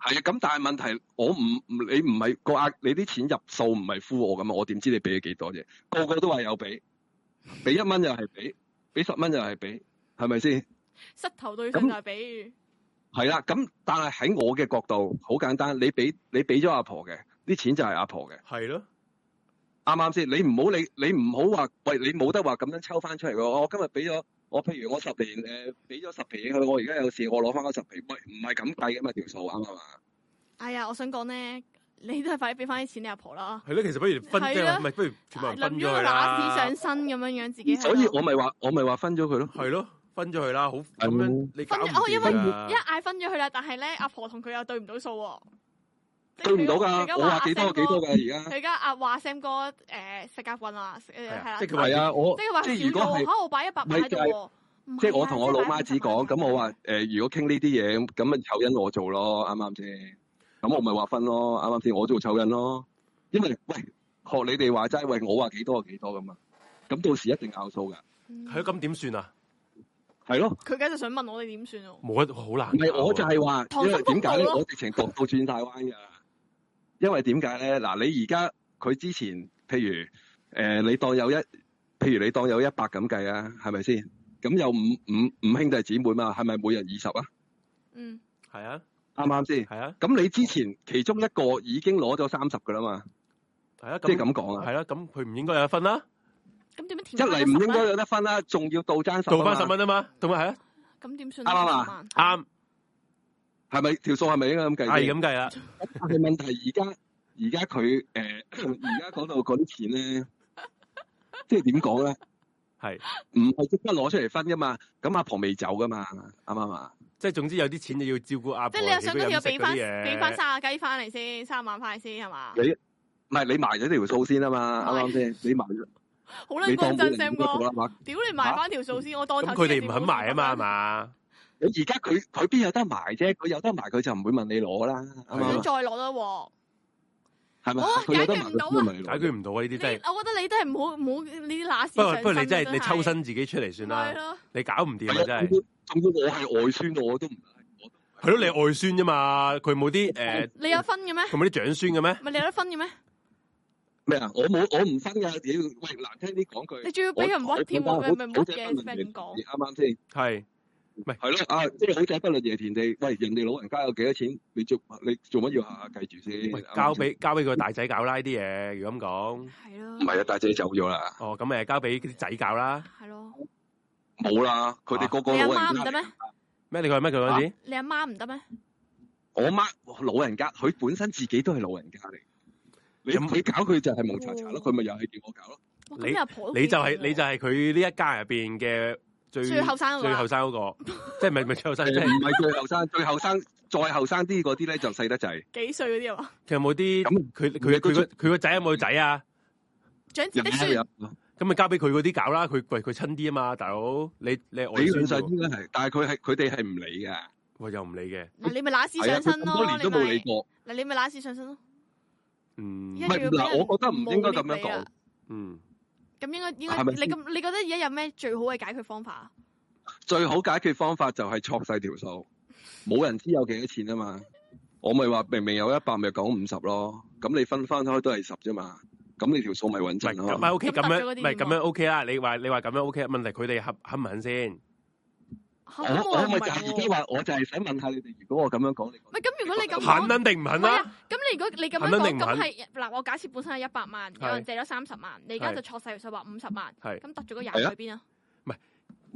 S5: 係啊，咁但係問題，我唔你唔係個額，你啲錢入數唔係敷我咁啊，我點知你俾咗幾多啫？個個都話有俾，俾一蚊又係俾，俾十蚊又係俾，係咪先？
S2: 膝頭對上就係俾，
S5: 係啦，咁但係喺我嘅角度，好簡單，你俾你俾咗阿婆嘅，啲錢就係阿婆嘅，
S1: 係咯，
S5: 啱唔啱先？你唔好理，你唔好話，喂，你冇得話咁樣抽翻出嚟喎。我今日俾咗，我譬如我十年誒俾咗十皮嘢佢，我而家有事，我攞翻嗰十皮，喂，唔係咁計噶嘛條數啱唔啱啊？
S2: 哎呀，我想講咧，你都係快啲俾翻啲錢你阿婆啦，
S1: 係咯，其實不如分
S2: 係
S1: 即係
S2: 咯
S1: 唔係不如全部人
S2: 冧
S1: 分
S2: 咗
S1: 咗佢
S2: 個乸屎
S1: 啦
S2: 上，身咁樣樣，自己喺度
S5: 所以我咪話，我咪話分咗佢咯。
S1: 係咯，分咗佢啦，好咁
S5: 係
S1: 樣你搞
S2: 分
S1: 唔
S2: 咗，哦，因為
S1: 掂啊
S2: 一嗌分咗佢啦，但係咧阿婆同佢又對唔到數喎，即係
S5: 對唔到
S2: 佢而
S5: 噶，
S2: 家
S5: 我
S2: 話
S5: 話幾多幾多噶
S2: 阿
S5: 而家
S2: Sam 哥，佢。而家阿話 Sam 哥誒食夾棍啊，食誒
S1: 係
S2: 係
S1: 啊
S2: 啦，
S1: 即係佢話
S5: 係啊，我
S2: 即係話
S5: 即係如果
S2: 少咗
S5: 係
S2: 嚇我擺一百
S5: 咪
S2: 蚊喺度
S5: 就係
S2: 喎，唔
S5: 即
S2: 係
S5: 係我
S2: 啊
S5: 同我老媽子講，
S2: 即係擺一
S5: 咁我。
S2: 百蚊喺
S5: 話
S2: 度
S5: 誒，如果傾呢啲嘢，咁咪醜人我做咯，啱唔啱先？咁我咪話分咯，啱唔啱先？我做醜人咯，因為喂學你哋話齋，喂我話幾多就幾多噶嘛，咁到時一定拗數噶，
S2: 嗯
S1: 係咯，咁點算啊？
S5: 係咯。
S2: 佢梗係想問我哋點算喎？
S1: 冇得好難搞啊。
S5: 唔係，我就係話，
S2: 溏
S5: 因
S2: 心
S5: 為點解
S2: 風暴
S5: 咧？
S2: 咯
S5: 我直情度到轉大彎㗎。因為點解咧？嗱，你而家佢之前，譬如誒、呃你當有一，譬如你當有一百咁計啊，係咪先？咁有五五五兄弟姊妹嘛，係咪每人二十啊？
S2: 嗯，
S1: 係啊，
S5: 啱唔啱先？
S1: 係啊，
S5: 咁你之前其中一個已經攞咗三十㗎啦嘛，
S1: 係啊，
S5: 即係咁講啊。
S1: 係啦，咁佢唔應該有得分啦，
S2: 咁點樣
S5: 一
S2: 填翻
S5: 嚟
S2: 十
S5: 唔應該
S2: 蚊？
S5: 有得分啦，仲要倒爭十
S1: 倒
S5: 啊
S1: 翻十
S5: 嘛，
S1: 蚊啊嘛，咁咪係啊，
S2: 咁點算
S5: 啱唔啱啊
S2: 啊？
S1: 啱
S5: 係咪條數係咪應該咁計？
S1: 係咁計啊啦，
S5: 但係問題而家而家佢誒 <coughs> 而家講到嗰啲錢咧，即係點講咧？
S1: 係
S5: 唔係即刻攞出嚟分噶嘛？咁阿婆未走噶嘛？啱唔啱啊？
S1: 即係總之有啲錢就要照顧阿
S2: 即
S1: 婆，
S2: 係你又想
S1: 亦
S2: 佢
S1: 都要
S2: 要
S1: 食
S2: 俾
S1: 嗰
S2: 翻
S1: 啲嘢
S2: 俾翻卅雞翻嚟先，三萬塊先係嘛
S5: 你？唔係你埋咗條數先啊嘛？啱唔啱先？你埋咗，
S2: 好啦，
S5: 你當
S2: 講
S5: 冇
S2: 真
S5: 人
S2: ，Sam
S5: 冇得
S2: 哥，
S5: 啦嘛？
S2: 屌你埋翻條數先，我當
S1: 咁
S2: 頭
S1: 佢
S2: 先
S1: 哋唔肯賣啊嘛，係？嘛？
S5: 你而家佢佢邊有得埋啫？佢有得埋佢就唔會問你攞啦，啱
S2: 想
S5: 唔啱啊？
S2: 再攞多鑊，
S5: 係咪
S2: 好啊
S5: 啊？佢有得埋
S2: 解決唔到啊
S5: 佢先問你
S1: 解
S5: 攞。
S1: 決唔到啊！呢
S2: 你
S1: 啲真係，
S2: 我覺得你都係唔好唔好呢啲乸屎
S1: 不過不過
S2: 上
S1: 你
S2: 身
S1: 真
S2: 啊
S1: 係你抽，身自己出嚟
S2: 真
S1: 算
S2: 係啊
S1: 啦，
S2: 咯，
S1: 你搞唔掂
S5: 係
S1: 啊！
S5: 啊
S1: 真係，
S5: 仲要仲要我係外孫，我都唔我都
S1: 係咯，你係外孫啫嘛，佢冇啲誒，
S2: 你有分嘅咩？
S1: 佢冇啲長孫嘅咩？
S2: 咪你有得分嘅咩？
S5: 咩啊？我冇我唔分噶，屌喂難聽啲講句
S2: 你。仲要俾人
S5: 我
S2: 屈添
S5: 我
S2: 喎，咪咪
S5: 我
S2: 屈
S5: 我
S2: 嘅，俾人講
S5: 你。啱唔啱先？
S1: 係
S5: 係咯，啊，即係好仔不論夜田地，喂，人哋老人家有幾多錢，你做你做乜要下下計住
S1: 喂
S2: 嗯
S5: 先？
S1: 交俾交俾個大仔搞啦呢啲嘢，如果咁講，
S2: 係咯，
S5: 唔係啊，大姐走咗啦，
S1: 哦咁誒交俾啲仔搞啦。
S2: 係咯，
S5: 冇啦，佢哋個個
S2: 你阿
S5: 老
S2: 媽唔
S5: 人
S2: 得
S5: 家，
S2: 咩？
S1: 咩？你講咩？佢嗰陣時
S2: 你阿媽唔得咩？
S5: 我媽老人家，佢本身自己都係老人家嚟，你
S1: 咁
S5: 佢搞佢就係蒙查查咯，佢咪又係叫我搞咯，
S2: 哇咁你阿婆都
S1: 你就係
S2: 幾勁喎
S1: 你就係佢呢一家入邊嘅最
S2: 最後生嗰個
S1: 最
S2: 啊
S1: 後生嗰個，即係唔係唔係最後生，即
S5: 誒
S1: 係
S5: 唔係最後生，最後生再後生啲嗰啲咧就細得滯，
S2: 幾歲嗰啲啊嘛？
S1: 其實有冇啲
S5: 咁
S1: 佢佢佢
S5: 佢個
S1: 個佢個仔有冇仔啊？
S2: 長子
S5: 有
S2: 的
S5: 有
S2: 孫
S5: 有，
S1: 咁咪交俾佢嗰啲搞啦，佢喂佢親啲啊嘛，大佬你你係
S5: 理論
S1: 外
S5: 上
S1: 孫
S5: 應該係，但係佢係佢哋係唔理噶，
S1: 喂又唔理嘅，
S2: 嗱，你咪揦屎
S5: 係
S2: 上
S5: 啊，佢
S2: 身
S5: 咁多
S2: 咯，
S5: 年
S2: 你
S5: 都冇理
S2: 咪
S5: 過。
S2: 嗱，你咪揦屎上身咯。
S1: 嗯
S2: 唔
S5: 唔係嗱，我覺得唔應該咁樣講。
S1: 嗯，
S2: 咁應該應
S5: 係
S2: 該，
S5: 咪
S2: 你
S5: 先
S2: 咁你覺得而家有咩最好嘅解決方法啊？
S5: 最好解決方法就係錯細條數，冇人知有幾多錢啊嘛。我咪話明明有一百，咪講五十咯。咁你分翻開都係十啫嘛。咁你條數咪穩
S1: 唔係
S5: 陣
S1: 咁
S5: 咯。
S1: 咪 OK 咁
S2: 咁揼咗
S1: 樣，
S2: 嗰啲點
S1: 唔係
S2: 啊
S1: 咁樣 OK 啦。你話你話咁樣 OK，問題佢哋肯肯唔肯先？
S2: 嚇
S5: 我
S2: 咁
S5: 我
S2: 又唔
S5: 咪就
S2: 係
S5: 係而
S2: 喎
S5: 家話，我就係想問下你哋，如果我咁樣講，你
S2: 唔係咁，如果你咁
S1: 肯
S2: 講，
S1: 肯定唔肯
S2: 唔係
S1: 啦。
S2: 啊，咁你如果你咁
S1: 肯
S2: 樣
S1: 定
S2: 講，
S1: 唔
S2: 咁
S1: 肯
S2: 係嗱，我假設本身係一百萬，有人
S1: 係
S2: 借咗三十萬，你而家
S1: 係
S2: 就錯細條數話五十萬，
S1: 係
S2: 咁突咗個廿
S5: 係
S2: 去
S5: 啊
S2: 邊啊？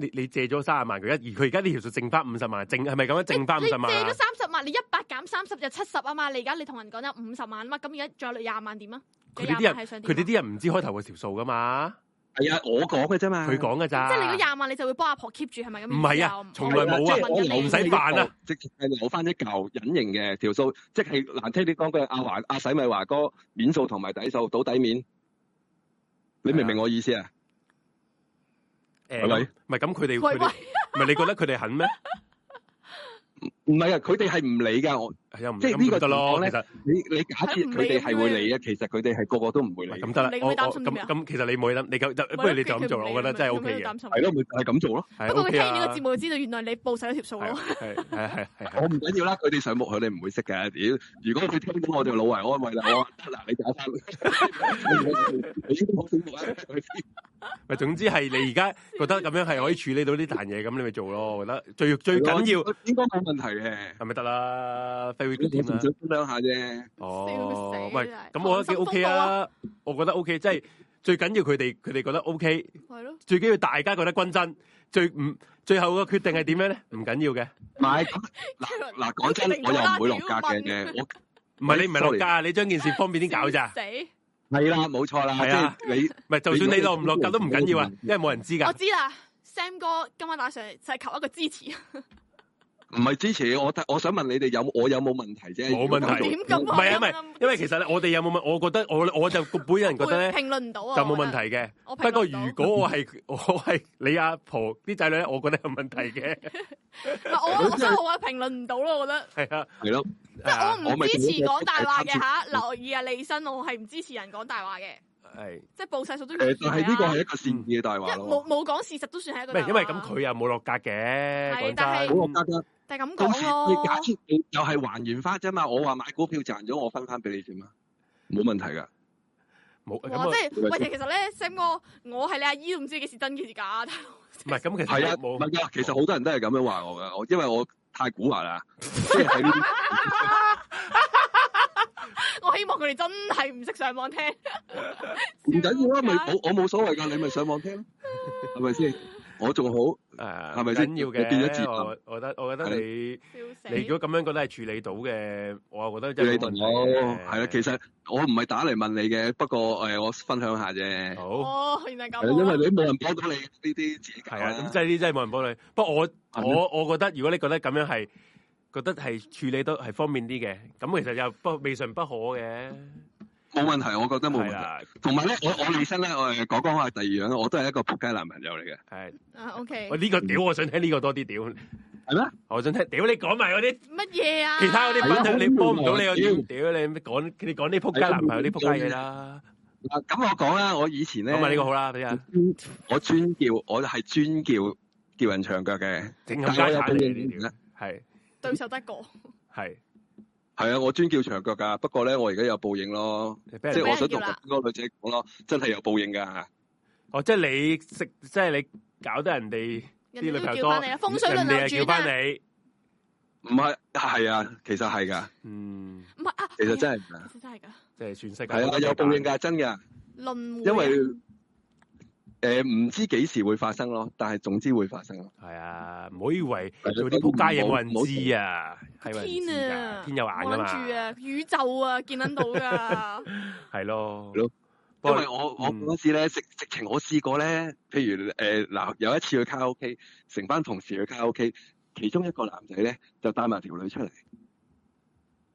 S1: 你你借咗三十萬，佢一而佢而家呢條數剩翻五十萬，剩係咪咁樣剩翻五
S2: 你
S1: 十
S2: 借
S1: 萬啊
S2: 咗？三十萬，你一百減三十就七十啊嘛，你而家你同人講咗五十萬啊嘛，咁而家仲有廿萬點啊？
S1: 佢
S2: 有
S1: 哋啲
S2: 廿
S1: 人
S2: 萬係想
S1: 佢
S2: 點啊
S1: 哋啲人唔知開頭嘅條數噶嘛，
S5: 係啊，我講嘅啫嘛。
S1: 佢講噶咋。
S2: 即係你嗰廿萬，你就會幫阿婆 keep 住係咪咁意思？
S1: 唔係啊
S2: 我唔
S1: 從來冇
S5: à.
S1: 啊
S2: 我問緊你
S1: 我唔使扮啊，
S5: 直情係留翻一嚿隱形嘅條數，即係難聽啲講句，阿華阿洗米華哥面數同埋底數到底面，你明唔明我意思啊？
S1: 誒
S5: 係咪
S1: 咁唔係咁佢哋
S2: 喂
S1: 佢
S2: 喂
S1: 哋，唔係你覺得佢哋肯咩？
S5: 唔係啊，佢哋係唔理㗎。我
S1: 又唔
S5: 即係
S1: 咁
S5: 呢個
S1: 得咯，其
S5: 情況
S1: 實
S5: 你你假設佢哋係會理啊，其實佢哋係個個都唔會理。
S1: 咁得啦
S2: 你。
S1: 我
S2: 會
S1: 我
S2: 擔心啲咩
S1: 咁
S2: 啊
S1: 咁，其實你冇得，你咁不如你就咁做啦。我覺得真係 O K 嘅，
S5: 係
S2: 嘅
S5: 咯，咪就係咁做咯。
S1: 係
S2: 不過佢
S1: O
S2: 聽
S1: K
S2: 完呢
S1: 啊
S2: 個節。目，知道原來你報晒咗條數
S1: 係啊
S2: 咯。
S1: 係係
S2: <laughs>
S1: 係啊
S5: 我
S1: 係
S5: 唔緊要啦，佢哋上目佢哋唔會識嘅。屌，如果佢聽到我就老懷安慰啦，我話得啦，你
S1: <laughs>
S5: 打翻，你應該好醒目啊！
S1: 咪總之係你
S2: <laughs>
S1: 而家覺得咁樣係可以處理到呢壇嘢，咁你咪做咯。我覺得最最緊要啊
S5: 應該冇問題嘅。
S1: 係咪得啦？飛會
S5: 我
S1: 點啊
S5: 純
S1: 啦
S5: 粹？分享下啫。
S1: 哦，
S2: 笑死
S1: 喂
S2: 真係，
S1: 咁我覺
S2: 溏
S1: 得
S2: 心
S1: O K
S2: 風暴
S1: 啊
S2: 啊，
S1: 我覺得 O K，即係最緊要佢哋佢哋覺得 O K，
S2: 係咯，
S1: 最緊要大家覺得均真，最唔最後個決定係點樣咧？唔緊要嘅，
S5: 唔係咁嗱嗱，講真，我又唔會落格嘅嘅，
S1: 唔
S5: 我
S1: 係你唔係落架，啊你將件事方便啲搞咋
S2: 笑，死！
S5: 係啦，冇錯啦，
S1: 係啊
S5: 即係你
S1: 唔係就算你落唔落架都唔緊要啊，因為冇人知
S2: 我
S1: 㗎。
S2: 知啦，Sam 哥今晚打上嚟就係求一個支持，
S5: 唔係支持我，我想問你哋有我有冇問題啫？
S1: 冇問題
S2: 點咁
S1: 唔
S2: 啊
S1: 係啊，唔係，因為其實咧，我哋有冇問？我覺得我我就個本人覺得咧
S2: 評論唔到啊，
S1: 就冇問題嘅。
S2: 我覺
S1: 不
S2: 得。
S1: 過
S2: 我
S1: 如果我係我係你阿婆啲仔女咧，我覺得有問題
S2: <laughs>
S1: 嘅。
S2: 唔係我，我所以我話評論唔到咯，我覺得。
S1: 係啊，
S5: 係咯，
S2: 即
S5: 啊
S2: 係
S1: 係
S2: 我唔支持講大話嘅
S5: 我咪
S2: 吓，留意啊，利申，我係唔支持人講大話嘅，
S1: 係。
S2: 即係報晒數都要
S5: 誒，但
S2: 講
S5: 係呢個
S2: 啊
S5: 係一個善意嘅大話
S2: 因為
S5: 咯。
S2: 冇冇講事實都算係一個
S1: 唔
S2: 大
S1: 係
S2: 話。
S1: 因為咁佢又冇落格嘅，
S2: 係
S1: 講
S2: 但係
S1: 真
S5: 好，我覺得
S2: 但係咁
S5: 到時
S2: 講
S5: 你假
S2: 嗯咯，
S5: 設你又係還原翻啫嘛，我話買股票賺咗，我分翻俾你啫嘛，冇問題噶。
S1: 冇咁
S2: 哇！
S1: 啊
S2: 即係
S5: 咁啊
S2: 喂，其實咧，Sam 哥，我係你阿姨都唔知幾時真幾時假，大佬
S1: 唔係咁，其實
S5: 係啊，
S1: <laughs> 冇
S5: 唔係㗎，其實好多人都係咁樣話我噶，我因為我太古惑啦，即係喺呢啲
S2: 我希望佢哋真係唔識上網聽，
S5: 唔緊要啊，咪
S2: 笑到
S5: 我我冇所謂㗎，你咪上網聽咯，係咪先？我仲好，
S1: 誒，
S5: 係咪
S1: 唔
S5: 先
S1: 緊要
S5: 我變咗自
S1: 嘅。
S5: 信
S1: 我我覺得我覺
S5: 係
S1: 得你
S2: 笑死
S1: 你如果咁樣覺得係處理到嘅，我又覺得真
S5: 你
S1: 係
S5: 同
S1: 冇
S5: 我
S1: 問題嘅
S5: 係啦。啊其實我唔係打嚟問你嘅，不過誒，我分享下啫。
S1: 好
S2: 哦，原來咁
S5: 係啦因為
S2: 啊，
S5: 你冇人幫到你呢啲自己搞
S1: 係啊，咁
S5: 啦
S1: 即。係呢啲真係冇人幫你。不過我
S5: 係咩
S1: 我我覺得，如果你覺得咁樣係覺得係處理得係方便啲嘅，咁其實又不未嘗不可嘅。
S5: 冇問題，我覺得冇問
S1: 係
S5: 題。
S1: 啦，
S5: 同埋咧，我我起身咧，我誒講講下第二樣啦，我都係一個仆街男朋友嚟嘅，
S1: 係
S2: 啊 OK，
S1: 我呢個屌，我想聽呢個多啲屌，
S5: 係咩？
S1: 我想聽屌你講埋嗰啲
S2: 乜嘢啊？
S1: 其他嗰啲
S5: 係啊
S1: 分享你幫唔到你又
S5: 屌
S1: 點屌你講你講
S5: 啊
S1: 啲仆街男朋友啲仆街嘢啦，
S5: 嗱咁我講啦，我以前咧，
S1: 咁啊呢個好啦，俾啊
S5: 我專叫，我係專叫叫人長腳嘅，
S1: 整
S5: 但
S1: 冚
S5: 係我
S1: 家
S5: 有
S1: 產
S5: 俾
S1: 你
S5: 你
S1: 屌
S5: 咧，，
S1: 係
S2: 對手得個，
S1: 係
S5: 係啊，我專叫長腳㗎。不過咧，我而家有報應咯，
S1: 你俾
S5: 即
S1: 人啊我
S5: 係我
S2: 俾人
S5: 想同
S2: 叫啦
S5: 嗰個女仔講咯，真係有報應㗎。
S1: 哦即係你食即係你搞得人哋
S2: 人哋
S1: 啲女朋
S2: 都
S1: 友
S2: 叫
S1: 多，
S2: 翻你啦，啊風水輪
S1: 人哋又
S2: 流
S1: 叫
S2: 轉
S1: 翻
S2: 啊，
S1: 你，
S5: 唔係，係啊，其實係㗎，
S1: 嗯，
S2: 唔係啊，
S5: 其實
S2: 係
S5: 真係㗎，
S2: 啊，其實真係噶，
S1: 即係算識
S5: 係啊，有報應㗎，真㗎。
S2: 輪迴啊，
S5: 因為誒唔、知幾時會發生咯，但係總之會發生咯。
S1: 係啊，唔好以為
S5: 係啊
S1: 做啲仆街嘢冇人
S5: 唔好
S1: 知啊，係有人知㗎
S2: 天啊，
S1: 天有眼㗎
S2: 望住
S1: 嘛，
S2: 啊，宇宙啊，見撚到
S1: <laughs>
S2: 㗎，
S1: 係咯，
S5: 係咯
S1: 不過
S5: 因為我我
S1: 嗯
S5: 嗰陣時咧，直直情我試過咧，譬如誒嗱、有一次去卡拉 OK，成班同事去卡拉 OK，其中一個男仔咧就帶埋條女出嚟，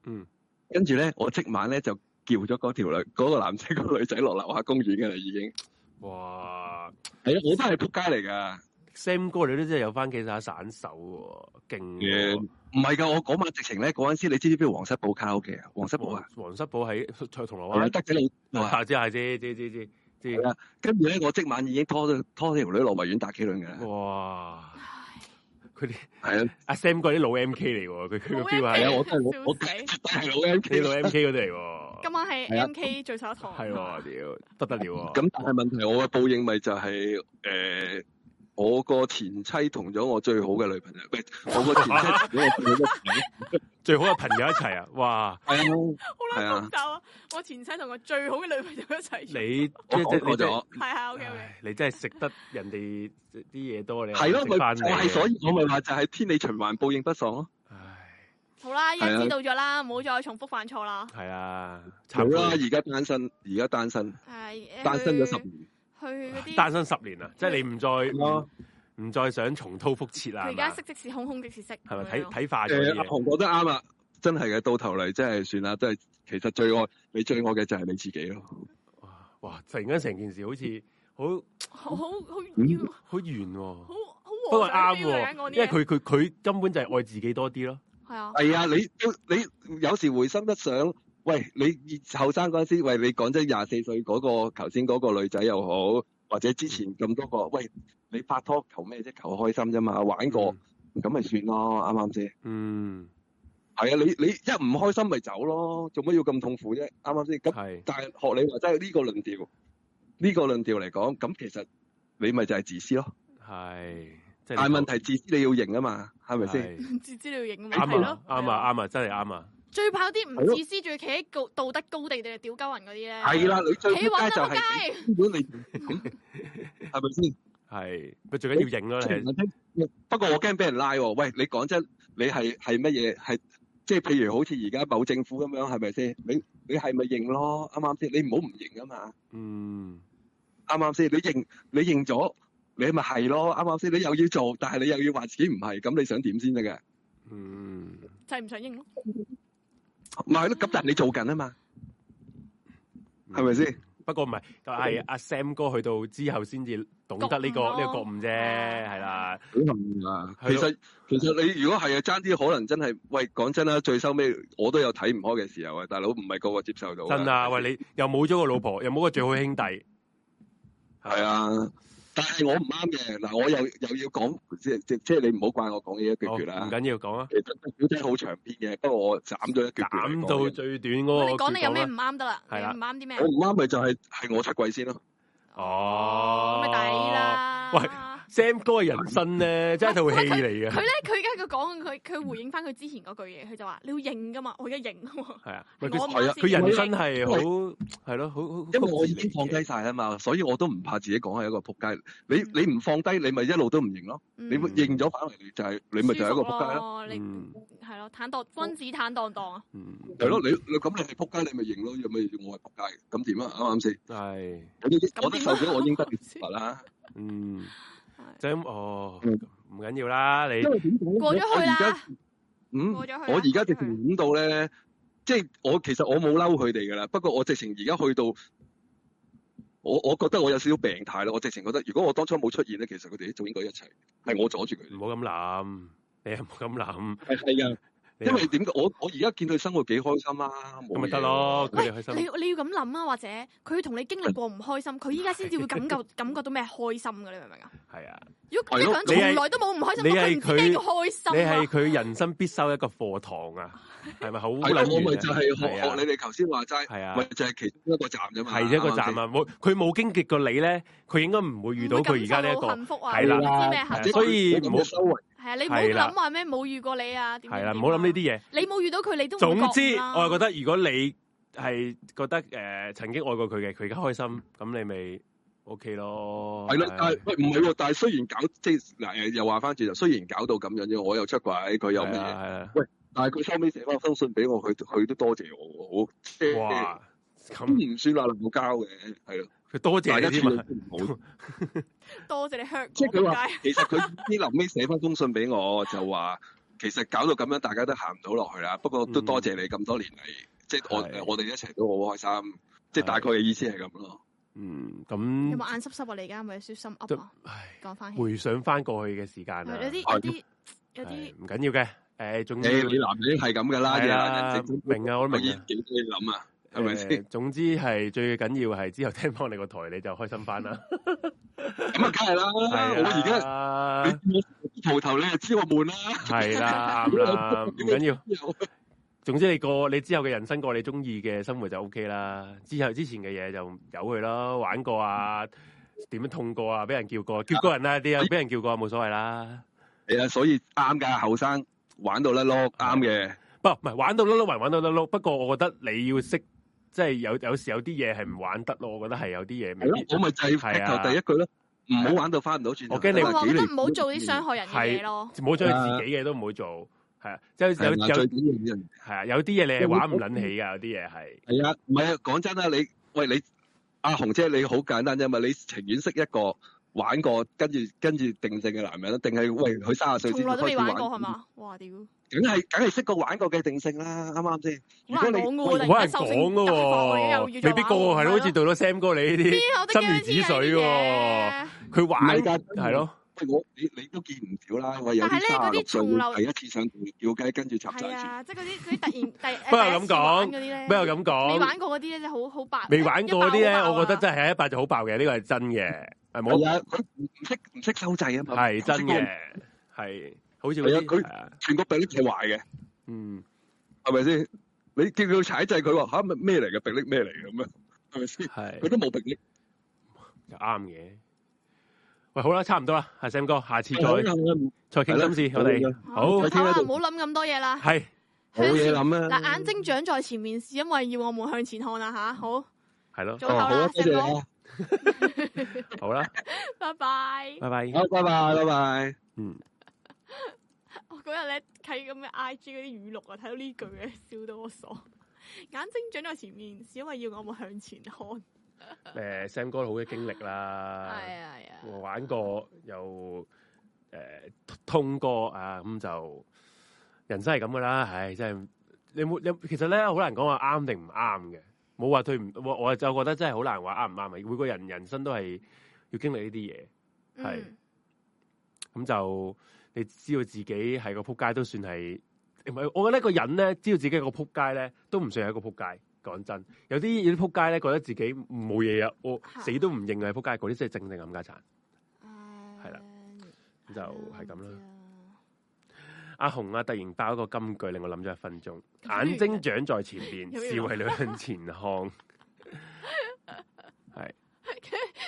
S1: 嗯，
S5: 跟住咧我即晚咧就叫咗嗰條女嗰、個男仔嗰個女仔落樓下公園㗎啦，已經
S1: 哇
S5: 係啊，我都係仆街嚟㗎，
S1: Sam 哥你都真係有翻幾下散手喎，勁喎
S5: 誒。唔係㗎，我嗰晚直情咧嗰陣時，你知唔知邊度皇室堡卡拉 OK 啊？皇室堡啊，
S1: 黃室堡喺銅鑼
S5: 係啊，
S1: 灣，
S5: 德仔老啊
S1: <laughs> 啊知係知知知知知
S5: 係，啊，跟住咧，我即晚已經拖咗拖條女落維園打機輪㗎啦，
S1: 哇！佢啲
S5: 係 <laughs> 啊，
S1: 阿 Sam 哥啲老 M K 嚟喎，佢佢個
S2: 老
S1: 標
S5: 係
S1: 係
S5: 啊，我 <laughs> 真係
S2: 笑
S5: 我我
S2: 死
S5: 絕對係老 M
S1: 你
S5: K
S1: 老 M K 嗰啲嚟
S2: 今
S1: 喎，
S2: 晚係
S5: 係啊
S2: M K 最首一堂，
S1: 係喎，屌不得了喎！
S5: 咁但係問題，我嘅報應咪就係、誒、我個前妻同咗我最好嘅女朋友， <laughs> 唔係我個前妻同咗我最好嘅朋友，
S1: 最好嘅朋友一齊啊！哇！
S5: <laughs> 係啊，
S2: 好
S5: 係
S2: 啦，
S5: 啊
S2: 複雜啊！我前妻同我最好嘅女朋友一齊
S1: 你
S2: 住，
S1: 即
S5: 我
S1: 即
S5: 講
S1: 你
S5: 過
S1: 真
S5: 咗，
S2: 係啊，OK OK，
S1: 唉你真係食得人哋啲嘢多，你
S5: 係咯，
S1: 食
S5: 咪
S1: 翻
S5: 就
S1: 你
S5: 係所以我咪話就係天理循環，報應不爽咯。
S1: 唉，
S2: 好啦，依家
S5: 係啊
S2: 知道咗啦，唔好再重複犯錯啦。
S1: 係啊，
S5: 好
S1: 慘
S5: 啦，
S1: 啦，
S5: 而家單身，而家單身， <laughs>
S2: 係
S5: 單身咗十年，
S2: 去去嗰啲，
S1: 單身十年啦，即係你唔
S5: 咯
S1: 再唔再想重蹈覆轍啦，
S2: 佢
S1: 係
S2: 而家
S1: 嘛
S2: 識即是空，空即是識，
S1: 啊係咪
S2: 咁
S1: 睇
S2: 樣
S1: 睇化咗啲
S5: 誒，阿
S1: 嘢？
S5: 紅覺得啱啊，真係嘅，到頭嚟真係算啦，真係其實最愛你最愛嘅就係你自己咯。
S1: 哇哇！突然間成件事好似好
S2: 好好好
S5: 嗯
S2: 好
S1: 好圓喎，
S2: 好好
S1: 不
S2: 和
S1: 過
S2: 尚
S1: 啱
S2: 飛嚟講
S1: 喎，因為
S2: 啲嘢，啊
S1: 佢佢佢根本就係愛自己多啲咯。
S2: 係啊，
S5: 係啊，你你有時回心一想，喂，你後生嗰陣時，喂，你講真廿四歲嗰、個頭先嗰個女仔又好，或者之前咁多個，喂，你拍拖求咩啫？求開心啫嘛，玩過咁咪算咯，啱唔啱先？
S1: 嗯，
S5: 係啊，你你一唔開心咪走咯，做乜要咁痛苦啫？啱唔啱先？咁
S1: 係
S5: 但係學你話齋呢個論調，呢、個論調嚟講，咁其實你咪就係自私咯。
S1: 係，即係
S5: 但係問題自私你要認啊嘛，係咪先？
S1: 係
S2: 自資料型咁
S1: 啱
S2: 係
S1: 啊
S2: 咯，
S1: 啱啊啱啊，真係啱啊！
S2: 最怕啲唔
S5: 係咯
S2: 自私，仲要企喺高道德高地定係屌鳩人嗰啲咧，
S5: 係啦，你最
S2: 企
S5: 撲街
S2: 穩
S5: 就
S2: 啊仆
S1: <laughs>
S5: 係
S2: 街，
S5: 你根本你咁，係咪先？
S1: 係，佢最緊要認咯，你係
S5: 不過我驚俾人拉喎。喂，你講真，你係係乜嘢？係即係譬如好似而家某政府咁樣，係咪先？你你係咪認咯？啱唔啱先？你唔好唔認啊嘛，
S1: 嗯
S5: 啱唔啱先？你認你認咗，你咪係咯，啱唔啱先？你又要做，但係你又要話自己唔係，咁你想點先得嘅？
S1: 嗯
S2: 就係唔想認咯，
S5: 唔係咯，咁但係你做緊啊嘛，
S1: 嗯
S5: 係咪先？
S1: 不過唔係，係阿 Sam 哥去到之後先至懂得
S2: 覺
S1: 呢、個
S2: 悟咯
S1: 呢、個覺悟啫，係啦，
S5: 啊
S1: 係咯
S5: 其實其實你如果係啊，爭啲可能真係喂，講真啦，最收尾我都有睇唔開嘅時候啊，大佬唔係個個接受到㗎。
S1: 真啊！喂，你又冇咗個老婆，又冇個最好嘅
S5: <laughs>
S1: 兄弟，
S5: 系
S1: 係，
S5: 啊，但係我唔啱嘅嗱，我又又要講，即即即係你唔好怪我講嘢一
S1: 好
S5: 橛橛
S1: 唔
S5: 啦。
S1: 緊要講啊，
S5: 其實小姐好長篇嘅，不過我斬咗一橛橛嚟
S1: 減
S5: 講
S1: 到
S5: 嘅
S1: 最短
S2: 喂
S1: 嗰
S2: 你
S1: 個
S2: 講你有咩
S1: 橛
S2: 唔啱得啦，你
S1: 係啦
S2: 唔啱啲咩
S5: 我？唔啱咪就係係我出軌先咯。
S1: 哦
S2: 咁咪抵啦，
S1: 喂 Sam 哥嘅人
S2: <laughs>
S1: 生咧，真係套戲
S2: 佢
S1: 嚟嘅，
S2: 咧，佢而家佢講佢佢回應翻佢之前嗰句嘢，佢就話你要認噶嘛，我而家認㗎嘛，
S1: 係啊，喂
S2: 我唔
S1: 佢
S5: 係
S2: 啱
S5: 啊
S2: 先
S1: 佢人生係好係咯，好好，
S5: 因為我已經放低晒啊嘛，所以我都唔怕自己講係一個仆街。你你唔放低，你咪一路都唔認咯。
S2: 嗯
S5: 你會認咗反嚟，你就係你咪就係一個仆街
S2: 咯，
S5: 咯。
S2: 你
S1: 嗯
S2: 係咯，坦蕩啊君子坦蕩蕩啊，
S1: 嗯
S5: 係咯，你你咁你係仆街，你咪認咯，有咩我係仆街，咁點啊？啱唔啱先？
S1: 係
S5: 我都
S2: 啊
S5: 我都受咗我應得嘅懲罰啦。
S1: 嗯，
S2: 係
S1: 就咁哦，
S5: 嗯
S1: 唔緊要啦，你
S5: 因為點講
S2: 過咗去
S5: 我而
S2: 啦
S5: 家。嗯
S2: 過咗去啦。
S5: 我而家
S2: 過咗去
S5: 直情
S2: 啦
S5: 諗到咧，即係我其實我冇嬲佢哋噶啦，不過我直情而家去到，我我覺得我有少少病態咯。我直情覺得，如果我當初冇出現咧，其實佢哋早應該一齊，係我阻住佢哋。
S1: 唔好咁諗，你又唔好咁諗，
S5: 係係噶，
S1: 你
S5: 因為點解我我而家見佢生活幾開心啊，
S1: 咁
S5: 冇
S1: 咪
S5: 嘢
S1: 得咯，佢哋開
S2: 你
S1: 心。
S2: 你要咁諗啊，或者佢同你經歷過唔開心，佢依家先至會感覺感覺到咩開心嘅，你明唔明啊？
S1: 係啊，
S2: 如果一
S5: 係
S2: 個
S5: 咯
S2: 人
S1: 你係
S2: 從來都冇唔開心，
S1: 你
S2: 咁
S1: 係
S2: 佢唔知咩叫開
S1: 你
S2: 心
S1: 係
S2: 啊？
S1: 佢人生必修一個課堂啊，係咪好
S5: 係咯
S1: 撚
S5: 哎我咪
S1: 遠
S5: 就
S1: 啊？
S5: 係學
S1: 係啊
S5: 學你哋頭先話齋，
S1: 係啊
S5: 咪，就係其中一個站啫嘛。
S1: 係一個
S5: 啱
S1: 站
S5: 唔啱
S1: 啊，冇佢冇經歷過你咧，佢應該唔會遇到佢而家呢一
S2: 唔會感受
S1: 個
S2: 到幸福啊，
S1: 係啦
S2: 唔知咩
S1: 係啊
S2: 幸
S5: 先？
S2: 福
S1: 所以
S5: 咁
S1: 唔好
S5: 嘅收圍
S2: 係啊，你唔好
S1: 係啦
S2: 諗話咩冇遇過你啊，點
S1: 係啦，唔好諗呢
S2: 點
S1: 啲。
S2: 點啊
S1: 嘢。
S2: 你冇遇到佢，你都
S1: 總之，我係覺
S2: 覺
S1: 得如果你係覺得誒、呃曾經愛過佢嘅，佢而家開心，咁你咪 OK 咯。啊
S5: 係啦，但係
S1: 唉
S5: 喂唔係喎，但係雖然搞即係嗱誒又話翻轉頭，雖然搞到咁樣啫，我又出軌，佢又乜
S1: 係
S5: 嘢
S1: 啊，係啊，
S5: 但係佢收尾寫翻封信俾我，佢佢都多謝我，好即係
S1: 哇！
S5: 都
S1: 咁
S5: 唔算話鬧交嘅，係咯，
S1: 佢多
S5: 大
S1: 謝
S5: 家
S1: 你
S5: 處
S1: 添
S5: 理
S1: 啊，
S5: 得唔好。
S2: 得多謝你 hurt
S5: 即係佢
S2: 我
S5: 話，其實佢啲臨尾寫翻封信俾我，就話其實搞到咁樣，大家都行唔到落去啦。不過都
S1: 嗯
S5: 多謝你咁多年嚟，即係
S1: 係
S5: 我我哋一齊都好開心，即係
S1: 係
S5: 大概嘅意思係咁咯。
S1: 嗯，
S2: 你有
S1: 咁
S2: 冇眼濕濕啊？你而家有咪有少少心
S1: 就
S2: 噏啊？
S1: 唉，
S2: 講翻起，
S1: 回想翻過去嘅時間
S2: 有
S1: 啊，
S2: 啲有
S5: 係
S2: 啲有
S1: 唉
S2: 啲
S1: 唔緊要嘅，誒，總
S5: 誒，
S1: 之
S5: 你男人係咁噶啦，
S1: 嗯係
S5: 嘢
S1: 啦
S5: 男人，
S1: 明啊，我都
S5: 咪已
S1: 明
S5: 經
S1: 啊。
S5: 幾多嘢諗啊，係咪
S1: 誒
S5: 先？
S1: 總之係最緊要係之後聽翻你個台，你就開心翻啦。
S5: 咁啊，梗 <laughs> 係啦，我而家
S1: 家
S5: 你見我蒲頭，你就知我悶啦。
S1: 係啦，啱啦，唔
S5: <laughs>
S1: 緊要。
S5: 有
S1: 總之你過你之後嘅人生過你中意嘅生活就 O K 啦，之後之前嘅嘢就由佢咯，玩過啊，點樣痛過啊，俾人叫過，叫過人啦啲啊，俾人叫過啊冇所謂啦。
S5: 系啊，所以啱噶，後生玩到甩碌啱嘅，
S1: 不唔係玩到甩甩還玩到甩甩，不過我覺得你要識，即係有有時有啲嘢係唔玩得咯，我覺得係有啲嘢
S5: 係
S1: 未
S5: 咯
S1: 必，
S5: 我咪就係
S1: 係
S5: 劈
S1: 啊
S5: 頭第一句咯，唔好玩到翻唔到轉頭。
S1: 我驚你
S2: 我話
S5: 幾
S2: 覺得
S5: 年
S2: 唔好做啲傷害人嘅嘢咯。
S1: 唔好將佢自己嘅都唔好做，係啊，即係有
S5: 係啊
S1: 有
S5: 最緊要呢樣嘢
S1: 係啊，有啲嘢你係玩唔撚起噶，有啲嘢係
S5: 係啊，唔係啊，講真啦，你喂你阿紅姐你好簡單啫嘛，你情願識一個玩過跟住跟住定性嘅男人啦，定係喂佢三十歲
S2: 從
S5: 先
S2: 來都
S5: 開
S2: 未
S5: 始
S2: 玩
S5: 玩
S2: 過係？嘛？哇屌，好
S5: 梗係梗係識個玩過嘅定性啦，啱唔啱先？如
S2: 難
S5: 果你
S2: 講
S1: 好
S2: 嘅喎，突
S1: 難
S2: 然間收聲
S1: 講
S2: 大
S1: 噶
S2: 貨，
S1: 喎，未必個個係咯，好似到咗 Sam 哥你呢啲。
S2: 邊有得驚
S1: 心如止水喎
S2: 呢啲嘢
S1: 佢玩
S5: 唔係㗎
S1: 係咯，
S5: 喂我你你都見唔少啦，喂有
S2: 但係呢
S5: 啲卅
S2: 嗰
S5: 六
S2: 啲
S5: 歲
S2: 重樓
S5: 會第一次上吊雞，跟住插晒
S2: 係
S5: 住。
S2: 啊，即係嗰啲嗰啲突然第
S1: <laughs> 不過咁講
S2: 嗰啲咧，
S1: 不過咁
S2: 未
S1: 講，
S2: 玩過嗰啲咧，真係好好爆，
S1: 哦未玩過嗰啲
S2: 一
S1: 咧，
S2: 爆好爆
S1: 我覺得
S2: 啊
S1: 真係一百就好爆嘅，呢個係真嘅，係
S5: 係
S1: 冇
S5: 啊，佢唔唔識唔識收掣啊嘛，
S1: 係真
S5: 唔識嗰
S1: 嘅，係好似嗰
S5: 係
S1: 啲
S5: 啊佢
S1: 係啊
S5: 個全國病歷係壞嘅，
S1: 嗯，
S5: 係咪先？你叫佢踩掣，佢話吓咪咩嚟嘅病歷咩嚟嘅咁樣，係咪先？佢
S1: 係
S5: 都冇病歷。
S1: 啱嘅。喂，好啦，差唔多啦，阿 Sam 哥，下次
S5: 係
S1: 再
S5: 啦
S1: 再傾心事，我哋好
S2: 唔
S5: 佢
S2: 啊好
S5: 聽
S2: 啦
S5: 喺度
S2: 唔好諗咁多嘢啦。
S1: 係
S5: 冇嘢諗
S2: 嗱，
S5: 啦。
S2: 眼睛長在前面，是因為要我們向前看啊！吓，好， <laughs>
S1: 係咯，
S2: 早唞
S5: 哦，好
S2: 啦
S5: 啊，，多謝你
S2: Sam
S1: 好啦，
S5: 啊，
S2: 哥拜拜。
S1: 拜拜。
S5: 好，拜拜，拜拜。
S1: 嗯，
S2: 我嗰日咧睇咁嘅 I G 嗰啲語錄啊，睇到呢句嘅，笑到我傻。眼睛長在前面，是因為要我們向前看。係
S1: 誒 Sam 哥好嘅經歷啦，
S2: 啊係啊，
S1: 我玩過又誒、通過啊，咁就人生係咁噶啦，唉，真係你冇你其實咧好難講話啱定唔啱嘅，冇話對唔我我就覺得真係好難話啱唔啱啊！每個人人生都係要經歷呢啲嘢，係
S2: 嗯
S1: 咁就你知道自己係個撲街都算係唔係？我覺得一個人咧知道自己係個撲街咧，都唔算係一個撲街。講真，有啲有啲撲街咧覺得自己冇嘢啊，我死都唔認係撲街，嗰啲真係正正冚家產。
S2: 嗯
S1: 係啦咁就係咁啦。
S2: 啦。
S1: 阿紅啊，突然爆一個金句，令我諗咗一分鐘。
S2: 咁
S1: 眼睛長在前邊，
S2: 有嘢
S1: 笑係兩向前看。係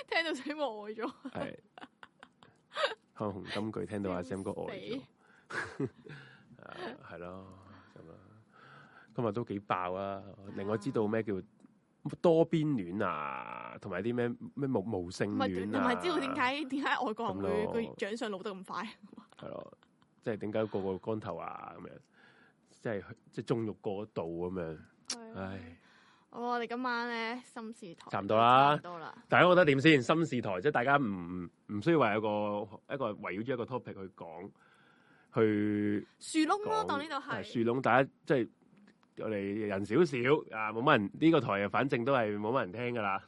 S2: 聽到死我呆咗，
S1: 係，阿紅金句聽到阿 Sam 哥呆咗，啊係咯咁啦。今日都幾爆啊！令我知道咩叫多邊戀啊，同埋啲咩咩無無性
S2: 唔係
S1: 戀
S2: 同
S1: 啊，
S2: 埋知道點解點解外國人
S1: 咁咯
S2: 會個長相老得咁快？
S1: 係咯，即係點解個個光頭啊咁樣，即係即係縱欲過度咁樣，唉。
S2: 好，哦我哋今晚咧心事台
S1: 差唔多
S2: 差
S1: 啦
S2: 唔多啦，
S1: 大家覺得點先？心事台即係大家唔唔需要話有個一個圍繞住一個 topic 去講，去
S2: 樹窿咯，
S1: 講
S2: 當呢度係
S1: 係樹窿，大家即係我哋人少少啊，冇乜人呢、個台啊，反正都係冇乜人聽噶啦。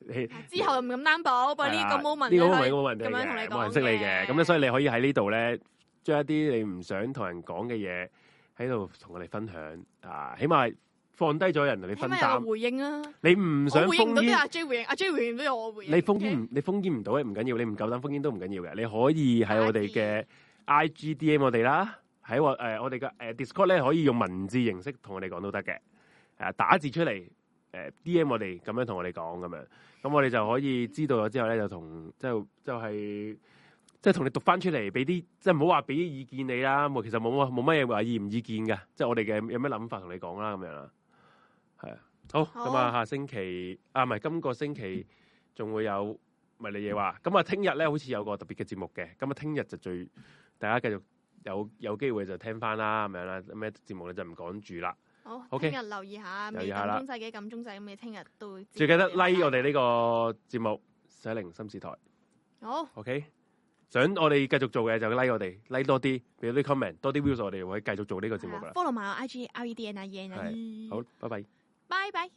S1: 你
S2: 之後又唔咁擔保，不過呢
S1: 係
S2: 個
S1: 啦
S2: moment
S1: 呢個
S2: 你
S1: moment
S2: 可以
S1: 冇人聽
S2: 咁樣同
S1: 嘅，
S2: 你
S1: 冇人
S2: 講
S1: 識你嘅，
S2: 嘅
S1: 咁咧所以你可以喺呢度咧，將一啲你唔想同人講嘅嘢喺度同我哋分享啊，起碼放低咗人同你
S2: 起
S1: 分
S2: 碼有
S1: 擔
S2: 個，回應啊！
S1: 你唔想
S2: 我回應唔到
S1: 封
S2: 啲
S1: 煙
S2: 阿 J 回應，阿 J 回應唔到我回應。
S1: 你封煙唔你封煙唔到咧唔緊要，你唔夠膽封煙都唔緊要嘅。你可以喺我哋嘅 I G D M 我哋啦，喺我誒、呃我哋嘅誒 Discord 咧可以用文字形式同我哋講都得嘅。誒、打字出嚟誒、D 呃 M 我哋咁樣同我哋講咁樣，咁我哋就可以知道咗之後咧就同就就係、即係同你讀翻出嚟，俾啲即係唔好話俾啲意見你啦。冇其實冇乜冇乜嘢話意唔意見嘅，即係我哋嘅有咩諗法同你講啦咁樣啦。係啊，好
S2: 好
S1: 咁啊，下星期啊，唔係今個星期仲會有迷你嘢話。咁啊，聽日咧好似有個特別嘅節目嘅。咁啊，聽日就最大家繼續有有機會就聽翻啦，咁樣啦。咩節目咧就唔講住啦。
S2: 好，
S1: OK
S2: 聽日留意下，
S1: 留意
S2: 未
S1: 下
S2: 撳
S1: 啦
S2: 鐘掣嘅撳鐘掣，咁你聽日都會知
S1: 最記得
S2: 道嘅
S1: like 我哋呢個節目寫零心事台。
S2: 好，
S1: OK，想我哋繼續做嘅就 like 我哋，like 多啲，俾多啲 comment，多啲 views，我哋會繼續做呢個節目
S2: 係啊
S1: 噶啦。
S2: follow 埋我 IG R E D N I E N I E。
S1: 好，拜拜。
S2: 拜拜。